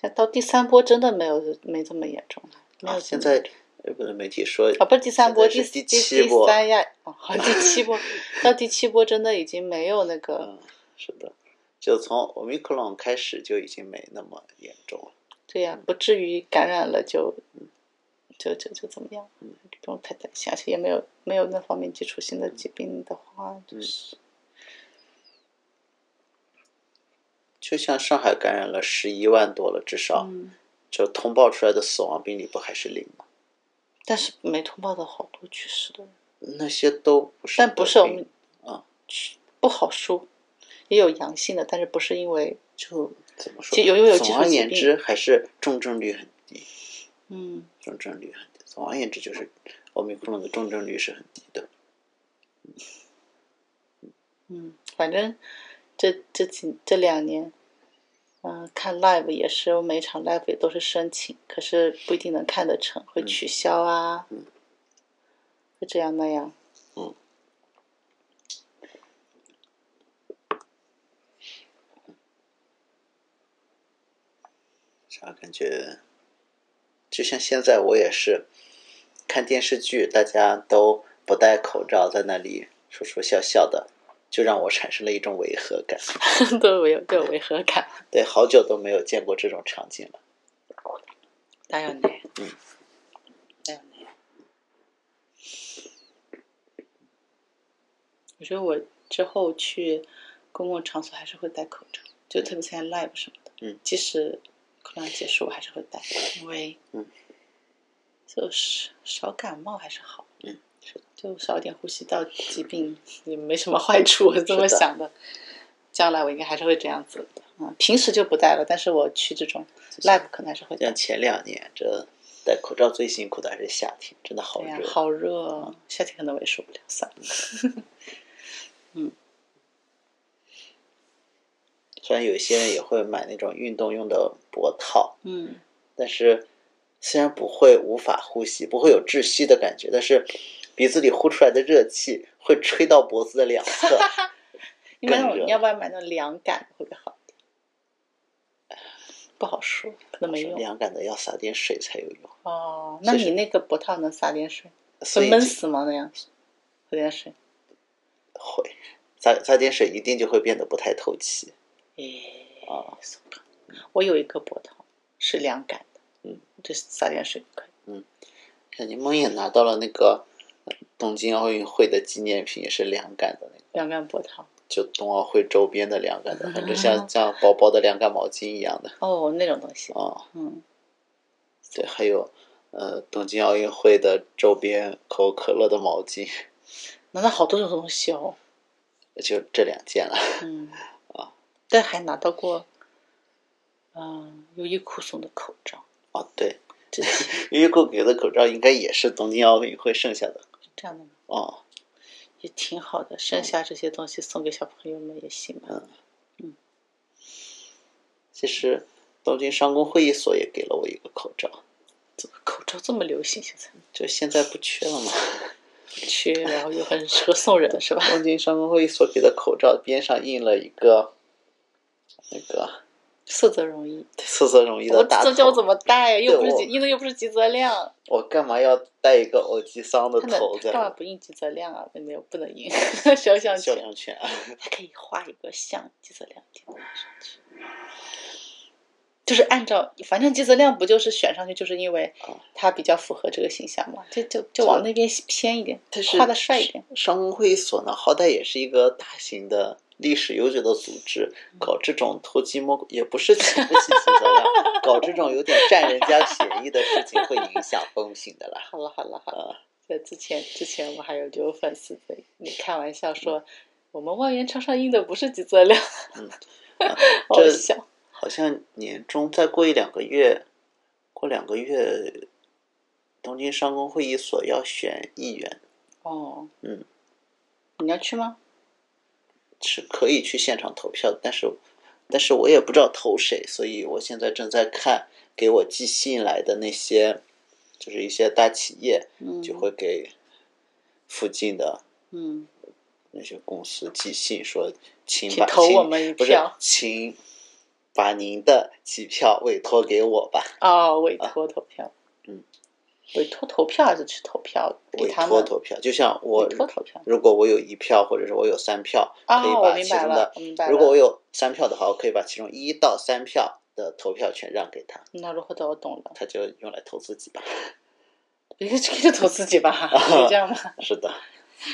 Speaker 2: 像到第三波真的没有没这么严重了，没有
Speaker 1: 啊，
Speaker 2: 这
Speaker 1: 现
Speaker 2: 么
Speaker 1: 在
Speaker 2: 严重
Speaker 1: 日本的媒体说，
Speaker 2: 啊不是第三波，
Speaker 1: 现在是
Speaker 2: 第
Speaker 1: 第七
Speaker 2: 第
Speaker 1: 波
Speaker 2: 三呀， 哦好第七波到第七波真的已经没有那个，
Speaker 1: 嗯，是的，就从 Omicron 开始就已经没那么严重了。
Speaker 2: 对呀、不至于感染了就就就就怎么样，
Speaker 1: 嗯
Speaker 2: 不用太担心，而且也没有没有那方面基础性的疾病的话，
Speaker 1: 嗯
Speaker 2: 就是
Speaker 1: 就像上海感染了十一万多了，至少、
Speaker 2: 嗯，
Speaker 1: 就通报出来的死亡病例不还是零吗？
Speaker 2: 但是没通报的好多去世的人。
Speaker 1: 那些都不是得病，
Speaker 2: 但不是我们
Speaker 1: 啊，
Speaker 2: 不好说，也有阳性的，但是不是因为
Speaker 1: 就怎么说？
Speaker 2: 其实有有有基础
Speaker 1: 总而
Speaker 2: 疾
Speaker 1: 言
Speaker 2: 病
Speaker 1: 之，还是重症率很低，
Speaker 2: 嗯
Speaker 1: 重症率很低。总而言之，就是奥密克戎的重症率是很低的。
Speaker 2: 嗯，反正这这几这两年，嗯、看 live 也是每场 live 也都是申请，可是不一定能看得成，会取消啊，
Speaker 1: 嗯
Speaker 2: 会这样那样，
Speaker 1: 嗯，啥感觉？就像现在我也是看电视剧，大家都不戴口罩，在那里说说笑笑的，就让我产生了一种违和感。
Speaker 2: 都有都有违和感。
Speaker 1: 对，好久都没有见过这种场景了。
Speaker 2: だよね。だよね。我觉得我之后去公共场所还是会戴口罩，就特别参加 live 什么的。
Speaker 1: 嗯，
Speaker 2: 即使口罩结束，我还是会戴，因为
Speaker 1: 嗯，
Speaker 2: 就是少感冒还是好。
Speaker 1: 嗯，
Speaker 2: 是就少一点呼吸道疾病也没什么坏处，我是这么
Speaker 1: 是的
Speaker 2: 想的。将来我应该还是会这样子的。嗯，平时就不戴了，但是我去这种 live 可能还是会戴
Speaker 1: 像。前两年，这戴口罩最辛苦的还是夏天，真的好
Speaker 2: 对呀、
Speaker 1: 热。
Speaker 2: 好热哦，夏天可能我也受不了，算了。
Speaker 1: 虽然有些人也会买那种运动用的脖套，
Speaker 2: 嗯，
Speaker 1: 但是虽然不会无法呼吸，不会有窒息的感觉，但是鼻子里呼出来的热气会吹到脖子的两侧。
Speaker 2: 你买那
Speaker 1: 更
Speaker 2: 种，
Speaker 1: 热
Speaker 2: 你要不要买那种凉感会不会好一点？不好说，可能没用。
Speaker 1: 凉感的要撒点水才有用，
Speaker 2: 哦，那你那个脖套能撒点水？
Speaker 1: 所
Speaker 2: 会
Speaker 1: 以
Speaker 2: 闷
Speaker 1: 就
Speaker 2: 死吗？那样喝点水？
Speaker 1: 会撒撒点水，一定就会变得不太透气
Speaker 2: 诶，
Speaker 1: 啊。
Speaker 2: 算了我有一个脖套是凉感的，
Speaker 1: 嗯，
Speaker 2: 就撒点水就可以。
Speaker 1: 像柠檬也拿到了那个呃东京奥运会的纪念品，也是凉感的那个，
Speaker 2: 凉感脖套，
Speaker 1: 就冬奥会周边的凉感的，反正
Speaker 2: 啊
Speaker 1: 像像薄薄的凉感毛巾一样的
Speaker 2: 哦，那种东西，
Speaker 1: 啊、
Speaker 2: 嗯，
Speaker 1: 对，还有呃东京奥运会的周边可口可乐的毛巾，
Speaker 2: 拿到好多种东西哦。
Speaker 1: 就这两件了。
Speaker 2: 嗯，但还拿到过，嗯，优衣库送的口罩，
Speaker 1: 哦，对，
Speaker 2: 之前
Speaker 1: 优衣库给的口罩应该也是东京奥运会剩下的
Speaker 2: 这样的吗？
Speaker 1: 哦。
Speaker 2: 也挺好的，
Speaker 1: 嗯
Speaker 2: 剩下这些东西送给小朋友们也行吧。
Speaker 1: 其实东京商工会议所也给了我一个口罩，
Speaker 2: 怎么口罩这么流行现在？
Speaker 1: 就现在不缺了嘛。
Speaker 2: 缺，然后又很适合送人，是吧？
Speaker 1: 东京商工会所给的口罩边上印了一个那个
Speaker 2: 色泽容易，
Speaker 1: 色泽容易
Speaker 2: 我
Speaker 1: 的大
Speaker 2: 这叫我
Speaker 1: 头。
Speaker 2: 怎么戴啊呀？又不是
Speaker 1: 对
Speaker 2: 几，
Speaker 1: 我
Speaker 2: 印的又不是吉泽亮，
Speaker 1: 我干嘛要戴一个欧吉桑的
Speaker 2: 他能
Speaker 1: 头
Speaker 2: 他干嘛
Speaker 1: 在
Speaker 2: 不印吉泽亮啊？没有，不能印 肖像
Speaker 1: 肖
Speaker 2: 权，
Speaker 1: 像权？
Speaker 2: 他可以画一个像吉泽亮的地方上去。就是按照，反正吉泽亮不就是选上去，就是因为
Speaker 1: 啊
Speaker 2: 他比较符合这个形象嘛，就就就往那边偏一点
Speaker 1: 但，是
Speaker 2: 画的帅一点。
Speaker 1: 商工会议所呢，好歹也是一个大型的历史悠久的组织，
Speaker 2: 嗯
Speaker 1: 搞这种偷鸡摸狗也不是请不起吉泽亮，搞这种有点占人家便宜的事情，会影响风评的啦。
Speaker 2: 好了好了好了，
Speaker 1: 啊，
Speaker 2: 对，之前之前我还有就有粉丝在你开玩
Speaker 1: 嗯
Speaker 2: 笑说，我们万元超上印的不是几色料，好好
Speaker 1: 呃这
Speaker 2: 笑。
Speaker 1: 好像年终再过一两个月，过两个月，东京商工会议所要选议员，
Speaker 2: 哦，
Speaker 1: 嗯，
Speaker 2: 你要去吗？
Speaker 1: 是可以去现场投票，但是，但是我也不知道投谁，所以我现在正在看给我寄信来的那些，就是一些大企业
Speaker 2: 嗯，
Speaker 1: 就会给附近的
Speaker 2: 嗯，
Speaker 1: 那些公司寄信说，请
Speaker 2: 去
Speaker 1: 把
Speaker 2: 投
Speaker 1: 请
Speaker 2: 我们一
Speaker 1: 不是
Speaker 2: 票，
Speaker 1: 请把您的机票委托给我吧。
Speaker 2: 哦，委托投票，
Speaker 1: 啊嗯，
Speaker 2: 委托投票还是去投票给
Speaker 1: 委
Speaker 2: 他
Speaker 1: 托
Speaker 2: 们？
Speaker 1: 投票，就像我
Speaker 2: 委托投票
Speaker 1: 如果我有一票，或者是我有三票，
Speaker 2: 啊，
Speaker 1: 可以
Speaker 2: 我
Speaker 1: 把
Speaker 2: 明
Speaker 1: 其
Speaker 2: 白
Speaker 1: 中
Speaker 2: 了
Speaker 1: 的，
Speaker 2: 我明白了。
Speaker 1: 如果我有三票的话，我可以把其中一到三票的投票权让给他，
Speaker 2: 那如何的我懂了，
Speaker 1: 他就用来投自己吧。
Speaker 2: 别个就投自己吧，可以这样吗？
Speaker 1: 是的，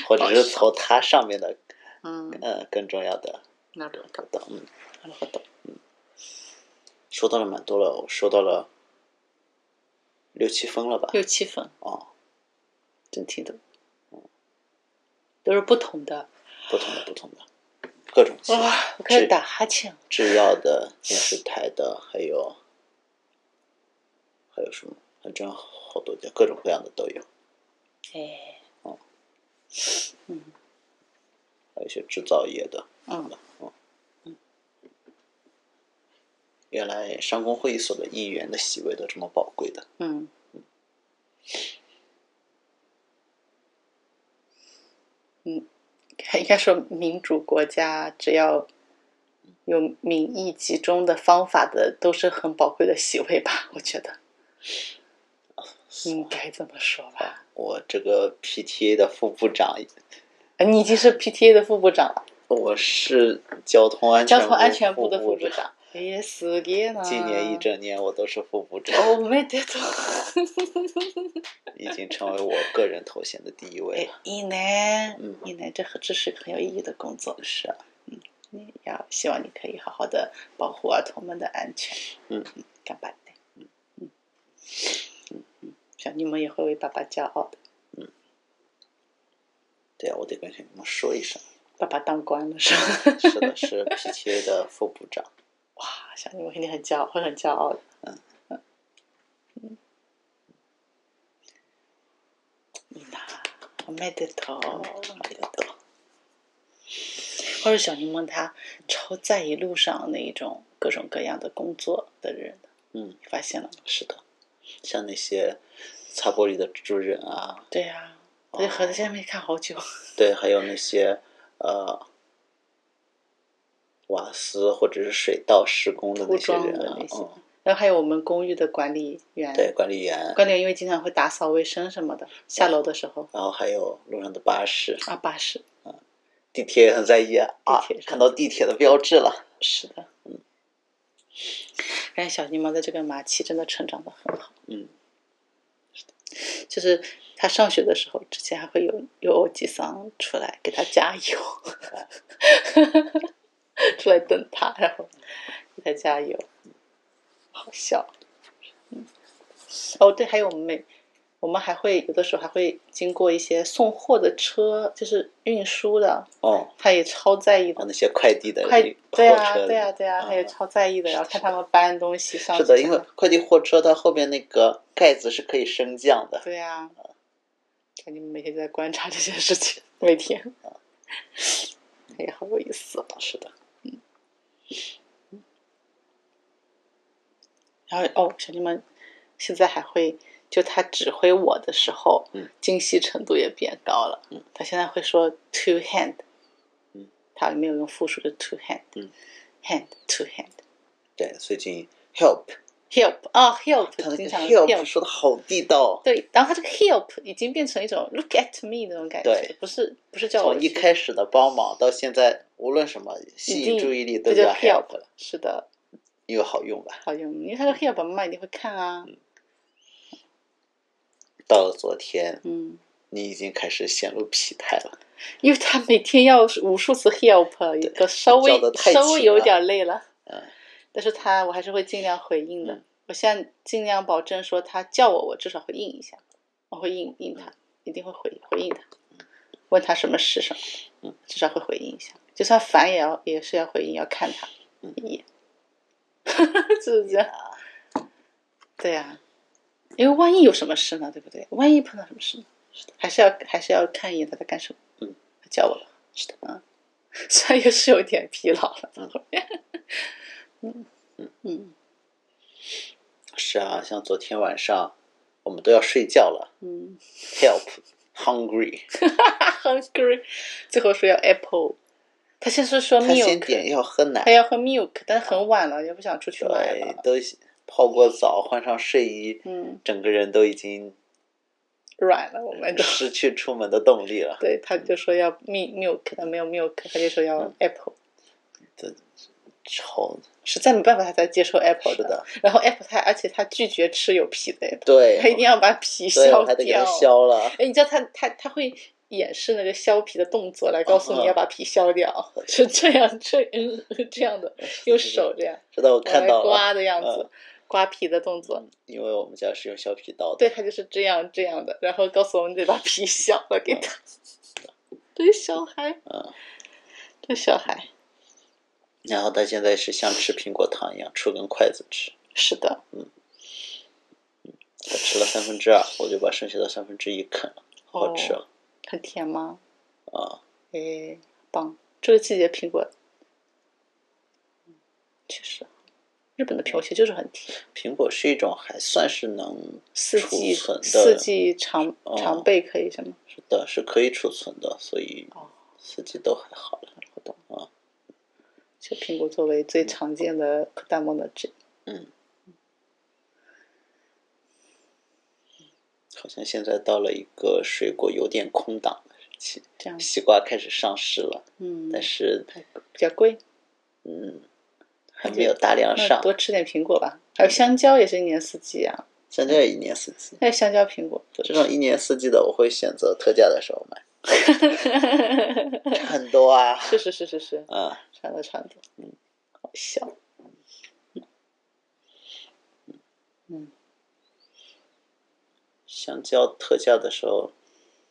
Speaker 1: 或者是投他上面的，
Speaker 2: 嗯，
Speaker 1: 呃，更重要的。
Speaker 2: なるほど，
Speaker 1: 的嗯，
Speaker 2: なるほど。
Speaker 1: 说到了蛮多了，我说到了六七分了吧？
Speaker 2: 六七分
Speaker 1: 哦，
Speaker 2: 整体的，都是不同的。
Speaker 1: 不同的不同的，各种
Speaker 2: 哇、
Speaker 1: 型
Speaker 2: 我开始
Speaker 1: 这
Speaker 2: 打哈欠了。
Speaker 1: 制药的、电视台的，还有还有什么？反正好多家，各种各样的都有，
Speaker 2: 哎，
Speaker 1: 还有一些制造业的。嗯
Speaker 2: 嗯，
Speaker 1: 原来商工会议所的议员的席位都这么宝贵的，
Speaker 2: 嗯，嗯，应该说民主国家只要有民意集中的方法的，都是很宝贵的席位吧？我觉得应该这么说吧。
Speaker 1: 我这个 PTA 的副部长，
Speaker 2: 呃你已经是 PTA 的副部长了，
Speaker 1: 我是交通安全
Speaker 2: 交通安全部的
Speaker 1: 副
Speaker 2: 副部。长。嗯哎，すげえな。
Speaker 1: 今年一整年我都是副部长，
Speaker 2: おめでとう。
Speaker 1: 已经成为我个人头衔的第一位
Speaker 2: 哎
Speaker 1: 了。，
Speaker 2: 一年，
Speaker 1: 嗯
Speaker 2: 一年，这很这是很有意义的工作。嗯
Speaker 1: 是啊，
Speaker 2: 你要希望你可以好好的保护儿童们的安全。
Speaker 1: 嗯，
Speaker 2: 干巴的。嗯嗯，小你们也会为爸爸骄傲的。
Speaker 1: 对啊，我得跟你们说一声。
Speaker 2: 爸爸当官了是吧？
Speaker 1: 是的，是 PTA 的副部长。
Speaker 2: 哇，小你们肯定很骄傲，会很骄傲的。嗯嗯嗯，嗯呐，我没得
Speaker 1: 哦
Speaker 2: 头，没得头。或者小柠檬他超在意路上那一种各种各样的工作的人，
Speaker 1: 嗯
Speaker 2: 你，发现了吗？
Speaker 1: 是的，像那些擦玻璃的蜘蛛人啊，
Speaker 2: 对呀、我就合在下面看好久。
Speaker 1: 对，还有那些呃瓦斯或者是水道施工的那些
Speaker 2: 铺装
Speaker 1: 人
Speaker 2: 的
Speaker 1: 啊
Speaker 2: 那，些
Speaker 1: 嗯，
Speaker 2: 然后还有我们公寓的管理员，
Speaker 1: 对，管理员，
Speaker 2: 管理员因为经常会打扫卫生什么的，下楼的时候
Speaker 1: 然后还有路上的巴士、
Speaker 2: 啊，巴士
Speaker 1: 地铁也很在意啊，啊
Speaker 2: 地铁上
Speaker 1: 看到地铁的标志了，
Speaker 2: 是的，嗯。感觉小柠檬在这个马期真的成长的很好，
Speaker 1: 嗯，
Speaker 2: 就是他上学的时候，之前还会有有欧吉桑出来给他加油， 出来等他，然后给他加油，好笑。嗯，哦对，还有我们每我们还会有的时候还会经过一些送货的车，就是运输的，
Speaker 1: 哦，
Speaker 2: 他也超在意
Speaker 1: 还有
Speaker 2: 的。
Speaker 1: 那些快递的
Speaker 2: 快
Speaker 1: 那个
Speaker 2: 对
Speaker 1: 货
Speaker 2: 啊，
Speaker 1: 车
Speaker 2: 对啊，对啊，他也超在意的，然后看他们搬东西上去
Speaker 1: 是
Speaker 2: 什么。
Speaker 1: 的，因为快递货车它后边那个盖子是可以升降的，
Speaker 2: 对啊，看你们每天都在观察这些事情，每天， 哎呀，好有意思哦。
Speaker 1: 嗯是的，
Speaker 2: 然后哦，小弟们现在还会，就他指挥我的时候，
Speaker 1: 嗯
Speaker 2: 精细程度也变高了。
Speaker 1: 嗯
Speaker 2: 他现在会说 two hand，
Speaker 1: 嗯，
Speaker 2: 他没有用复数的 two hand，
Speaker 1: 嗯
Speaker 2: ，hand two hand。
Speaker 1: 对，最近 help。
Speaker 2: Help 哦、
Speaker 1: 他那
Speaker 2: ，Help
Speaker 1: 个
Speaker 2: 经常
Speaker 1: help 说的好地道哦，
Speaker 2: 对，然后他这个 Help 已经变成一种 Look at me 那种感觉
Speaker 1: 对，
Speaker 2: 不是不是叫我
Speaker 1: 从一
Speaker 2: 去
Speaker 1: 开始的帮忙到现在，无论什么吸
Speaker 2: 一定
Speaker 1: 引注意力都
Speaker 2: 这就
Speaker 1: 叫
Speaker 2: help
Speaker 1: help
Speaker 2: 了，是的，
Speaker 1: 因为好用吧。
Speaker 2: 好用，因为
Speaker 1: 嗯
Speaker 2: 他的 help 妈妈一定会看啊。
Speaker 1: 到了昨天，
Speaker 2: 嗯，
Speaker 1: 你已经开始显露疲态了，
Speaker 2: 因为他每天要无数次 help，一个稍微
Speaker 1: 叫得太勤
Speaker 2: 稍微有
Speaker 1: 了
Speaker 2: 点累了。
Speaker 1: 嗯。
Speaker 2: 但是他我还是会尽量回应的。
Speaker 1: 嗯
Speaker 2: 我现在尽量保证说他叫我，我至少会应一下，我会应应他。一定会回回应他，问他什么是什么，
Speaker 1: 嗯
Speaker 2: 至少会回应一下，就算烦也要也是要回应，要看他
Speaker 1: 嗯
Speaker 2: 一眼， 就是这样。对呀、因为万一有什么事呢，对不对？万一碰到什么事呢？还是要还是要看一眼他在干什么。
Speaker 1: 嗯，
Speaker 2: 他叫我了。是的，嗯， 虽然也是有点疲劳了，
Speaker 1: 嗯
Speaker 2: 后面， 嗯嗯
Speaker 1: 是啊，像昨天晚上我们都要睡觉了
Speaker 2: 嗯
Speaker 1: ，help，hungry，
Speaker 2: 嗯，hungry，最后说要 apple，他先是说
Speaker 1: 他先
Speaker 2: milk，
Speaker 1: 点要喝
Speaker 2: 他
Speaker 1: 奶，
Speaker 2: 要喝 milk，但很晚了，也不想出去买
Speaker 1: 对
Speaker 2: 了，，
Speaker 1: 都泡过澡，换上睡衣，
Speaker 2: 嗯，
Speaker 1: 整个人都已经
Speaker 2: 软了，我们都。
Speaker 1: 失去出门的动力了。
Speaker 2: 对，他就说要 mi- milk，他没有 milk，他就说要
Speaker 1: 嗯
Speaker 2: apple，、
Speaker 1: 臭，
Speaker 2: 实在没办法，他才接受 apple
Speaker 1: 是的，
Speaker 2: 然后 apple 他，而且他拒绝吃有皮的 apple，
Speaker 1: 对
Speaker 2: 他一定要把皮削
Speaker 1: 对，
Speaker 2: 掉。
Speaker 1: 我还得给它削了。
Speaker 2: 哎，你知道他他他会演示那个削皮的动作来告诉
Speaker 1: 嗯
Speaker 2: 你要把皮削掉，是这样这嗯这 样的，用手这样
Speaker 1: 直到我
Speaker 2: 往
Speaker 1: 看
Speaker 2: 外
Speaker 1: 到
Speaker 2: 呃刮
Speaker 1: 了，
Speaker 2: 的样子
Speaker 1: 嗯，
Speaker 2: 刮皮的动作。
Speaker 1: 因为我们家是用削皮刀的，
Speaker 2: 对他就是这样这样的，然后告诉我们得把皮削了给他。 这小孩，
Speaker 1: 嗯，
Speaker 2: 这小孩
Speaker 1: 然后它现在是像吃苹果糖一样，出根筷子吃。
Speaker 2: 是的，
Speaker 1: 它吃了三分之二，我就把剩下的三分之一啃了，好好吃啊！
Speaker 2: 很甜吗？
Speaker 1: 啊，
Speaker 2: 哎，棒！这个季节苹果，嗯确实，日本的苹果其实就是很甜。
Speaker 1: 苹果是一种还算是能
Speaker 2: 四季
Speaker 1: 储存的
Speaker 2: 四季常
Speaker 1: 哦
Speaker 2: 常备可以什么？
Speaker 1: 是的，是可以储存的，所以
Speaker 2: 哦
Speaker 1: 四季都还好了。
Speaker 2: 不懂
Speaker 1: 啊。
Speaker 2: 就苹果作为最常见的可达莫的汁，
Speaker 1: 好像现在到了一个水果有点空档的时期，
Speaker 2: 这样
Speaker 1: 西瓜开始上市了，
Speaker 2: 嗯，
Speaker 1: 但是
Speaker 2: 比较贵，
Speaker 1: 嗯，还没有大量
Speaker 2: 那
Speaker 1: 上。
Speaker 2: 多吃点苹果吧。还有香蕉也是一年四季啊，
Speaker 1: 像这样一年四季，
Speaker 2: 那香蕉苹果
Speaker 1: 这种一年四季的我会选择特价的时候买，差很多啊。
Speaker 2: 是是是是是，
Speaker 1: 啊，
Speaker 2: 差不多差不多，嗯，好笑，嗯，
Speaker 1: 香蕉特价的时候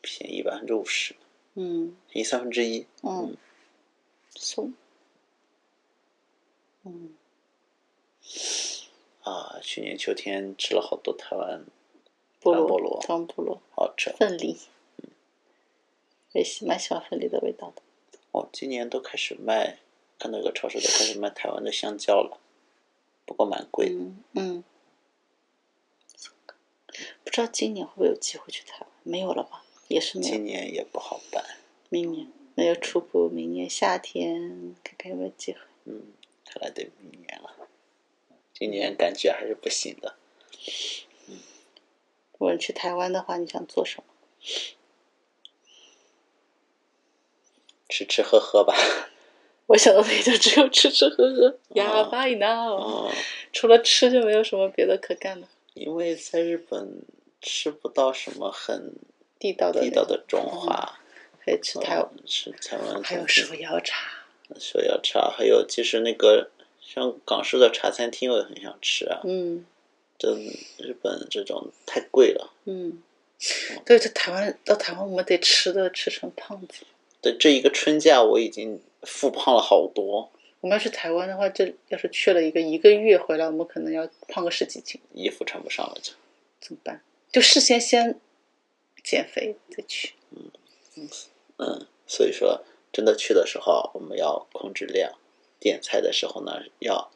Speaker 1: 便宜百分之五十，
Speaker 2: 嗯
Speaker 1: 便宜三分之一。
Speaker 2: 嗯，松，嗯，
Speaker 1: 啊，去年秋天吃了好多台湾，
Speaker 2: 菠
Speaker 1: 糖
Speaker 2: 萝嗯
Speaker 1: 菠萝
Speaker 2: 糖菠萝，
Speaker 1: 好吃。
Speaker 2: 凤梨，也喜蛮喜欢凤梨的味道的，
Speaker 1: 哦，今年都开始卖，看到有个超市都开始卖台湾的香蕉了，不过蛮贵的。
Speaker 2: 嗯嗯，不知道今年会不会有机会去台湾？没有了吧？也是没有
Speaker 1: 今。年也不好办，
Speaker 2: 明年那就初步明年夏天看看有没有机会。
Speaker 1: 嗯，看来得明年了。今年感觉还是不行的。
Speaker 2: 如果你去台湾的话，你想做什么？
Speaker 1: 吃吃喝喝吧，
Speaker 2: 我想到的也就只有吃吃喝喝，
Speaker 1: 啊
Speaker 2: 哑巴一闹，
Speaker 1: 嗯，
Speaker 2: 除了吃就没有什么别的可干了。
Speaker 1: 因为在日本吃不到什么很
Speaker 2: 地道的
Speaker 1: 地
Speaker 2: 那
Speaker 1: 道
Speaker 2: 种，
Speaker 1: 的中华，
Speaker 2: 可以吃台，
Speaker 1: 嗯吃台湾
Speaker 2: 还有
Speaker 1: 餐厅
Speaker 2: 手摇茶，
Speaker 1: 手摇茶，还有其实那个像港式的茶餐厅，我也很想吃啊。
Speaker 2: 嗯
Speaker 1: 这日本这种太贵了，
Speaker 2: 嗯。
Speaker 1: 哦
Speaker 2: 对，这台湾到台湾，我们得吃的吃成胖子。
Speaker 1: 对这一个春假我已经复胖了好多，
Speaker 2: 我们要去台湾的话，这要是去了一个一个月回来，我们可能要胖个十几斤，
Speaker 1: 衣服穿不上了就。
Speaker 2: 怎么办？就事先先减肥再去。
Speaker 1: 嗯，所以说真的去的时候我们要控制量，点菜的时候呢要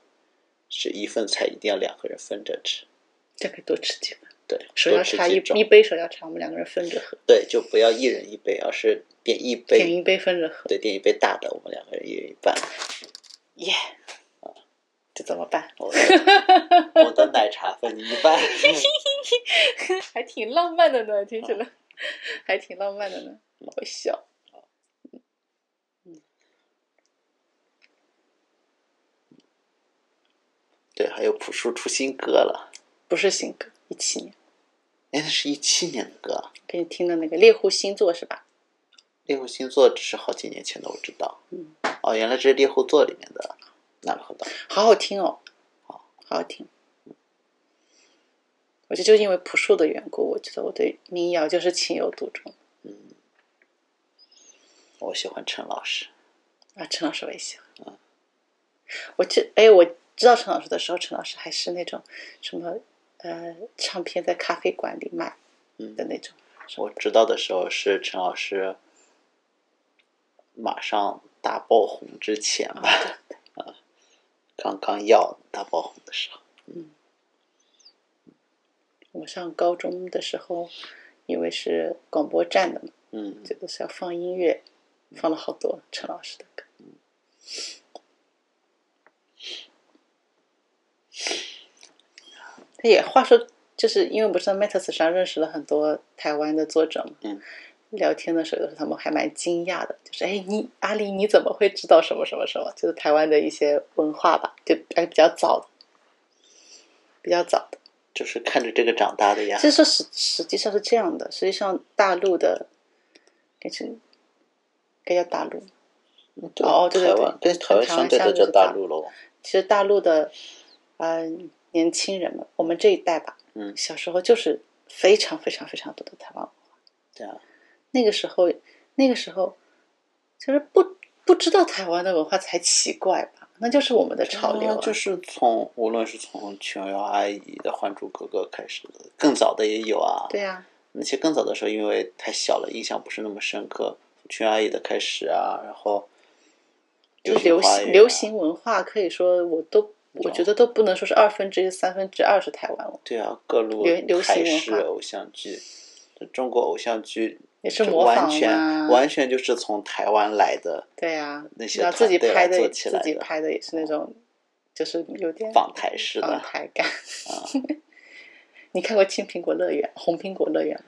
Speaker 1: 是一份菜一定要两个人分着吃，
Speaker 2: 再可以多吃几份。
Speaker 1: 对，
Speaker 2: 手摇
Speaker 1: 多吃
Speaker 2: 茶
Speaker 1: 几
Speaker 2: 一
Speaker 1: 种
Speaker 2: 一杯手摇茶，我们两个人分着喝，
Speaker 1: 对，就不要一人一杯，而是点一
Speaker 2: 点
Speaker 1: 杯，
Speaker 2: 一杯分着喝，
Speaker 1: 对，点一杯大的，我们两个人一人一 半。
Speaker 2: 耶、这怎么办？
Speaker 1: 我的我的奶茶分你一半。 嗯
Speaker 2: 还挺浪漫的呢，听起来、还挺浪漫的呢，好笑。
Speaker 1: 对，还有朴树出新歌了，
Speaker 2: 不是新歌，一七年
Speaker 1: 哎，那是一七年的歌啊，
Speaker 2: 给你听的那个猎户星座是吧？
Speaker 1: 猎户星座只是好几年前的，我知道。
Speaker 2: 嗯，
Speaker 1: 哦，原来这是猎户座里面的，那不知道。
Speaker 2: 好好听哦，好好听。我觉得就因为朴树的缘故，我觉得我对民谣就是情有独钟
Speaker 1: 我喜欢陈老师，
Speaker 2: 啊。陈老师我也喜欢。我记，哎，我知道陈老师的时候，陈老师还是那种什么呃，唱片在咖啡馆里卖
Speaker 1: 嗯
Speaker 2: 的那种。
Speaker 1: 我知道的时候是陈老师马上大爆红之前吧， 啊，刚刚要大爆红的时候，
Speaker 2: 我上高中的时候，因为是广播站的嘛，
Speaker 1: 嗯，
Speaker 2: 觉得是要放音乐，放了好多陈老师的歌。他也话说，就是因为我不是在 Metas 上认识了很多台湾的作者嘛，
Speaker 1: 嗯
Speaker 2: 聊天的时候，有时候他们还蛮惊讶的，就是哎，你阿里你怎么会知道什么什么什么？就是台湾的一些文化吧，就哎比较早的，比较早的。
Speaker 1: 就是看着这个长大的呀
Speaker 2: 其，实说实实际上是这样的，实际上大陆的，该是该叫大陆。哦对对
Speaker 1: 台湾
Speaker 2: 对
Speaker 1: 跟台湾
Speaker 2: 台湾
Speaker 1: 相对
Speaker 2: 相
Speaker 1: 的
Speaker 2: 对
Speaker 1: 叫
Speaker 2: 是
Speaker 1: 大
Speaker 2: 大
Speaker 1: 陆喽，
Speaker 2: 其实大陆的，呃，年轻人们，我们这一代吧，
Speaker 1: 嗯
Speaker 2: 小时候就是非常非常非常多的台湾文化。
Speaker 1: 对啊，
Speaker 2: 那个时候，那个时候，就是不不知道台湾的文化才奇怪吧？那就是我们的潮流、啊
Speaker 1: 啊就是从无论是从琼瑶阿姨的《还珠格格》开始的，更早的也有啊，
Speaker 2: 对呀、
Speaker 1: 那些更早的时候，因为太小了，印象不是那么深刻。琼瑶阿姨的开始啊，然后
Speaker 2: 就流
Speaker 1: 花
Speaker 2: 行
Speaker 1: 园啊
Speaker 2: 流行文化，可以说我都我觉得都不能说是二分之一、三分之二是台湾文化，
Speaker 1: 对啊，各路
Speaker 2: 流流行
Speaker 1: 台
Speaker 2: 文
Speaker 1: 式
Speaker 2: 化
Speaker 1: 偶像剧，中国偶像剧
Speaker 2: 也是
Speaker 1: 这
Speaker 2: 模仿啊
Speaker 1: 完全
Speaker 2: 嘛
Speaker 1: 完全就是从台湾来的
Speaker 2: 对呀、
Speaker 1: 那些
Speaker 2: 然后自己
Speaker 1: 团队
Speaker 2: 拍
Speaker 1: 来
Speaker 2: 的
Speaker 1: 做
Speaker 2: 也
Speaker 1: 起
Speaker 2: 自
Speaker 1: 来
Speaker 2: 己
Speaker 1: 的
Speaker 2: 拍的也是那种，就是有点
Speaker 1: 访台式
Speaker 2: 访
Speaker 1: 的，啊
Speaker 2: 台感。 你看过《青苹果乐园》《红苹果乐园》吗？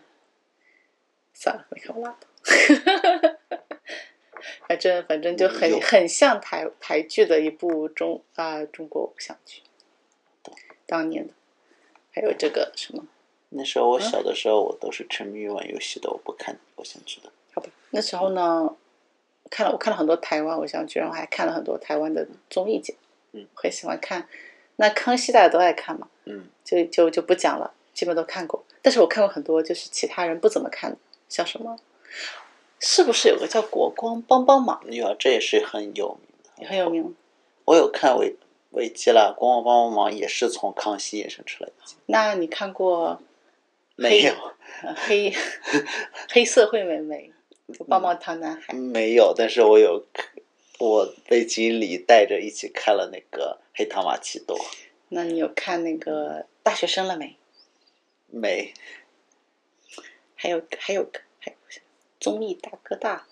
Speaker 2: 算了，没看我拉倒。反正反正就
Speaker 1: 有
Speaker 2: 很很像台台剧的一部中啊、中国偶像剧，当年的，还有这个什么。
Speaker 1: 那时候
Speaker 2: 嗯
Speaker 1: 我小的时候，我都是沉迷于玩游戏的，我不看偶像剧的。
Speaker 2: 好吧，那时候呢，看了我看了很多台湾偶像剧，然后还看了很多台湾的综艺节目，
Speaker 1: 嗯，
Speaker 2: 很喜欢看。那康熙大家都爱看嘛，
Speaker 1: 嗯，
Speaker 2: 就就就不讲了，基本都看过。但是我看过很多就是其他人不怎么看的，像什么，是不是有个叫国光帮帮忙，
Speaker 1: 有啊，这也是很有名的。
Speaker 2: 也很有名？
Speaker 1: 我有看维维基啦，《国王帮帮忙》也是从康熙衍生出来的。
Speaker 2: 那你看过
Speaker 1: 没有，
Speaker 2: 呃黑黑社会美眉，就棒棒糖男孩，
Speaker 1: 没有，但是我有，我被经理带着一起看了那个《黑糖玛奇朵》，
Speaker 2: 那你有看那个大学生了没？
Speaker 1: 没，
Speaker 2: 还有还有个还有个综艺大哥大。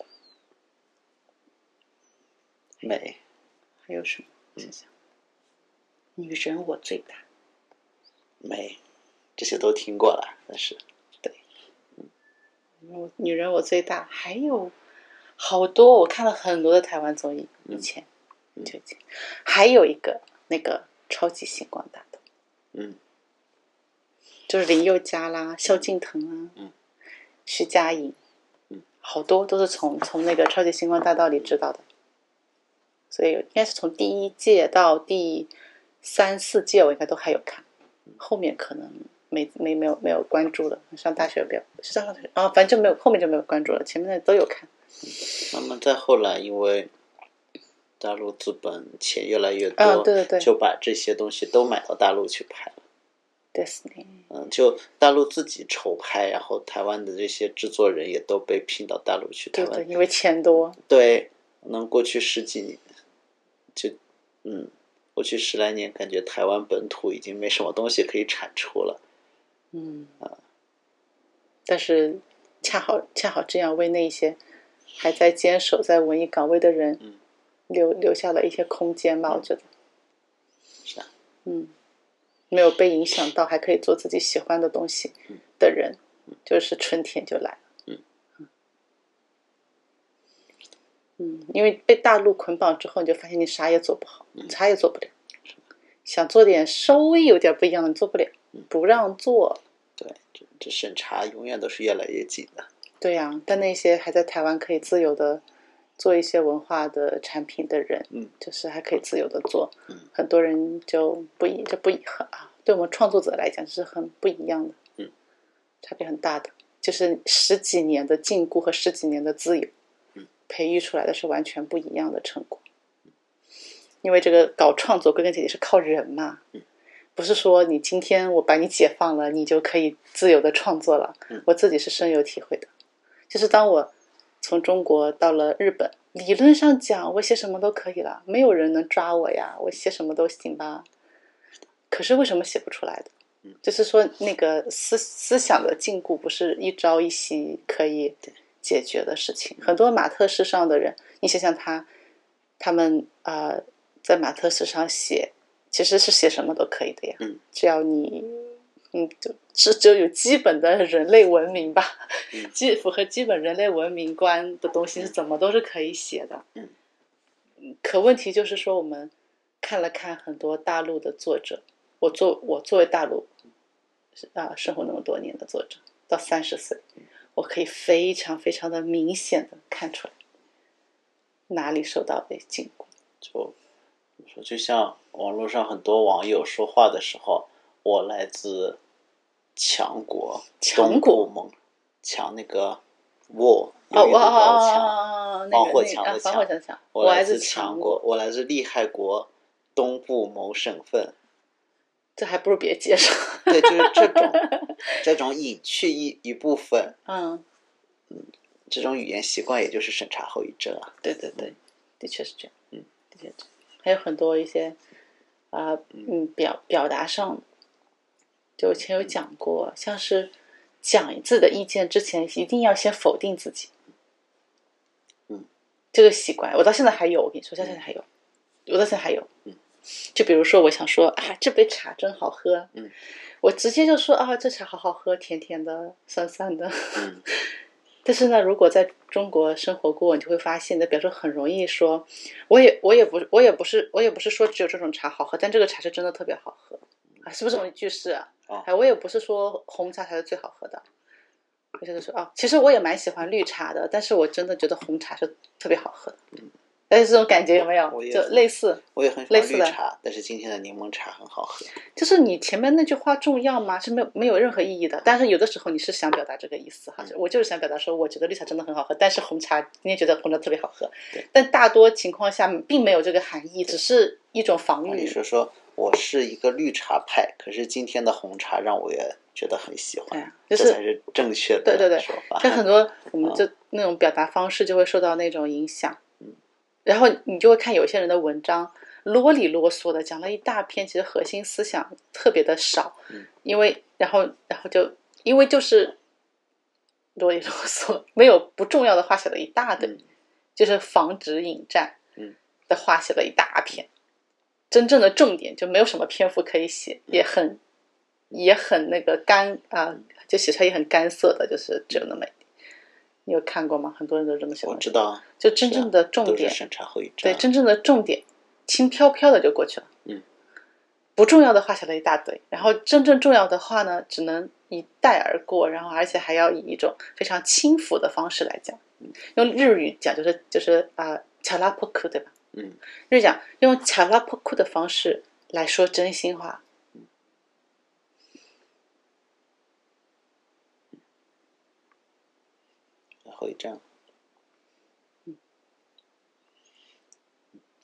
Speaker 1: 没，
Speaker 2: 还有什么？我想想，女人我最大。
Speaker 1: 没，这些都听过了，但是
Speaker 2: 我女人我最大，还有好多我看了很多的台湾综艺，以前、就以前，还有一个那个超级星光大道，
Speaker 1: 嗯，
Speaker 2: 就是林宥嘉啦、萧敬腾啊，
Speaker 1: 嗯，
Speaker 2: 徐佳莹，
Speaker 1: 嗯，
Speaker 2: 好多都是从从那个超级星光大道里知道的，所以应该是从第一届到第三四届，我应该都还有
Speaker 1: 嗯
Speaker 2: 看，后面可能没没没有没有关注了。上大学比较上大学啊，反正就没有后面就没有关注了，前面的都有看。
Speaker 1: 那么再后来，因为大陆资本钱越来越多，
Speaker 2: 啊，对对对，
Speaker 1: 就把这些东西都买到大陆去拍了。
Speaker 2: 迪士尼，
Speaker 1: 嗯，就大陆自己筹拍，然后台湾的这些制作人也都被聘到大陆去。台
Speaker 2: 对
Speaker 1: 湾
Speaker 2: 对，因为钱多，
Speaker 1: 对，能过去十几年，就嗯，过去十来年，感觉台湾本土已经没什么东西可以产出了。
Speaker 2: 嗯，但是恰好恰好这样为那些还在坚守在文艺岗位的人
Speaker 1: 嗯
Speaker 2: 留留下了一些空间吧，我觉得，
Speaker 1: 是啊，
Speaker 2: 嗯，没有被影响到，还可以做自己喜欢的东西的人，就是春天就来了，
Speaker 1: 嗯
Speaker 2: 嗯，因为被大陆捆绑之后，你就发现你啥也做不好，
Speaker 1: 嗯
Speaker 2: 啥也做不了，想做点稍微有点不一样的，你做不了，
Speaker 1: 嗯
Speaker 2: 不让做，
Speaker 1: 对，这这审查永远都是越来越紧的。
Speaker 2: 对呀、但那些还在台湾可以自由的做一些文化的产品的人，
Speaker 1: 嗯，
Speaker 2: 就是还可以自由的做，
Speaker 1: 嗯，
Speaker 2: 很多人就不以就不以很啊，对我们创作者来讲是很不一样的，
Speaker 1: 嗯，
Speaker 2: 差别很大的，就是十几年的禁锢和十几年的自由，
Speaker 1: 嗯，
Speaker 2: 培育出来的是完全不一样的成果。因为这个搞创作归根结底是靠人嘛，
Speaker 1: 嗯，
Speaker 2: 不是说你今天我把你解放了，你就可以自由的创作了
Speaker 1: 嗯。
Speaker 2: 我自己是深有体会的，就是当我从中国到了日本，理论上讲我写什么都可以了，没有人能抓我呀，我写什么都行吧。可是为什么写不出来的？就是说那个思思想的禁锢不是一朝一夕可以解决的事情。很多马特式上的人，你想想他，他们呃在马特式上写，其实是写什么都可以的呀。
Speaker 1: 嗯，
Speaker 2: 只要你嗯，就只只有有基本的人类文明吧
Speaker 1: 嗯，
Speaker 2: 基、符合基本人类文明观的东西是怎么都是可以写的。
Speaker 1: 嗯
Speaker 2: 嗯，可问题就是说我们。看了看很多大陆的作者，我作我作为大陆啊生活那么多年的作者，到三十岁，我可以非常非常的明显的看出来哪里受到被禁锢。
Speaker 1: 就怎么说，就像网络上很多网友说话的时候，我来自强国，
Speaker 2: 强
Speaker 1: 东
Speaker 2: 国
Speaker 1: 欧盟，强那个 wall，
Speaker 2: 哦
Speaker 1: 有一个
Speaker 2: 哦
Speaker 1: 高
Speaker 2: 哦
Speaker 1: 墙，
Speaker 2: 哦，那
Speaker 1: 防
Speaker 2: 个
Speaker 1: 火
Speaker 2: 那
Speaker 1: 墙
Speaker 2: 个啊
Speaker 1: 的
Speaker 2: 防火
Speaker 1: 墙
Speaker 2: 墙墙，
Speaker 1: 我
Speaker 2: 来
Speaker 1: 来
Speaker 2: 自
Speaker 1: 自强
Speaker 2: 国，
Speaker 1: 国，我来自利害国东部某省份，
Speaker 2: 这还不如别介绍。
Speaker 1: 对，就是这 种这种隐去一一部分，
Speaker 2: 嗯，
Speaker 1: 这种语言习惯也就是审查后遗症啊。
Speaker 2: 对对对，的确是这样。
Speaker 1: 嗯，
Speaker 2: 的确是这样。还有很多一些啊、嗯，表表达上，就以前有讲过，像是讲自己的意见之前，一定要先否定自己。
Speaker 1: 嗯，
Speaker 2: 这个习惯我到现在还有，我跟你说，到现在还有，我到现在还有。
Speaker 1: 嗯，
Speaker 2: 就比如说，我想说啊，这杯茶真好喝。
Speaker 1: 嗯，
Speaker 2: 我直接就说啊，这茶好好喝，甜甜的，酸酸的。
Speaker 1: 嗯
Speaker 2: 但是呢，如果在中国生活过，你就会发现，你的表述很容易说，我也我也不我也不是我也不是说只有这种茶好喝，但这个茶是真的特别好喝啊，是不是我的句式啊？
Speaker 1: 哦
Speaker 2: 哎，我也不是说红茶才是最好喝的，我就是说哦，其实我也蛮喜欢绿茶的，但是我真的觉得红茶是特别好喝的，但是这种感觉有没有
Speaker 1: 嗯我？也
Speaker 2: 就是类似，
Speaker 1: 我也很喜
Speaker 2: 类
Speaker 1: 欢
Speaker 2: 似
Speaker 1: 绿
Speaker 2: 的嗯
Speaker 1: 茶，但是今天的柠檬茶很好喝。
Speaker 2: 就是你前面那句话重要吗？是没有没有任何意义的。但是有的时候你是想表达这个意思哈，
Speaker 1: 嗯
Speaker 2: 我就是想表达说，我觉得绿茶真的很好喝，但是红茶你也觉得红茶特别好喝
Speaker 1: 对，
Speaker 2: 但大多情况下并没有这个含义，只是一种防
Speaker 1: 那你
Speaker 2: 御。
Speaker 1: 说说，我是一个绿茶派，可是今天的红茶让我也觉得很喜
Speaker 2: 对
Speaker 1: 欢，
Speaker 2: 啊，就
Speaker 1: 这
Speaker 2: 是
Speaker 1: 才是正确的
Speaker 2: 对对对
Speaker 1: 说法。
Speaker 2: 像很多我
Speaker 1: 嗯
Speaker 2: 们就那种表达方式就会受到那种影响，然后你就会看有些人的文章啰里啰嗦的讲了一大篇，其实核心思想特别的少
Speaker 1: 嗯，
Speaker 2: 因为然后然后就因为就是啰里啰嗦，没有不重要的话写了一大堆
Speaker 1: 嗯，
Speaker 2: 就是防止引战
Speaker 1: 嗯
Speaker 2: 的话写了一大篇，真正的重点就没有什么篇幅可以写，也很也很那个干啊、就写出来也很干涩的，就是只有那么一点。你有看过吗？很多人都这么写
Speaker 1: 我
Speaker 2: 的，
Speaker 1: 知道，
Speaker 2: 就真正的重
Speaker 1: 都是
Speaker 2: 点，
Speaker 1: 审查后遗症
Speaker 2: 对
Speaker 1: 啊。
Speaker 2: 真正的重点，轻飘飘的就过去了。
Speaker 1: 嗯，
Speaker 2: 不重要的话写了一大堆，然后真正重要的话呢，只能一带而过，然后而且还要以一种非常轻浮的方式来讲，
Speaker 1: 嗯
Speaker 2: 用日语讲就是就是啊，卡拉破库对吧？
Speaker 1: 嗯，
Speaker 2: 日语讲用卡拉破库的方式来说真心话。
Speaker 1: 后遗症。
Speaker 2: 嗯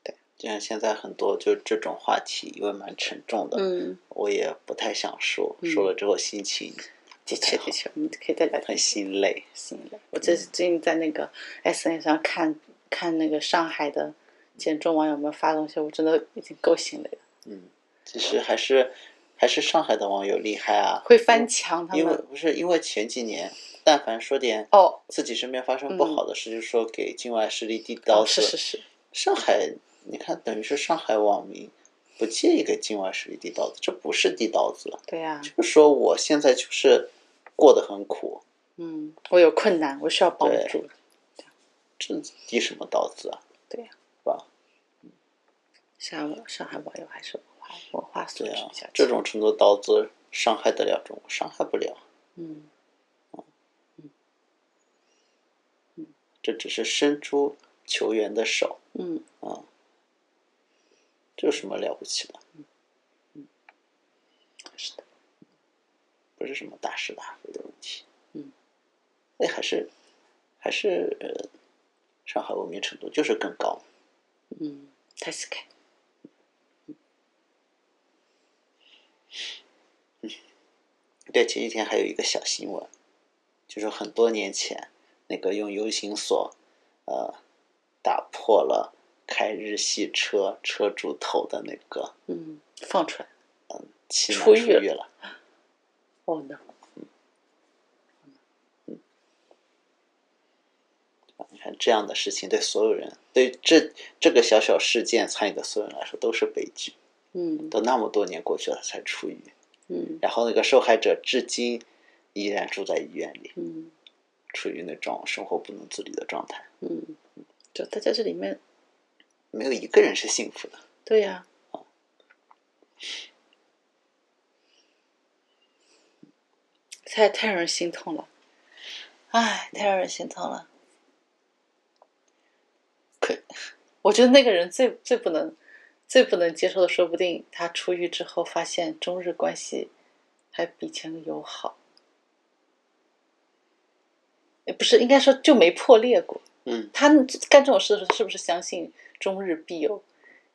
Speaker 2: 对，
Speaker 1: 就像现在很多就这种话题，因为蛮沉重的，
Speaker 2: 嗯，
Speaker 1: 我也不太想说，
Speaker 2: 嗯
Speaker 1: 说了之后心情
Speaker 2: 的确的确，我们可以再聊
Speaker 1: 很心累。
Speaker 2: 心累。我这
Speaker 1: 嗯
Speaker 2: 最近在那个 S N 上看看那个上海的减重网友们发东西，我真的已经够心累了，
Speaker 1: 嗯，其实还是还是上海的网友厉害啊，
Speaker 2: 会翻墙他
Speaker 1: 因为
Speaker 2: 们。
Speaker 1: 不是因为前几年，但凡说点
Speaker 2: 哦，
Speaker 1: 自己身边发生不好的事，就说给境外势力递刀
Speaker 2: 嗯哦，
Speaker 1: 子。
Speaker 2: 是是是，
Speaker 1: 上海，你看，等于是上海网民不介意给境外势力递刀子，这不是递刀子，
Speaker 2: 对啊呀、
Speaker 1: 就是说我现在就是过得很苦，
Speaker 2: 嗯，我有困难，我需要帮
Speaker 1: 对
Speaker 2: 助。
Speaker 1: 这递什么刀子啊？
Speaker 2: 对呀、
Speaker 1: 是吧？
Speaker 2: 上海上海网友还是文化文化素
Speaker 1: 对
Speaker 2: 质
Speaker 1: 啊
Speaker 2: 比较强，
Speaker 1: 这种程度的刀子伤害得了中国，伤害不了。
Speaker 2: 嗯，
Speaker 1: 这只是伸出球员的手，
Speaker 2: 嗯嗯
Speaker 1: 这有什么了不起的？嗯不是什么大是大非的问题。
Speaker 2: 嗯，
Speaker 1: 那还是还是、呃上海文明程度就是更高。
Speaker 2: うん確か
Speaker 1: 对，前几天还有一个小新闻，就是很多年前那个用 U 型锁，呃，打破了开日系车车主头的那个
Speaker 2: にうん嗯放出来
Speaker 1: 欺瞒出
Speaker 2: 出狱了
Speaker 1: 狱了。
Speaker 2: 哦那
Speaker 1: 你看这样的事情对所有人，对这这个小小事件参与的所有人来说都是悲剧。
Speaker 2: 嗯
Speaker 1: 都那么多年过去了才出狱，
Speaker 2: 嗯
Speaker 1: 然后那个受害者至今依然住在医院里，
Speaker 2: 嗯
Speaker 1: 处于那种生活不能自理的状态，
Speaker 2: 嗯，就大家这里面
Speaker 1: 没有一个人是幸福的。
Speaker 2: 对呀、太太让人心痛了，哎，太让人心痛了。可，我觉得那个人最最不能、最不能接受的，说不定他出狱之后发现中日关系还比以前友好，也不是应该说就没破裂过。
Speaker 1: 嗯，
Speaker 2: 他们干这种事的时候，是不是相信中日必有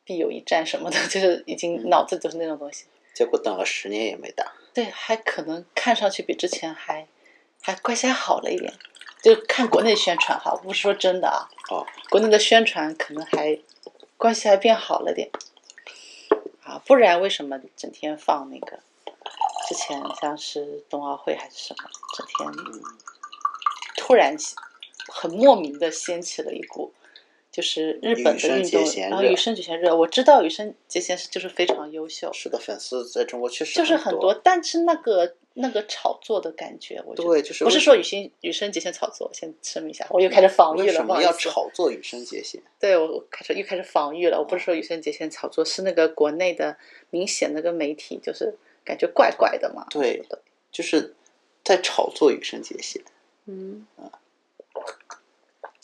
Speaker 2: 必有一战什么的？ 就是已经脑子里都是那种东西。
Speaker 1: 结果等了十年也没打，
Speaker 2: 对，还可能看上去比之前还还关系还好了一点。就看国内宣传哈，不是说真的啊，
Speaker 1: 哦，
Speaker 2: 国内的宣传可能还关系还变好了点啊，不然为什么整天放那个之前像是冬奥会还是什么，整天突然起很莫名的掀起了一股就是日本
Speaker 1: 羽
Speaker 2: 的
Speaker 1: 生
Speaker 2: 运
Speaker 1: 结
Speaker 2: 动，
Speaker 1: 弦
Speaker 2: 然后
Speaker 1: 热
Speaker 2: 羽生结弦热，我知道羽生结弦是就是非常优秀，
Speaker 1: 是的，粉丝在中国确实
Speaker 2: 就是
Speaker 1: 很
Speaker 2: 很多，但是那个那个炒作的感觉，我觉得
Speaker 1: 对就是
Speaker 2: 不
Speaker 1: 为
Speaker 2: 是
Speaker 1: 什
Speaker 2: 说羽生羽生结弦炒作，我先声明一下，我又开始防御
Speaker 1: 为
Speaker 2: 了，
Speaker 1: 什
Speaker 2: 不好
Speaker 1: 么
Speaker 2: 意
Speaker 1: 要
Speaker 2: 思。
Speaker 1: 炒作羽生结弦？
Speaker 2: 对我我开始又开始防御了，我不是说羽生结弦炒作，是那个国内的明显那个媒体就是感觉怪怪的嘛。
Speaker 1: 对
Speaker 2: 我觉得
Speaker 1: 就是在炒作羽生结弦。
Speaker 2: 嗯。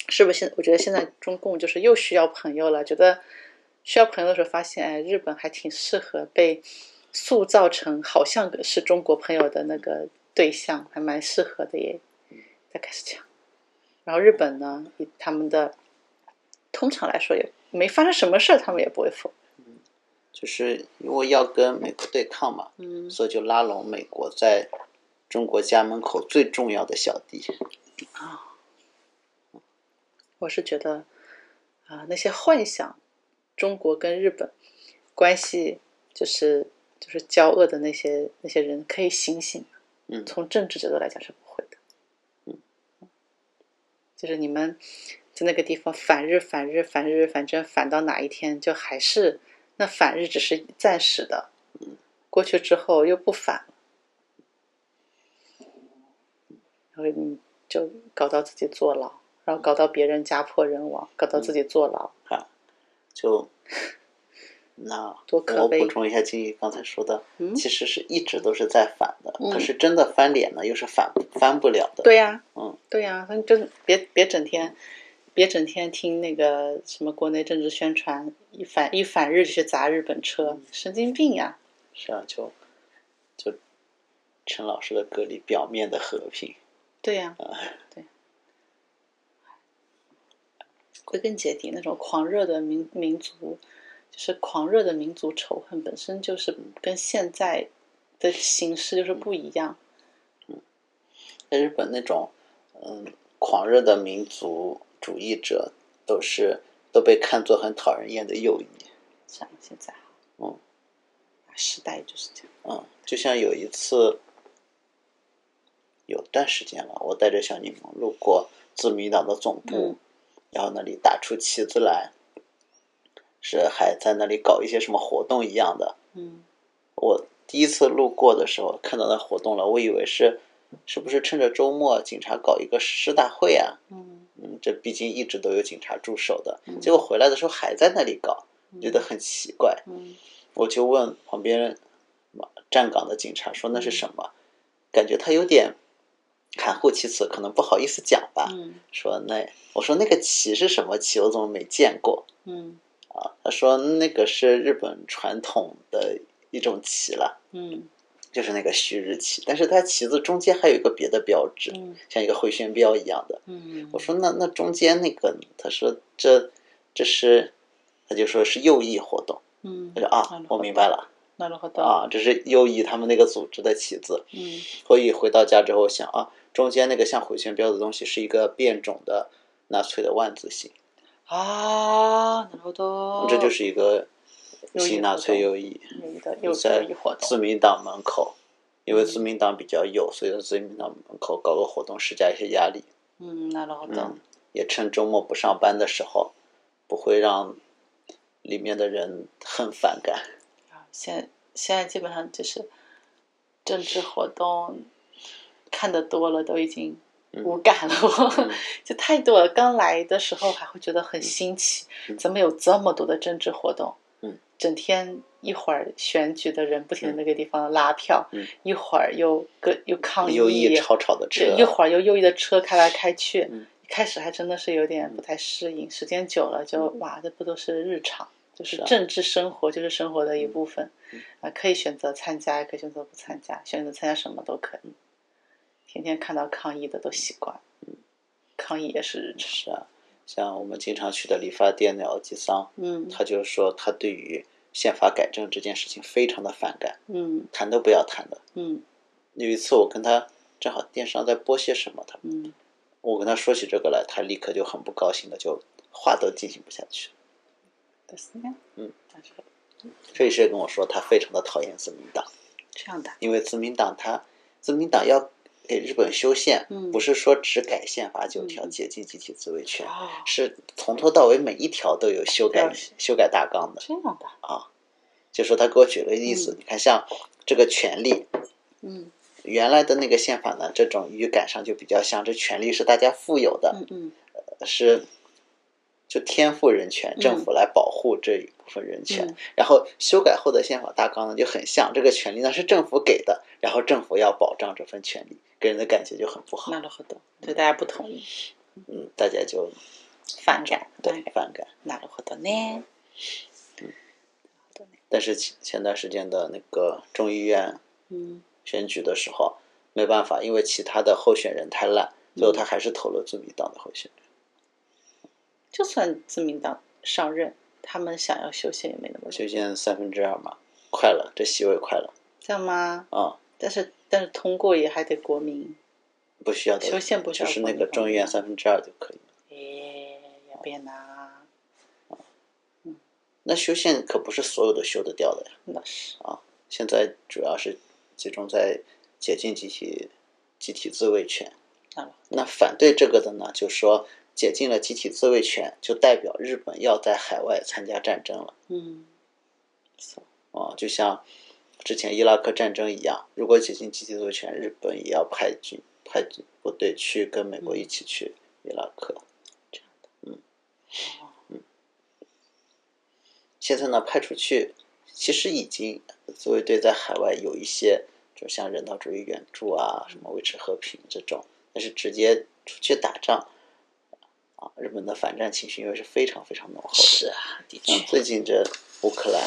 Speaker 2: 是不是现？我觉得现在中共就是又需要朋友了。觉得需要朋友的时候，发现哎，日本还挺适合被塑造成好像是中国朋友的那个对象，还蛮适合的耶。再开始讲，然后日本呢，以他们的通常来说也没发生什么事儿，他们也不会否。
Speaker 1: 就是因为要跟美国对抗嘛，
Speaker 2: 嗯
Speaker 1: 所以就拉拢美国在中国家门口最重要的小弟。
Speaker 2: 我是觉得啊、那些幻想中国跟日本关系就是就是交恶的那些那些人，可以醒醒。
Speaker 1: 嗯
Speaker 2: 从政治角度来讲是不会的。嗯就是你们在那个地方反日、反日、反日，反正反到哪一天，就还是那反日只是暂时的，过去之后又不反了，然后你就搞到自己坐牢，然后搞到别人家破人亡，搞到自己坐牢。
Speaker 1: 啊， 就那
Speaker 2: 多可
Speaker 1: 我
Speaker 2: 悲
Speaker 1: 补充一下金鱼刚才说的，
Speaker 2: 嗯
Speaker 1: 其实是一直都是在反的，
Speaker 2: 嗯
Speaker 1: 可是真的翻脸呢，又是反翻不了的。
Speaker 2: 对呀、
Speaker 1: 嗯，
Speaker 2: 对呀、那你就别别整天，别整天听那个什么国内政治宣传，一反一反日就去砸日本车，神经病呀、
Speaker 1: 是啊，就就陈老师的歌里表面的和平，
Speaker 2: 对呀、对。归根结底，那种狂热的民民族，就是狂热的民族仇恨，本身就是跟现在的形势就是不一样。
Speaker 1: 在日本那种嗯狂热的民族主义者都是都被看作很讨人厌的右翼。
Speaker 2: 像现在，啊
Speaker 1: 嗯，
Speaker 2: 时代就是这样。
Speaker 1: 嗯，就像有一次，有段时间了，我带着小柠檬路过自民党的总部，
Speaker 2: 嗯
Speaker 1: 然后那里打出旗子来，是还在那里搞一些什么活动一样的。
Speaker 2: 嗯
Speaker 1: 我第一次路过的时候看到那活动了，我以为是是不是趁着周末警察搞一个师大会啊？
Speaker 2: 嗯
Speaker 1: 嗯，这毕竟一直都有警察驻守的，
Speaker 2: 嗯
Speaker 1: 结果回来的时候还在那里搞，觉得很奇怪。
Speaker 2: 嗯
Speaker 1: 我就问旁边站岗的警察说那是什么，感觉他有点含糊其辞，可能不好意思讲吧。
Speaker 2: 嗯
Speaker 1: 说那我说那个旗是什么旗，我怎么没见过
Speaker 2: 嗯
Speaker 1: 啊？他说那个是日本传统的一种旗了，
Speaker 2: 嗯
Speaker 1: 就是那个旭日旗，但是它旗子中间还有一个别的标志，
Speaker 2: 嗯
Speaker 1: 像一个回旋镖一样的。
Speaker 2: 嗯
Speaker 1: 我说那那中间那个呢，他说这这是，他就说是右翼活动。
Speaker 2: 嗯
Speaker 1: 他说啊，我明白了
Speaker 2: なるほど。
Speaker 1: 啊，这是右翼他们那个组织的旗帜。
Speaker 2: 嗯
Speaker 1: 所以回到家之后我想啊，中间那个像回旋镖的东西是一个变种的纳粹的万字形，
Speaker 2: 啊，なるほど。
Speaker 1: 这就是一个
Speaker 2: 右翼
Speaker 1: 新纳
Speaker 2: 活
Speaker 1: 粹
Speaker 2: 动
Speaker 1: 右翼。
Speaker 2: 友谊的友
Speaker 1: 在
Speaker 2: 谊活
Speaker 1: 自
Speaker 2: 动。嗯
Speaker 1: 民党门口，因为自民党比较右，所以在自民党门口搞个活动，施加一些压力。
Speaker 2: 嗯，なるほど
Speaker 1: 嗯。，也趁周末不上班的时候，不会让里面的人很反感。
Speaker 2: 啊现现在基本上就是政治活动看得多了，都已经无感了。
Speaker 1: 嗯
Speaker 2: 就太多了。刚来的时候还会觉得很新奇，
Speaker 1: 嗯
Speaker 2: 怎么有这么多的政治活动？
Speaker 1: 嗯，
Speaker 2: 整天一会儿选举的人不停地那个地方拉票，
Speaker 1: 嗯
Speaker 2: 一会儿又各又抗议，
Speaker 1: 右翼吵吵的啊
Speaker 2: 这
Speaker 1: 车
Speaker 2: 一，会儿又右翼的车开来开去。
Speaker 1: 嗯
Speaker 2: 一开始还真的是有点不太适应，时间久了就哇，这不都是日常，就是
Speaker 1: 是啊
Speaker 2: 政治生活就是生活的一部分，啊，可以选择参加，也可以选择不参加，选择参加什么都可以。天天看到抗议的都习惯，抗议也嗯是日常。
Speaker 1: 是啊，像我们经常去的理发店的奥吉桑，
Speaker 2: 嗯
Speaker 1: 他就说他对于宪法改正这件事情非常的反感，
Speaker 2: 嗯
Speaker 1: 谈都不要谈的。
Speaker 2: 嗯
Speaker 1: 有一次我跟他正好电视上在播些什么，他
Speaker 2: 嗯，
Speaker 1: 我跟他说起这个来，他立刻就很不高兴的，就话都进行不下去了。
Speaker 2: ですね。
Speaker 1: 嗯，
Speaker 2: 但是
Speaker 1: 这也是跟我说他非常的讨厌自民党，
Speaker 2: 这样的。
Speaker 1: 因为自民党他自民党要给日本修宪，
Speaker 2: 嗯
Speaker 1: 不是说只改宪法九条
Speaker 2: 嗯
Speaker 1: 解禁集体自卫权，
Speaker 2: 哦，
Speaker 1: 是从头到尾每一条都有修
Speaker 2: 都
Speaker 1: 改
Speaker 2: 要修
Speaker 1: 修改大纲的。
Speaker 2: 这样的。
Speaker 1: 就说他给我举了个例子，你看像这个权利，
Speaker 2: 嗯
Speaker 1: 原来的那个宪法呢，这种语感上就比较像，这权利是大家富有的，
Speaker 2: 嗯嗯
Speaker 1: 是就天赋人权，
Speaker 2: 嗯
Speaker 1: 政府来保护这一部分人权。
Speaker 2: 嗯
Speaker 1: 然后修改后的宪法大纲呢，就很像这个权利呢是政府给的，然后政府要保障这份权利，给人的感觉就很不好
Speaker 2: な。るほど。对大家不同意，
Speaker 1: 嗯，大家就
Speaker 2: 反感。
Speaker 1: 对反感。
Speaker 2: なるほどね。
Speaker 1: 但是前前段时间的那个众议院
Speaker 2: 嗯
Speaker 1: 选举的时候，没办法，因为其他的候选人太烂，最
Speaker 2: 嗯
Speaker 1: 后他还是投了自民党的候选人。，
Speaker 2: 就算自民党上任，他们想要修宪也没那么容易，
Speaker 1: 修宪三分之二嘛，快了，这席位快了
Speaker 2: 这样吗？
Speaker 1: 啊、
Speaker 2: 但是但是通过也还得国民，
Speaker 1: 不需要的
Speaker 2: 修宪不需
Speaker 1: 就
Speaker 2: 要
Speaker 1: 是
Speaker 2: 国
Speaker 1: 那
Speaker 2: 民
Speaker 1: 个众议院三分之二就可以。
Speaker 2: 诶，要变呐，
Speaker 1: 那修宪可不是所有的修得掉的呀，
Speaker 2: 那是
Speaker 1: 现在主要是集中在解禁集体集体自卫权。
Speaker 2: 啊
Speaker 1: 那反对这个的呢，就说解禁了集体自卫权，就代表日本要在海外参加战争了
Speaker 2: 嗯，so，
Speaker 1: 啊、就像之前伊拉克战争一样，如果解禁集体自卫权，日本也要派军派军部队去跟美国一起去伊拉克。嗯现在呢派出去，其实已经自卫队在海外有一些，就像人道主义援助啊，什么维持和平这种，但是直接出去打仗，啊，日本的反战情绪因为是非常非常浓厚的。
Speaker 2: 是啊，的
Speaker 1: 像
Speaker 2: 确，
Speaker 1: 最近这乌克兰，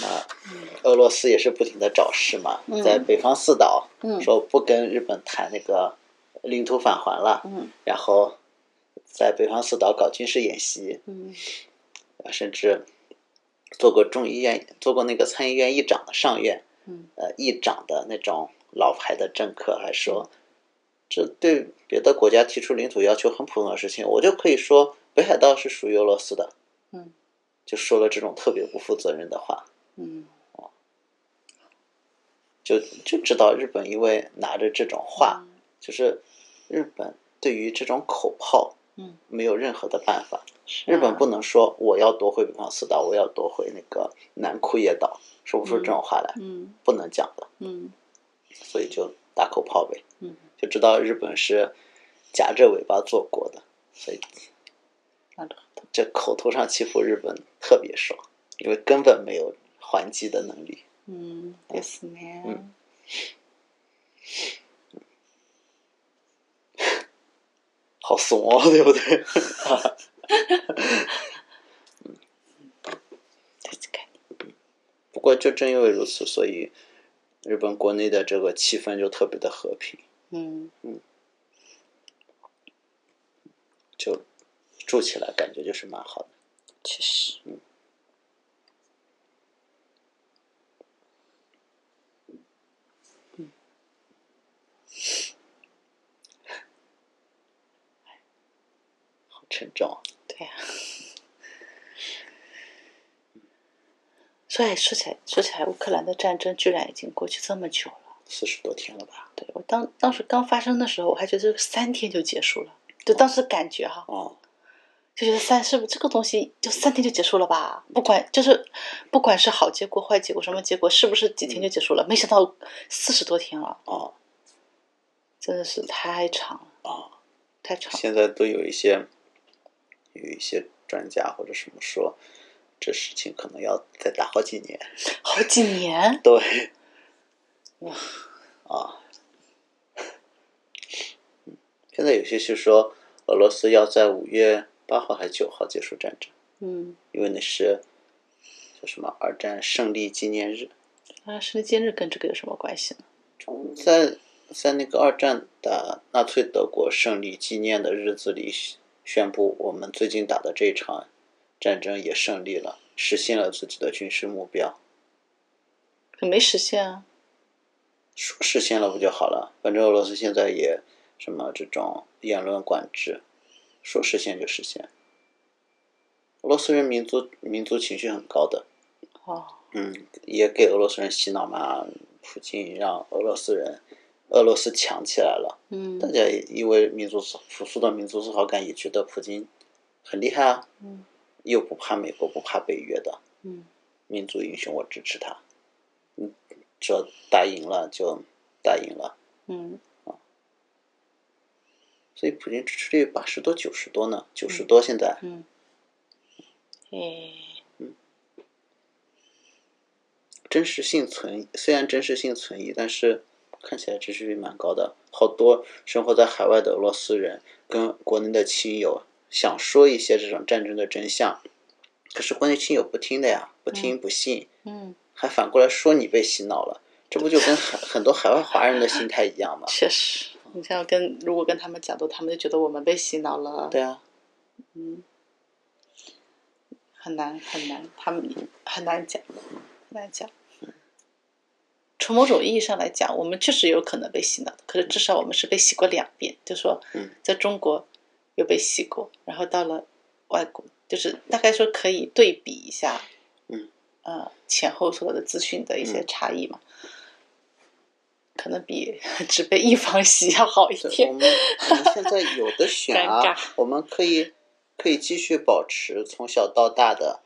Speaker 1: 那俄罗斯也是不停的找事嘛，
Speaker 2: 嗯
Speaker 1: 在北方四岛
Speaker 2: 嗯
Speaker 1: 说不跟日本谈那个领土返还了，
Speaker 2: 嗯
Speaker 1: 然后在北方四岛搞军事演习，呃
Speaker 2: 嗯
Speaker 1: 甚至做过众议院、做过那个参议院议长的上院，
Speaker 2: 嗯
Speaker 1: 呃，议长的那种老牌的政客还说，
Speaker 2: 嗯
Speaker 1: 这对别的国家提出领土要求很普通的事情，我就可以说北海道是属于俄罗斯的，
Speaker 2: 嗯
Speaker 1: 就说了这种特别不负责任的话，
Speaker 2: 嗯，
Speaker 1: 就就知道日本因为拿着这种
Speaker 2: 嗯
Speaker 1: 话，就是日本对于这种口号，
Speaker 2: 嗯，
Speaker 1: 没有任何的办法，
Speaker 2: 是啊
Speaker 1: 日本不能说我要夺回北方四岛，我要夺回那个南库页岛，说不出这种话来，
Speaker 2: 嗯
Speaker 1: 不能讲的，
Speaker 2: 嗯
Speaker 1: 所以就打口炮呗，
Speaker 2: 嗯，
Speaker 1: 就知道日本是夹着尾巴做国的，所以
Speaker 2: 那都懂
Speaker 1: 这口头上欺负日本特别爽，因为根本没有还击的能力。
Speaker 2: 嗯ですね。
Speaker 1: 嗯好怂哦， 对不对？
Speaker 2: 確かに。
Speaker 1: 不过就正因为如此，所以日本国内的这个气氛就特别的和平，
Speaker 2: 嗯，
Speaker 1: 就住起来感觉就是蛮好的。
Speaker 2: 确实，
Speaker 1: 好沉重啊，
Speaker 2: 对呀、所以说起来，说起来，乌克兰的战争居然已经过去这么久了。
Speaker 1: 四十多天了吧？
Speaker 2: 对我当当时刚发生的时候，我还觉得三天就结束了，就当时感觉哈，
Speaker 1: 哦，
Speaker 2: 就觉得三是不是这个东西就三天就结束了吧？不管就是不管是好结果、坏结果、什么结果，是不是几天就结束了？没想到四十多天了，
Speaker 1: 哦，
Speaker 2: 真的是太长了，
Speaker 1: 哦，
Speaker 2: 太长了。
Speaker 1: 现在都有一些有一些专家或者什么说，这事情可能要再打好几年。
Speaker 2: 好几年，
Speaker 1: 对，哇啊！现在有些是说俄罗斯要在五月八号还是九号结束战争，
Speaker 2: 嗯，
Speaker 1: 因为那是叫什么二战胜利纪念日，
Speaker 2: 啊，生日今日跟这个有什么关系呢？
Speaker 1: 在在那个二战打纳粹德国胜利纪念的日子里，宣布我们最近打的这场战争也胜利了，实现了自己的军事目标。
Speaker 2: 可没实现啊，
Speaker 1: 说实现了不就好了？反正俄罗斯现在也什么这种言论管制，说实现就实现。俄罗斯人民族民族情绪很高的，
Speaker 2: 哦，
Speaker 1: 嗯，也给俄罗斯人洗脑嘛。普京让俄罗斯人，俄罗斯强起来了，
Speaker 2: 嗯
Speaker 1: 大家也因为民族自朴素的民族自豪感，也觉得普京很厉害啊，
Speaker 2: 嗯
Speaker 1: 又不怕美国，不怕北约的，
Speaker 2: 嗯
Speaker 1: 民族英雄，我支持他。嗯，这打赢了就打赢了。
Speaker 2: 嗯
Speaker 1: 所以普京支持率八十多、九十多呢，九十多现在，
Speaker 2: 嗯，诶，
Speaker 1: 真实性存疑，虽然真实性存疑，但是看起来支持率蛮高的。好多生活在海外的俄罗斯人跟国内的亲友想说一些这种战争的真相，可是国内亲友不听的呀，不听不信，
Speaker 2: 嗯，
Speaker 1: 还反过来说你被洗脑了，这不就跟海很多海外华人的心态一样吗？
Speaker 2: 确实，你像跟如果跟他们讲的，他们就觉得我们被洗脑了，
Speaker 1: 对啊，
Speaker 2: 很难很难，他
Speaker 1: 嗯
Speaker 2: 们很难讲，很难讲。从某种意义上来讲，我们确实有可能被洗脑的，可是至少我们是被洗过两遍，就说
Speaker 1: 嗯
Speaker 2: 在中国有被洗过，然后到了外国，就是大概说可以对比一下，
Speaker 1: 嗯，
Speaker 2: 呃，前后所有的资讯的一些差异嘛，可能比 只被一方洗要好一
Speaker 1: 对，我
Speaker 2: 点。
Speaker 1: 们我们现在有的选
Speaker 2: 尴
Speaker 1: 啊
Speaker 2: 尬，
Speaker 1: 我们可以可以继续保持从小到大的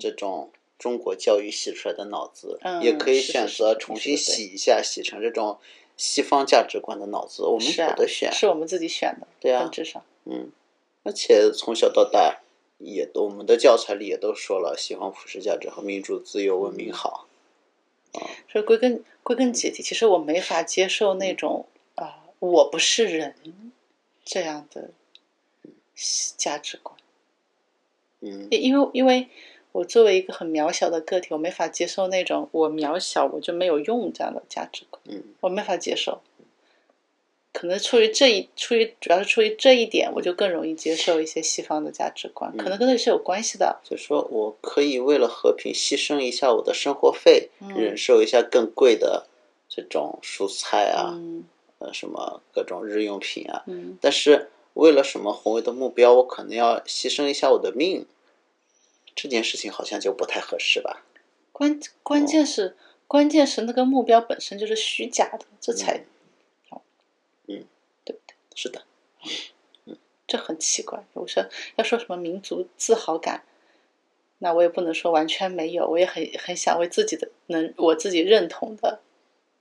Speaker 1: 这种中国教育洗出来的脑子，
Speaker 2: 嗯
Speaker 1: 也可以
Speaker 2: 是是
Speaker 1: 选
Speaker 2: 是
Speaker 1: 择
Speaker 2: 你
Speaker 1: 重
Speaker 2: 说
Speaker 1: 新
Speaker 2: 得对
Speaker 1: 洗一下，洗成这种西方价值观的脑子。我们
Speaker 2: 是
Speaker 1: 有
Speaker 2: 啊
Speaker 1: 的选，，
Speaker 2: 是我们自己选的，
Speaker 1: 对啊
Speaker 2: 本质上，
Speaker 1: 嗯，而且从小到大也我们的教材里也都说了，西方普世价值和民主、自由、
Speaker 2: 嗯
Speaker 1: 文明好。
Speaker 2: 所以归根归根结底，其实我没法接受那种啊、我不是人这样的价值观，
Speaker 1: 嗯
Speaker 2: 因因为因为我作为一个很渺小的个体，我没法接受那种我渺小我就没有用这样的价值观，
Speaker 1: 嗯
Speaker 2: 我没法接受。可能出于这一，出于主要是出于这一点，我就更容易接受一些西方的价值观，可能跟这是有关系的。
Speaker 1: 就说我可以为了和平牺牲一下我的生活费，
Speaker 2: 嗯
Speaker 1: 忍受一下更贵的这种蔬菜啊，
Speaker 2: 嗯
Speaker 1: 呃，什么各种日用品啊。
Speaker 2: 嗯，
Speaker 1: 但是为了什么宏伟的目标，我可能要牺牲一下我的命，这件事情好像就不太合适吧？
Speaker 2: 关关
Speaker 1: 哦
Speaker 2: 键是关键是那个目标本身就是虚假的，这才
Speaker 1: 嗯是的，
Speaker 2: 这很奇怪。我说要说什么民族自豪感，那我也不能说完全没有，我也很很想为自己的能我自己认同的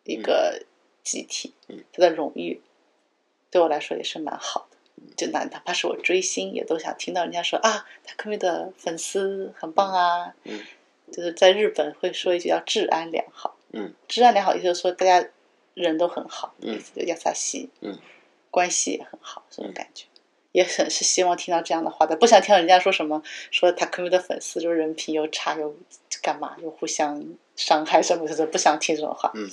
Speaker 2: 一个集体，
Speaker 1: 嗯
Speaker 2: 它的荣誉，对我来说也是蛮好的。
Speaker 1: 嗯
Speaker 2: 就哪哪怕是我追星，也都想听到人家说啊，他科密的粉丝很棒啊。
Speaker 1: 嗯
Speaker 2: 就是在日本会说一句叫治安良好。
Speaker 1: 嗯，
Speaker 2: 治安良好，也就是说大家人都很好，
Speaker 1: 嗯
Speaker 2: 意思就亚萨西，
Speaker 1: 嗯，
Speaker 2: 关系也很好，这种
Speaker 1: 嗯
Speaker 2: 感觉。也很是希望听到这样的话的，不想听到人家说什么说塔克米的粉丝就是人品又差又干嘛又互相伤害什么，就是不想听这种话。
Speaker 1: 嗯，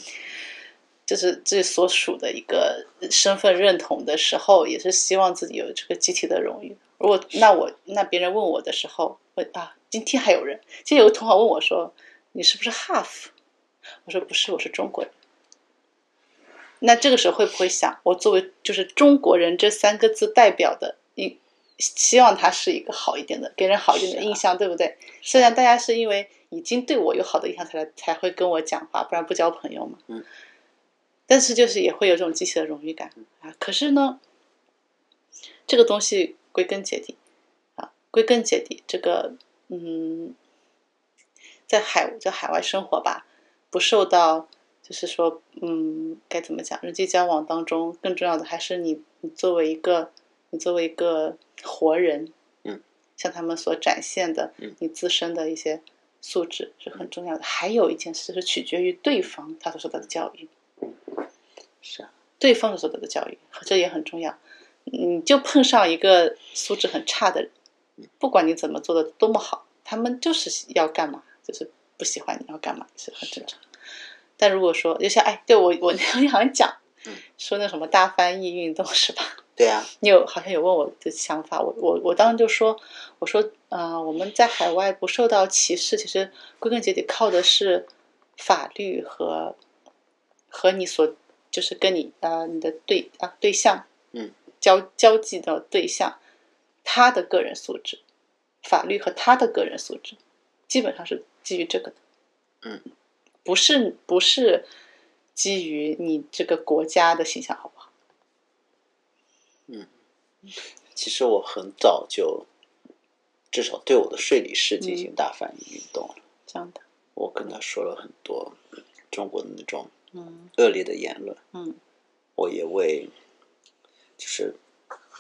Speaker 2: 就是自己所属的一个身份认同的时候，也是希望自己有这个集体的荣誉。如果那我那别人问我的时候，我啊，今天还有人，今天有个同行问我说：“你是不是 half？” 我说：“不是，我是中国人。”那这个时候会不会想，我作为就是中国人这三个字代表的一，希望他是一个好一点的，给人好一点的印象，对不对？虽然大家是因为已经对我有好的印象才来才会跟我讲话，不然不交朋友嘛。
Speaker 1: 嗯。
Speaker 2: 但是就是也会有这种集体的荣誉感啊。可是呢，这个东西归根结底啊，归根结底，这个嗯，在海在海外生活吧，不受到就是说嗯该怎么讲，人际交往当中更重要的还是你你作为一个你作为一个活人，
Speaker 1: 嗯，
Speaker 2: 向他们所展现的
Speaker 1: 嗯
Speaker 2: 你自身的一些素质是很重要的。还有一件事是取决于对方他所受到的教育。
Speaker 1: 是啊，
Speaker 2: 对方所得的教育，这也很重要。你就碰上一个素质很差的人，不管你怎么做的多么好，他们就是要干嘛，就是不喜欢你要干嘛，是很正常。但如果说，就像哎，对我我 你好像讲
Speaker 1: 嗯，
Speaker 2: 说那什么大翻译运动是吧？
Speaker 1: 对啊，
Speaker 2: 你有好像有问我的想法，我我我当时就说，我说啊、呃我们在海外不受到歧视，其实归根结底靠的是法律和和你所就是跟你啊、呃你的对啊对象，
Speaker 1: 嗯，
Speaker 2: 交交际的对象，他的个人素质，法律和他的个人素质，基本上是基于这个的，
Speaker 1: 嗯，
Speaker 2: 不是不是基于你这个国家的形象好不好？
Speaker 1: 其实我很早就，至少对我的税理师进行大翻译运动了。
Speaker 2: 这样的，
Speaker 1: 我跟他说了很多中国的那种
Speaker 2: 嗯
Speaker 1: 恶劣的言论，
Speaker 2: 嗯。
Speaker 1: 我也为就是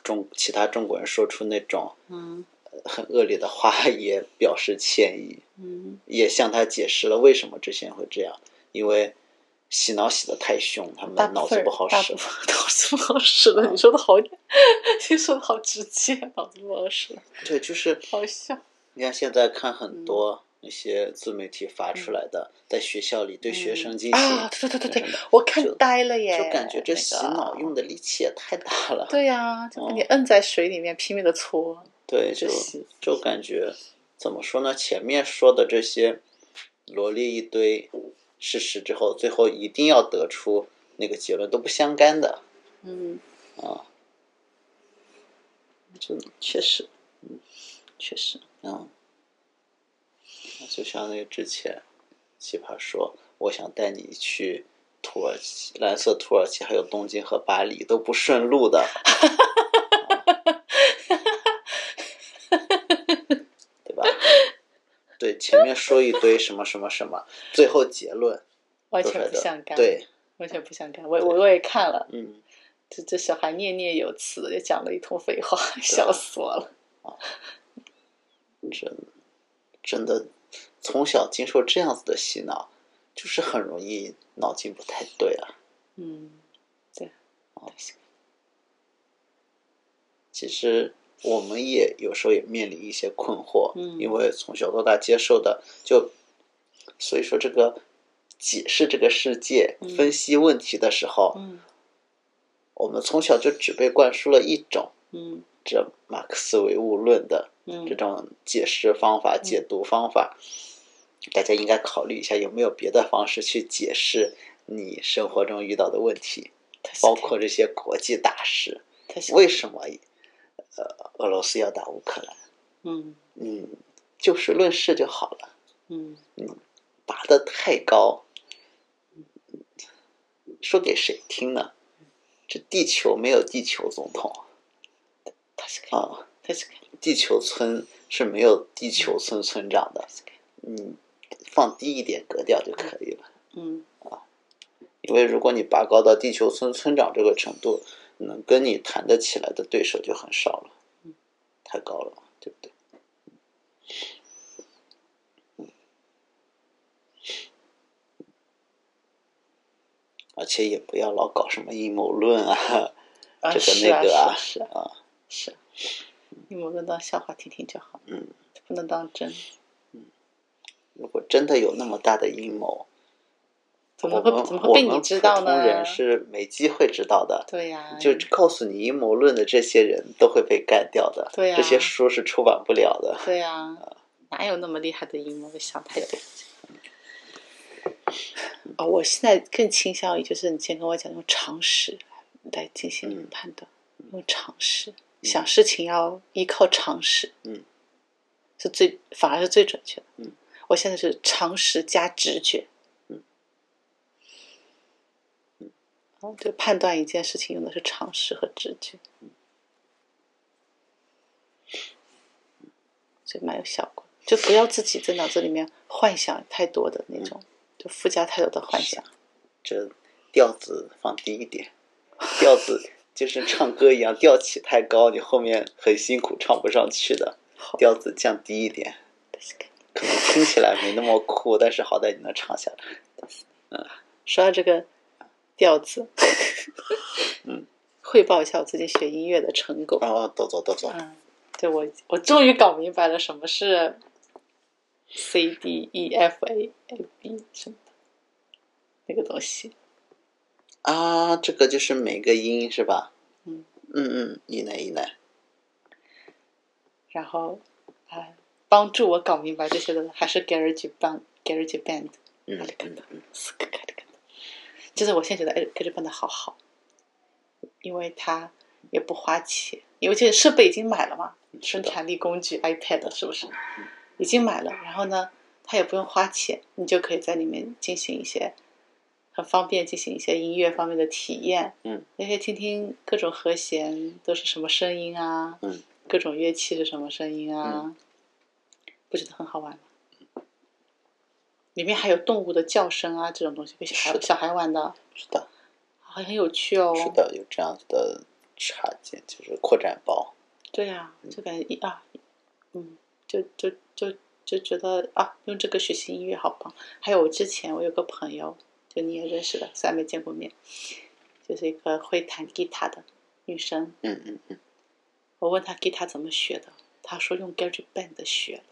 Speaker 1: 中其他中国人说出那种
Speaker 2: 嗯
Speaker 1: 很恶劣的话 也表示歉意，
Speaker 2: 嗯
Speaker 1: 也向他解释了为什么这些人会这样，因为洗脑洗的太凶，他们
Speaker 2: 大部
Speaker 1: 脑
Speaker 2: 分
Speaker 1: 子
Speaker 2: 人
Speaker 1: 不好
Speaker 2: 大
Speaker 1: 使嗯
Speaker 2: 部。分脑子不好使的，你说的好， 你说的好直接，脑子不好使，
Speaker 1: 对，就是
Speaker 2: 好笑。
Speaker 1: 你看现在看
Speaker 2: 嗯
Speaker 1: 很多那些自媒体发出来的，在学校里对学生进行
Speaker 2: 啊，对对对对
Speaker 1: 什
Speaker 2: 对
Speaker 1: 么，
Speaker 2: 我看呆了耶，
Speaker 1: 就感觉这
Speaker 2: 那个
Speaker 1: 洗脑用嗯的力气也太大了。
Speaker 2: 对呀，就把你摁在水里面拼命的搓，
Speaker 1: 对，
Speaker 2: 这
Speaker 1: 就
Speaker 2: 洗
Speaker 1: 就感觉怎么说呢？前面说的这些罗列一堆事实之后，最后一定要得出那个结论都不相干的。
Speaker 2: 嗯
Speaker 1: 啊，
Speaker 2: 这确实，确实，
Speaker 1: 嗯，就像那个之前奇葩说，我想带你去土耳其、蓝色土耳其，还有东京和巴黎都不顺路的。对吧？对，前面说一堆什么什么什么，最后结论
Speaker 2: 完
Speaker 1: 都
Speaker 2: 全
Speaker 1: 是
Speaker 2: 不相干，，
Speaker 1: 对，
Speaker 2: 完全不相干。我我我也看了，
Speaker 1: 嗯，
Speaker 2: 这这小孩念念有词，也讲了一通废话，
Speaker 1: 啊
Speaker 2: 笑死我了。
Speaker 1: 真真的从小经受这样子的洗脑，就是很容易脑筋不太对啊。
Speaker 2: 嗯，对，
Speaker 1: 其实我们也有时候也面临一些困惑，
Speaker 2: 嗯
Speaker 1: 因为从小到大接受的就，所以说这个解释这个世界、
Speaker 2: 嗯
Speaker 1: 分析问题的时候，
Speaker 2: 嗯
Speaker 1: 我们从小就只被灌输了一种
Speaker 2: 嗯
Speaker 1: 这马克思唯物论的
Speaker 2: 嗯，
Speaker 1: 这种解释方法、解读方法。大家应该考虑一下有没有别的方式去解释你生活中遇到的问题，包括这些国际大事。
Speaker 2: 他
Speaker 1: 为什么呃俄罗斯要打乌克兰？
Speaker 2: 嗯
Speaker 1: 嗯，就事论事就好了，
Speaker 2: 嗯
Speaker 1: 拔得太高，说给谁听呢？这地球没有地球总统
Speaker 2: 他是可以
Speaker 1: 啊，
Speaker 2: 他是可以
Speaker 1: 地球村是没有地球村村长的
Speaker 2: 他，是可以
Speaker 1: 嗯，放低一点格调就可以了。
Speaker 2: 嗯
Speaker 1: 因为如果你拔高到地球村村长这个程度，能跟你谈得起来的对手就很少了，太高了嘛，对不对？而且也不要老搞什么阴谋论啊，
Speaker 2: 啊
Speaker 1: 这个
Speaker 2: 是
Speaker 1: 那个
Speaker 2: 啊
Speaker 1: 啊
Speaker 2: 是啊
Speaker 1: 啊，
Speaker 2: 是啊，阴谋论当笑话听听就好，
Speaker 1: 嗯，
Speaker 2: 不能当真。
Speaker 1: 如果真的有那么大的阴谋，
Speaker 2: 怎
Speaker 1: 我
Speaker 2: 么会
Speaker 1: 们
Speaker 2: 怎么
Speaker 1: 我
Speaker 2: 会被你
Speaker 1: 们
Speaker 2: 知
Speaker 1: 普
Speaker 2: 道
Speaker 1: 通
Speaker 2: 呢？
Speaker 1: 人是没机会知道的。
Speaker 2: 对呀、
Speaker 1: 就告诉你阴谋论的这些人都会被干掉的，
Speaker 2: 对呀
Speaker 1: 这些书是出版不了的。
Speaker 2: 对呀、呃哪有那么厉害的阴谋？想太多。 哦，我现在更倾向于就是你先跟我讲用常识来进行
Speaker 1: 嗯
Speaker 2: 判断，用常识、想事情要依靠常识，
Speaker 1: 嗯，
Speaker 2: 是最反而是最准确的。
Speaker 1: 嗯，
Speaker 2: 我现在是常识加直觉，
Speaker 1: 嗯
Speaker 2: 嗯，就判断一件事情用的是常识和直觉，所以蛮有效果。就不要自己在脑子里面幻想太多的那种，就附加太多的幻想。
Speaker 1: 这调子放低一点，调子就是唱歌一样，调起太高，你后面很辛苦唱不上去的。
Speaker 2: 好，
Speaker 1: 调子降低一点，可能听起来没那么酷，但是好歹你能唱下来。
Speaker 2: 说到这个调子，
Speaker 1: 嗯，
Speaker 2: 汇报一下我最近学音乐的成果。
Speaker 1: 哦，哆嗦哆嗦，
Speaker 2: 嗯，对我我终于搞明白了什么是 C D E F A A B 什么的那个东西。
Speaker 1: 啊，这个就是每个音是吧？
Speaker 2: 嗯
Speaker 1: 嗯嗯，一奶一奶，
Speaker 2: 然后啊、帮助我搞明白这些的还是 Garage Band Garage Band。
Speaker 1: 嗯
Speaker 2: 啊这个
Speaker 1: 嗯嗯
Speaker 2: 斯克克克就是我现在觉得哎，格 a 办的好好，因为它也不花钱，因为这个设备已经买了嘛，生产力工具 iPad 是不是已经买了？然后呢，它也不用花钱，你就可以在里面进行一些很方便进行一些音乐方面的体验，
Speaker 1: 嗯，
Speaker 2: 也可以听听各种和弦都是什么声音啊，
Speaker 1: 嗯，
Speaker 2: 各种乐器是什么声音啊，不觉得很好玩吗？里面还有动物的叫声啊，这种东西给小
Speaker 1: 是
Speaker 2: 孩
Speaker 1: 的
Speaker 2: 小孩玩的，
Speaker 1: 是的，
Speaker 2: 很很有趣哦。
Speaker 1: 是的，有这样子的插件，就是扩展包。
Speaker 2: 对呀、就感觉一啊，嗯，就就就就觉得啊，用这个学习音乐好棒。还有我之前我有个朋友，就你也认识的，虽然没见过面，就是一个会弹吉他的女生。
Speaker 1: 嗯嗯嗯，
Speaker 2: 我问她吉他怎么学的，她说用 GarageBand 学的。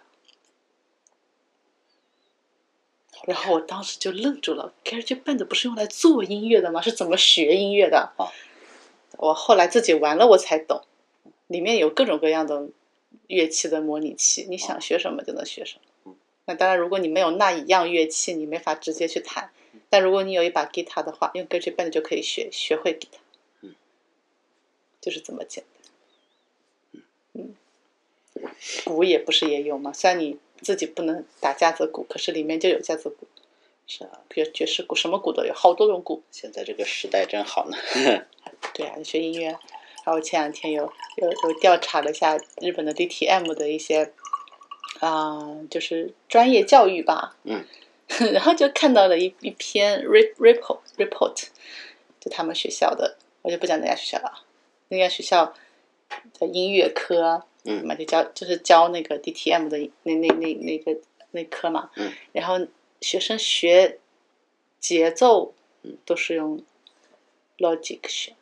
Speaker 2: 然后我当时就愣住了，GarageBand 不是用来做音乐的吗？是怎么学音乐的？
Speaker 1: 哦
Speaker 2: 我后来自己玩了，我才懂，里面有各种各样的乐器的模拟器，你想学什么就能学什么
Speaker 1: 哦嗯。
Speaker 2: 那当然，如果你没有那一样乐器，你没法直接去弹。
Speaker 1: 嗯
Speaker 2: 但如果你有一把吉他的话，用 GarageBand 就可以学学会吉他。
Speaker 1: 嗯，
Speaker 2: 就是这么简单。嗯，鼓也不是也有吗？虽然你自己不能打架子鼓，可是里面就有架子鼓。
Speaker 1: 是啊，
Speaker 2: 比如爵士鼓，什么鼓都有，好多种鼓。
Speaker 1: 现在这个时代真好呢。
Speaker 2: 对啊，学音乐。然后前两天有有有调查了一下日本的 DTM 的一些，啊、就是专业教育吧。
Speaker 1: 嗯。
Speaker 2: 然后就看到了一一篇 re- report report，就他们学校的，我就不讲那家学校了啊。那家学校的音乐科，
Speaker 1: 嗯
Speaker 2: 嘛就教就是教那个 DTM 的那那那那个那科嘛。
Speaker 1: 嗯。
Speaker 2: 然后学生学节奏
Speaker 1: 嗯，
Speaker 2: 都是用 Logic 学。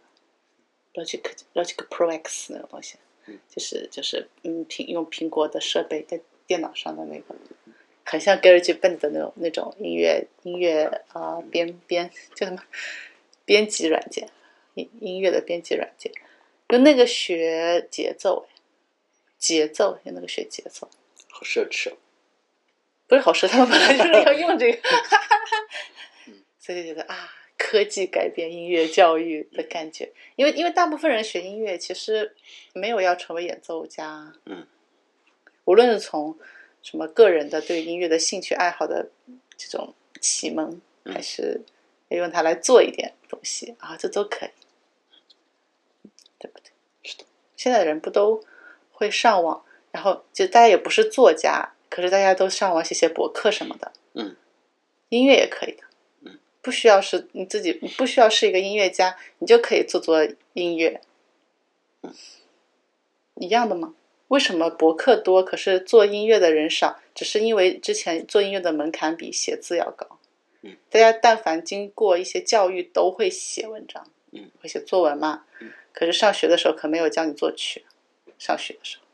Speaker 2: Logic Logic Pro X 那个东西，
Speaker 1: 嗯
Speaker 2: 就是就是嗯苹用苹果的设备在电脑上的那个，很像 GarageBand 的那种那种音乐音乐啊、呃编编叫什么编辑软件，音音乐的编辑软件，用那个学节奏，哎节奏用那个学节奏，
Speaker 1: 好奢侈哦，
Speaker 2: 不是好说，他们本来就是要用这个，所以就觉得啊，科技改变音乐教育的感觉，因为因为大部分人学音乐其实没有要成为演奏家，
Speaker 1: 嗯，
Speaker 2: 无论是从什么个人的对音乐的兴趣爱好的这种启蒙，
Speaker 1: 嗯
Speaker 2: 还是要用它来做一点东西啊，这都可以，对不对？
Speaker 1: 是的，
Speaker 2: 现在的人不都会上网，然后就大家也不是作家，可是大家都上网写写博客什么的，
Speaker 1: 嗯，
Speaker 2: 音乐也可以的，
Speaker 1: 嗯，
Speaker 2: 不需要是你自己，你不需要是一个音乐家，你就可以做做音乐，
Speaker 1: 嗯，
Speaker 2: 一样的嘛。为什么博客多，可是做音乐的人少？只是因为之前做音乐的门槛比写字要高，
Speaker 1: 嗯，
Speaker 2: 大家但凡经过一些教育，都会写文章，
Speaker 1: 嗯，
Speaker 2: 会写作文嘛，
Speaker 1: 嗯，
Speaker 2: 可是上学的时候可没有教你作曲，上学的时候。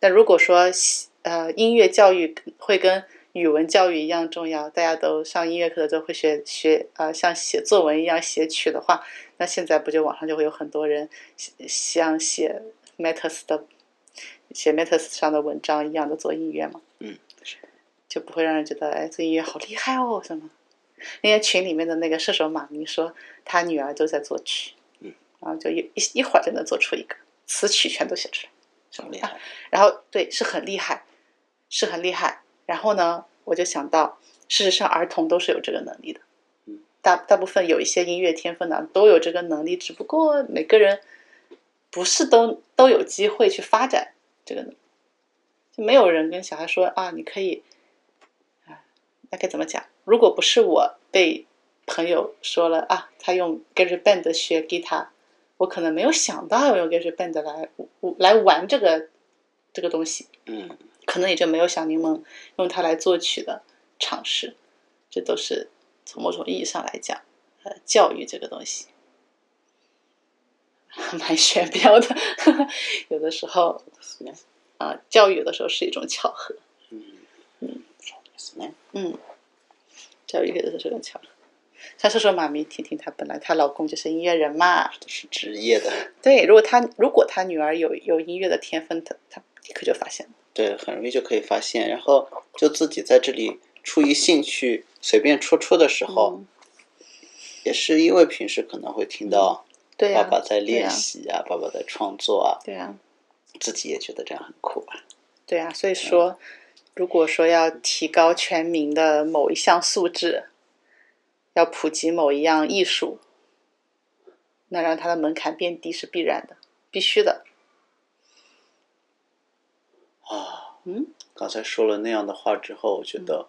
Speaker 2: 但如果说西呃音乐教育会跟语文教育一样重要，大家都上音乐课的时候会学学啊、呃，像写作文一样写曲的话，那现在不就网上就会有很多人像写 Metis 的写 Metis 上的文章一样的做音乐嘛？
Speaker 1: 嗯，
Speaker 2: 就不会让人觉得哎，这音乐好厉害哦什么。那天群里面的那个射手马明说，他女儿都在作曲，
Speaker 1: 嗯，
Speaker 2: 然后就一一一会儿就能做出一个词曲全都写出来。
Speaker 1: 很厉害。
Speaker 2: 然后对，是很厉害，是很厉害。然后呢，我就想到，事实上儿童都是有这个能力的
Speaker 1: 嗯，
Speaker 2: 大大部分有一些音乐天分的都有这个能力，只不过每个人不是都都有机会去发展这个能力，就没有人跟小孩说啊，你可以，啊，那该怎么讲？如果不是我被朋友说了啊，他用 GarageBand 学吉他，我可能没有想到要用 GarageBand 来来玩这个这个东西，
Speaker 1: 嗯，
Speaker 2: 可能也就没有小柠檬用它来作曲的尝试。这都是从某种意义上来讲，呃，教育这个东西 蛮玄妙的。 有的时候
Speaker 1: 是呢，
Speaker 2: 啊、教育有的时候是一种巧合，
Speaker 1: 是呢，
Speaker 2: 嗯，教育有的时候是一种巧合。像射手妈咪婷婷，她本来她老公就是音乐人嘛，
Speaker 1: 这是职业的，
Speaker 2: 对，如果她如果她女儿有有音乐的天分，她她立刻就发现了。
Speaker 1: 对，很容易就可以发现。然后就自己在这里出于兴趣随便戳戳的时候，
Speaker 2: 嗯
Speaker 1: 也是因为平时可能会听到
Speaker 2: 嗯对呀、
Speaker 1: 爸爸在
Speaker 2: 对呀
Speaker 1: 练习啊，爸爸在创作啊，
Speaker 2: 对呀、
Speaker 1: 自己也觉得这样很酷啊吧。
Speaker 2: 对呀、所以说，如果说要提高全民的某一项素质，要普及某一样艺术，那让它的门槛变低是必然的，必须的。
Speaker 1: 啊，
Speaker 2: 嗯，
Speaker 1: 刚才说了那样的话之后，我觉得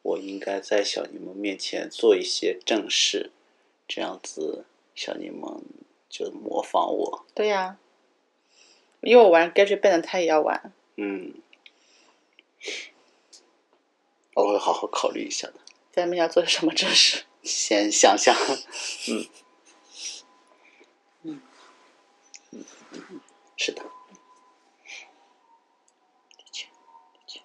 Speaker 1: 我应该在小柠檬面前做一些正事，这样子小柠檬就模仿我。
Speaker 2: 对呀、因为我玩 GarageBand，他也要玩。
Speaker 1: 嗯，我会好好考虑一下的，
Speaker 2: 咱们要做什么正事？
Speaker 1: 先想想。嗯
Speaker 2: 是的，的确，的确。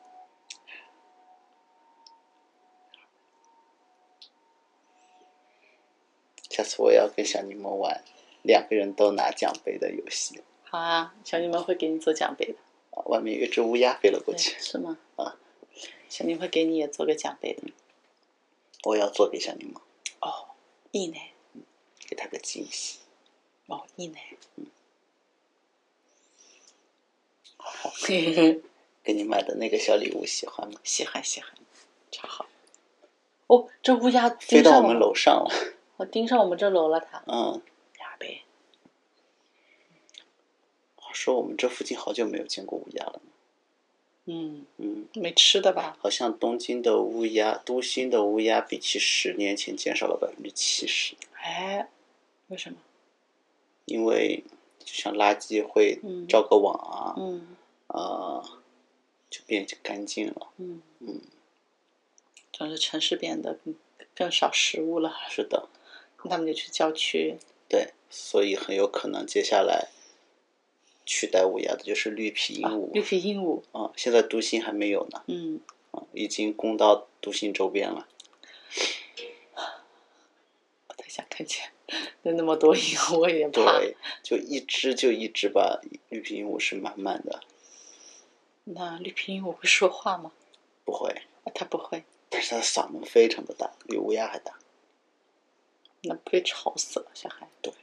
Speaker 1: 下次我也要跟小柠檬玩两个人都拿奖杯的游戏。
Speaker 2: 好啊，小柠檬会给你做奖杯的，
Speaker 1: 啊外面有一只乌鸦飞了过
Speaker 2: 对，
Speaker 1: 去，
Speaker 2: 是吗？
Speaker 1: 啊，
Speaker 2: 小柠檬会给你也做个奖杯的。
Speaker 1: 我也要做给小柠檬，
Speaker 2: 哦，意呢？
Speaker 1: 给他个惊喜。
Speaker 2: 哦，意呢？
Speaker 1: 给你买的那个小礼物喜欢吗？
Speaker 2: 稀罕稀罕，超好。哦，这乌鸦
Speaker 1: 飞
Speaker 2: 盯
Speaker 1: 到
Speaker 2: 上
Speaker 1: 我们
Speaker 2: 了，
Speaker 1: 楼上了。
Speaker 2: 我盯上我们这楼了它。
Speaker 1: 嗯，
Speaker 2: 呀呗，
Speaker 1: 说我们这附近好久没有见过乌鸦了呢。
Speaker 2: 嗯，
Speaker 1: 嗯，
Speaker 2: 没吃的吧？
Speaker 1: 好像东京的乌鸦，都心的乌鸦比起十年前减少了百分之七十，
Speaker 2: 哎，为什么？
Speaker 1: 因为就像垃圾会
Speaker 2: 嗯
Speaker 1: 罩个网啊，
Speaker 2: 嗯
Speaker 1: 呃，就变干净了。
Speaker 2: 嗯
Speaker 1: 嗯，
Speaker 2: 总是城市变得更更少食物了，
Speaker 1: 是的，
Speaker 2: 那他们就去郊区。
Speaker 1: 对，所以很有可能接下来取代乌鸦的就是绿皮鹦
Speaker 2: 啊绿
Speaker 1: 鹉。
Speaker 2: 皮鹦鹉，
Speaker 1: 啊、现在都心还没有呢，
Speaker 2: 嗯，
Speaker 1: 啊，已经攻到都心周边了。
Speaker 2: 不太想看见，有那么多鹦鹉，我有点怕。
Speaker 1: 对，就一只就一只吧，绿皮鹦鹉是满满的，
Speaker 2: 那绿皮鹦鹉会说话吗？
Speaker 1: 不会，
Speaker 2: 啊它不会，
Speaker 1: 但是它的嗓门非常的大，比乌鸦还大。
Speaker 2: 那不被吵死了，小孩。
Speaker 1: 对，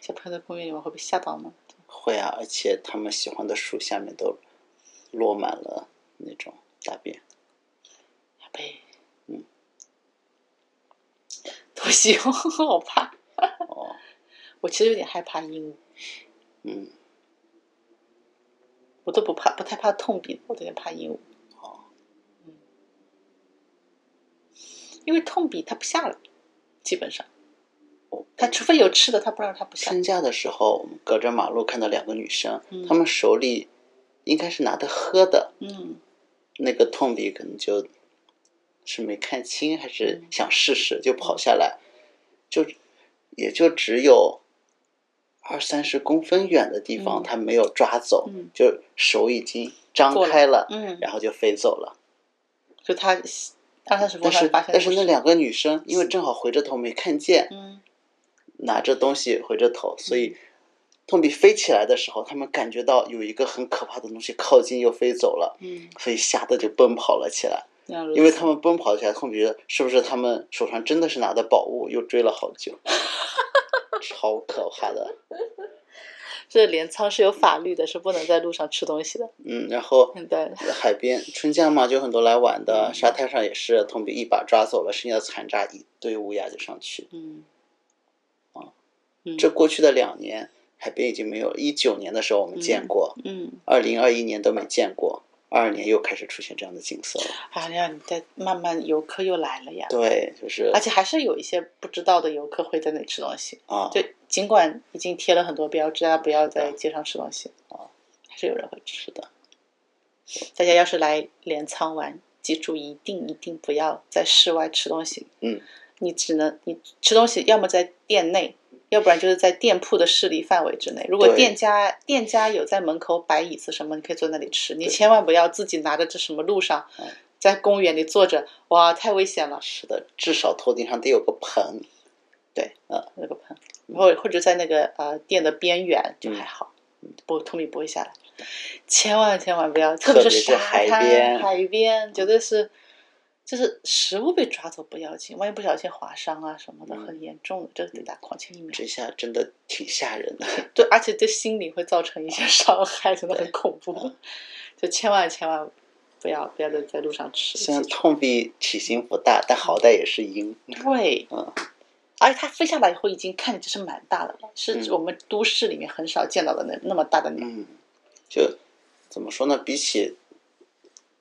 Speaker 2: 小朋友在公园里面会被吓到吗？
Speaker 1: 会啊，而且它们喜欢的树下面都落满了那种大便。
Speaker 2: 呀呗，
Speaker 1: 嗯，
Speaker 2: 多喜欢，好怕。
Speaker 1: 哦，
Speaker 2: 我其实有点害怕鹦鹉，
Speaker 1: 嗯，
Speaker 2: 我都不怕，不太怕痛病，我有点怕鹦鹉。嗯
Speaker 1: 哦，
Speaker 2: 因为痛比它不下来，基本上，
Speaker 1: 我
Speaker 2: 它除非有吃的，它不让它不下。
Speaker 1: 搬家的时候，我们隔着马路看到两个女生，
Speaker 2: 嗯
Speaker 1: 她们手里应该是拿的喝的，
Speaker 2: 嗯
Speaker 1: 那个痛笔可能就是没看清，还是
Speaker 2: 嗯
Speaker 1: 想试试就跑下来，就也就只有二三十公分远的地方，
Speaker 2: 嗯
Speaker 1: 他没有抓走，
Speaker 2: 嗯
Speaker 1: 就手已经张开了，
Speaker 2: 嗯，
Speaker 1: 然后就飞走了。
Speaker 2: 就他二三十分
Speaker 1: 但是
Speaker 2: 钟发现
Speaker 1: 但是那两个女生因为正好回着头没看见，
Speaker 2: 嗯
Speaker 1: 拿着东西回着头，所以痛比飞起来的时候，他们感觉到有一个很可怕的东西靠近又飞走了，
Speaker 2: 嗯，
Speaker 1: 所以吓得就奔跑了起来。
Speaker 2: 这样如
Speaker 1: 因为
Speaker 2: 此
Speaker 1: 他们奔跑起来，痛比觉得是不是他们手上真的是拿的宝物，又追了好 久，超可怕的。
Speaker 2: 这镰仓是有法律的，是不能在路上吃东西的。
Speaker 1: 嗯，然后
Speaker 2: 嗯，对，
Speaker 1: 海边春江嘛，就有很多来玩的，
Speaker 2: 嗯
Speaker 1: 沙滩上也是，同比一把抓走了，剩下的残渣一堆乌鸦就上去。
Speaker 2: 嗯，
Speaker 1: 哦
Speaker 2: 嗯，
Speaker 1: 这过去的两年，海边已经没有了。一九年的时候我们见过，
Speaker 2: 嗯，
Speaker 1: 二零二一年都没见过，二二年又开始出现这样的景色了。
Speaker 2: 哎呀，你再慢慢游客又来了呀，
Speaker 1: 对，就是
Speaker 2: 而且还是有一些不知道的游客会在那里吃东西，
Speaker 1: 啊，
Speaker 2: 就尽管已经贴了很多标志，大家不要在街上吃东西，哦还是有人会吃。
Speaker 1: 是的，
Speaker 2: 大家要是来镰仓玩，记住一定一定不要在室外吃东西。
Speaker 1: 嗯，
Speaker 2: 你只能你吃东西，要么在店内，要不然就是在店铺的势力范围之内。如果
Speaker 1: 对
Speaker 2: 店家店家有在门口摆椅子什么，你可以坐那里吃。你
Speaker 1: 对
Speaker 2: 千万不要自己拿着这什么路上
Speaker 1: 嗯，
Speaker 2: 在公园里坐着，哇，太危险了。
Speaker 1: 是的，至少头顶上得有个盆。
Speaker 2: 那个盆，然后或者在那个呃店的边缘
Speaker 1: 嗯
Speaker 2: 就还好，不透明不会下来。千万千万不要，特别
Speaker 1: 别是
Speaker 2: 沙
Speaker 1: 海
Speaker 2: 滩、
Speaker 1: 边
Speaker 2: 海边绝对是，就是食物被抓走不要紧，万一不小心划伤啊什么的，
Speaker 1: 嗯
Speaker 2: 很严重的，这得打狂犬疫苗。
Speaker 1: 这下真的挺吓人的。
Speaker 2: 对，而且对心理会造成一些
Speaker 1: 啊
Speaker 2: 伤害，真的很恐
Speaker 1: 嗯
Speaker 2: 怖。就千万千万不要不要在在路上吃，
Speaker 1: 虽然痛比体型不大，但好歹也是鹰。
Speaker 2: 对，
Speaker 1: 嗯
Speaker 2: 而且它飞下来以后已经看着就是蛮大的了，是
Speaker 1: 嗯
Speaker 2: 我们都市里面很少见到的那那么大的 鸟。
Speaker 1: 嗯，就怎么说呢？比起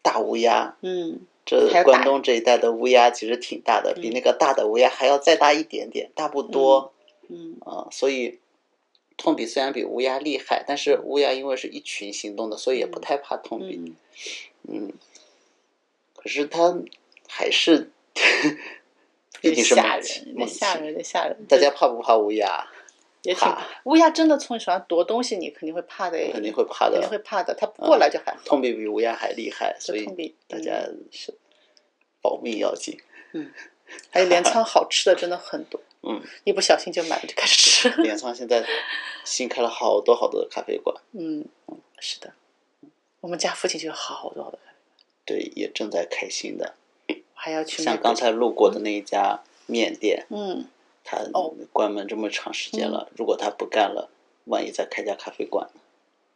Speaker 1: 大乌鸦，
Speaker 2: 嗯，还
Speaker 1: 这
Speaker 2: 有
Speaker 1: 关
Speaker 2: 大
Speaker 1: 东这一带的乌鸦其实挺大的，比
Speaker 2: 嗯
Speaker 1: 那个大的乌鸦还要再大一点点，大不多
Speaker 2: 嗯
Speaker 1: 啊、呃所以，痛比虽然比乌鸦厉害，但是乌鸦因为是一群行动的，所以也不
Speaker 2: 嗯
Speaker 1: 太怕痛比。
Speaker 2: 嗯，
Speaker 1: 嗯可是它还 是，
Speaker 2: 有
Speaker 1: 毕
Speaker 2: 点
Speaker 1: 竟是
Speaker 2: 吓
Speaker 1: 猛
Speaker 2: 人，
Speaker 1: 禽，
Speaker 2: 有
Speaker 1: 猛禽
Speaker 2: 点吓。人，有点吓人。
Speaker 1: 大
Speaker 2: 就
Speaker 1: 家怕不怕乌鸦？
Speaker 2: 也挺
Speaker 1: 怕，
Speaker 2: 乌鸦真的从你手上夺东西，你肯定会怕的，
Speaker 1: 肯定会怕
Speaker 2: 肯定会
Speaker 1: 的。嗯
Speaker 2: 怕的。它不过 来就还好，
Speaker 1: 痛比比乌鸦还厉害，所
Speaker 2: 就
Speaker 1: 以
Speaker 2: 碰壁。
Speaker 1: 大家
Speaker 2: 嗯是，
Speaker 1: 保命要紧。
Speaker 2: 还有镰仓好吃的真的很多，
Speaker 1: 嗯，
Speaker 2: 一不小心就买了就开始吃。
Speaker 1: 镰仓现在新开了好多好多的咖啡馆。
Speaker 2: 嗯，是的，我们家附近就有好多好多，
Speaker 1: 对，也正在开新的。
Speaker 2: 我还要去买
Speaker 1: 像刚才路过的那一家面店，
Speaker 2: 嗯，
Speaker 1: 它
Speaker 2: 哦嗯
Speaker 1: 关门这么长时间了，如果它不干了，万一再开家咖啡馆，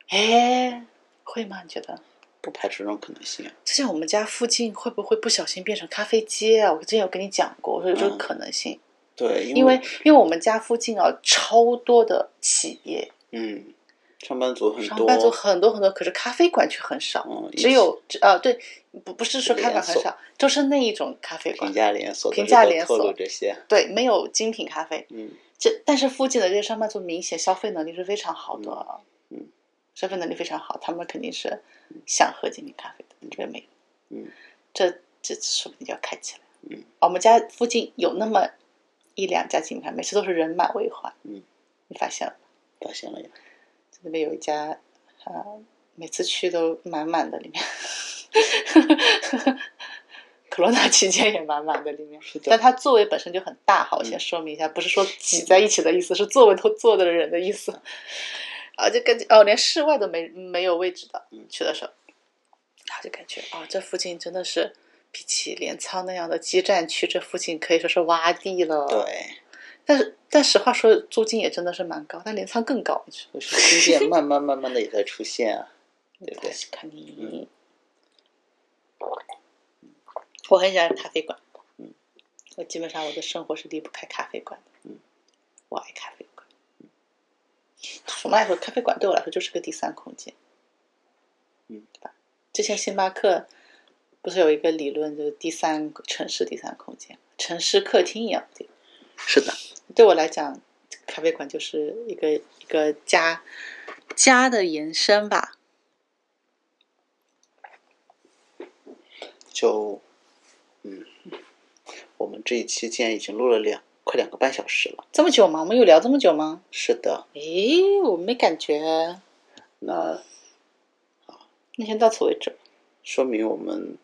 Speaker 2: 哎，会吗？你觉得？
Speaker 1: 不排除这种可能性。啊
Speaker 2: 最近我们家附近会不会不小心变成咖啡街啊？我之前有跟你讲过，我说有这个
Speaker 1: 嗯
Speaker 2: 可能性。
Speaker 1: 对，
Speaker 2: 因
Speaker 1: 为
Speaker 2: 为因为我们家附近啊，超多的企业，
Speaker 1: 嗯，上班族很多，
Speaker 2: 上班族很多很多，可是咖啡馆却很少，
Speaker 1: 嗯一
Speaker 2: 只有只啊对，不不是说咖啡馆
Speaker 1: 连
Speaker 2: 很
Speaker 1: 锁
Speaker 2: 少，就是那一种咖啡
Speaker 1: 平
Speaker 2: 馆，
Speaker 1: 价连锁，
Speaker 2: 平价连
Speaker 1: 透露
Speaker 2: 锁
Speaker 1: 这些，
Speaker 2: 对，没有精品咖啡。
Speaker 1: 嗯，
Speaker 2: 这但是附近的这些上班族明显消费能力是非常好的，
Speaker 1: 嗯嗯，
Speaker 2: 消费能力非常好，他们肯定是想喝精品咖啡的，这个没有，
Speaker 1: 嗯，
Speaker 2: 这这说不定就要开起来。啊
Speaker 1: 嗯，
Speaker 2: 我们家附近有那么一两家精品咖啡，每次都是人满为患。
Speaker 1: 嗯，
Speaker 2: 你发现了吗？
Speaker 1: 发现了呀，
Speaker 2: 那边有一家，呃，每次去都满满的，里面， 可罗纳期间也满满的里面。
Speaker 1: 是
Speaker 2: 但
Speaker 1: 的，嗯
Speaker 2: 它座位本身就很大，好，我先说明一下，不是说挤在一起的意思，是座位都坐的人的意思。
Speaker 1: 嗯
Speaker 2: 啊，就感觉哦，连室外都没没有位置的
Speaker 1: 嗯，
Speaker 2: 去的时候，然后就感觉哦，这附近真的是比起镰仓那样的基站区，这附近可以说是洼地了。，
Speaker 1: 对，
Speaker 2: 但是但实话说，租金也真的是蛮高，但镰仓更高，你知道吗
Speaker 1: 就是新店慢慢慢慢的也在出现 啊，对不对
Speaker 2: 確かに
Speaker 1: 嗯
Speaker 2: 我很喜欢咖啡馆。
Speaker 1: 嗯
Speaker 2: 嗯我基本上我的生活是离不开咖啡馆的。
Speaker 1: 嗯
Speaker 2: 我爱咖啡馆。总的来说，咖啡馆对我来说就是个第三空间。
Speaker 1: 嗯，
Speaker 2: 对吧？之前星巴克不是有一个理论，就是第三城市第三空间，城市客厅一样的地方
Speaker 1: 是的，
Speaker 2: 对我来讲，咖啡馆就是一个一个家家的延伸吧。
Speaker 1: 就，嗯，我们这一期竟然已经录了两快两个半小时了，
Speaker 2: 这么久吗？我们有聊这么久吗？
Speaker 1: 是的，
Speaker 2: 诶，我没感觉。
Speaker 1: 那。
Speaker 2: 那先到此为止。
Speaker 1: 说明我们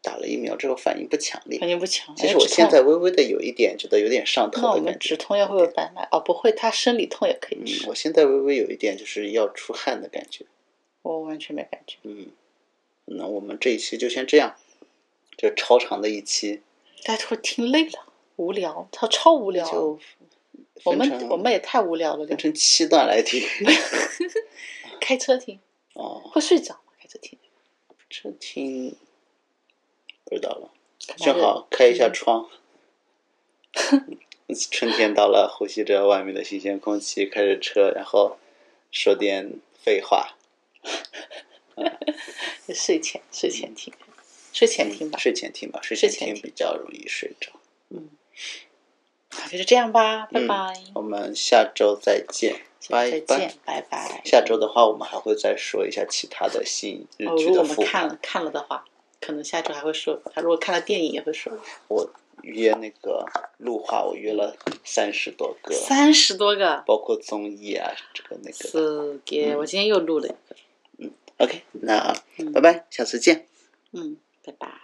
Speaker 1: 打了疫苗之后反应不强烈
Speaker 2: 反。应不强。
Speaker 1: 其
Speaker 2: 哎
Speaker 1: 实我
Speaker 2: 止
Speaker 1: 现
Speaker 2: 痛
Speaker 1: 在微微的有一点觉得有点上
Speaker 2: 那
Speaker 1: 头
Speaker 2: 我
Speaker 1: 的感
Speaker 2: 们
Speaker 1: 觉
Speaker 2: 止。痛药会不会白买？哦，不会，它生理痛也可以
Speaker 1: 嗯
Speaker 2: 吃，。
Speaker 1: 我现在微微有一点就是要出汗的感觉。
Speaker 2: 我完全没感觉。
Speaker 1: 嗯，那我们这一期就先这样，这超长的一期
Speaker 2: 大家都听累了，无聊，它超无聊。
Speaker 1: 就
Speaker 2: 我
Speaker 1: 分
Speaker 2: 们
Speaker 1: 成
Speaker 2: 我们也太无聊了，
Speaker 1: 分成七段来 听。
Speaker 2: 开车听
Speaker 1: 哦，
Speaker 2: 会睡着吗？开车听，
Speaker 1: 这听不知道了，
Speaker 2: 可能
Speaker 1: 正
Speaker 2: 是
Speaker 1: 好开一下窗。春天到了，呼吸着外面的新鲜空气，开着车，然后说点废话，
Speaker 2: 睡前睡前听，
Speaker 1: 嗯
Speaker 2: 睡前听吧。
Speaker 1: 睡前听吧，睡
Speaker 2: 睡
Speaker 1: 前
Speaker 2: 前
Speaker 1: 听
Speaker 2: 听
Speaker 1: 比较容易睡着。
Speaker 2: 好，就是这样吧，拜
Speaker 1: 嗯
Speaker 2: 拜，
Speaker 1: 我们下周再见，
Speaker 2: 下
Speaker 1: 拜
Speaker 2: 次再
Speaker 1: 拜
Speaker 2: 见。，拜拜。
Speaker 1: 下周的话，我们还会再说一下其他的新日
Speaker 2: 哦，
Speaker 1: 剧
Speaker 2: 如
Speaker 1: 的
Speaker 2: 果我们
Speaker 1: 复
Speaker 2: 看了看了的话，可能下周还会说。他如果看了电影也会说。
Speaker 1: 我约那个录画，我约了三十多个，
Speaker 2: 三十多个，
Speaker 1: 包括综艺啊，这个那个。
Speaker 2: 四给，我今天又录了一个。嗯
Speaker 1: OK，那拜拜，下次见。
Speaker 2: 嗯，拜拜。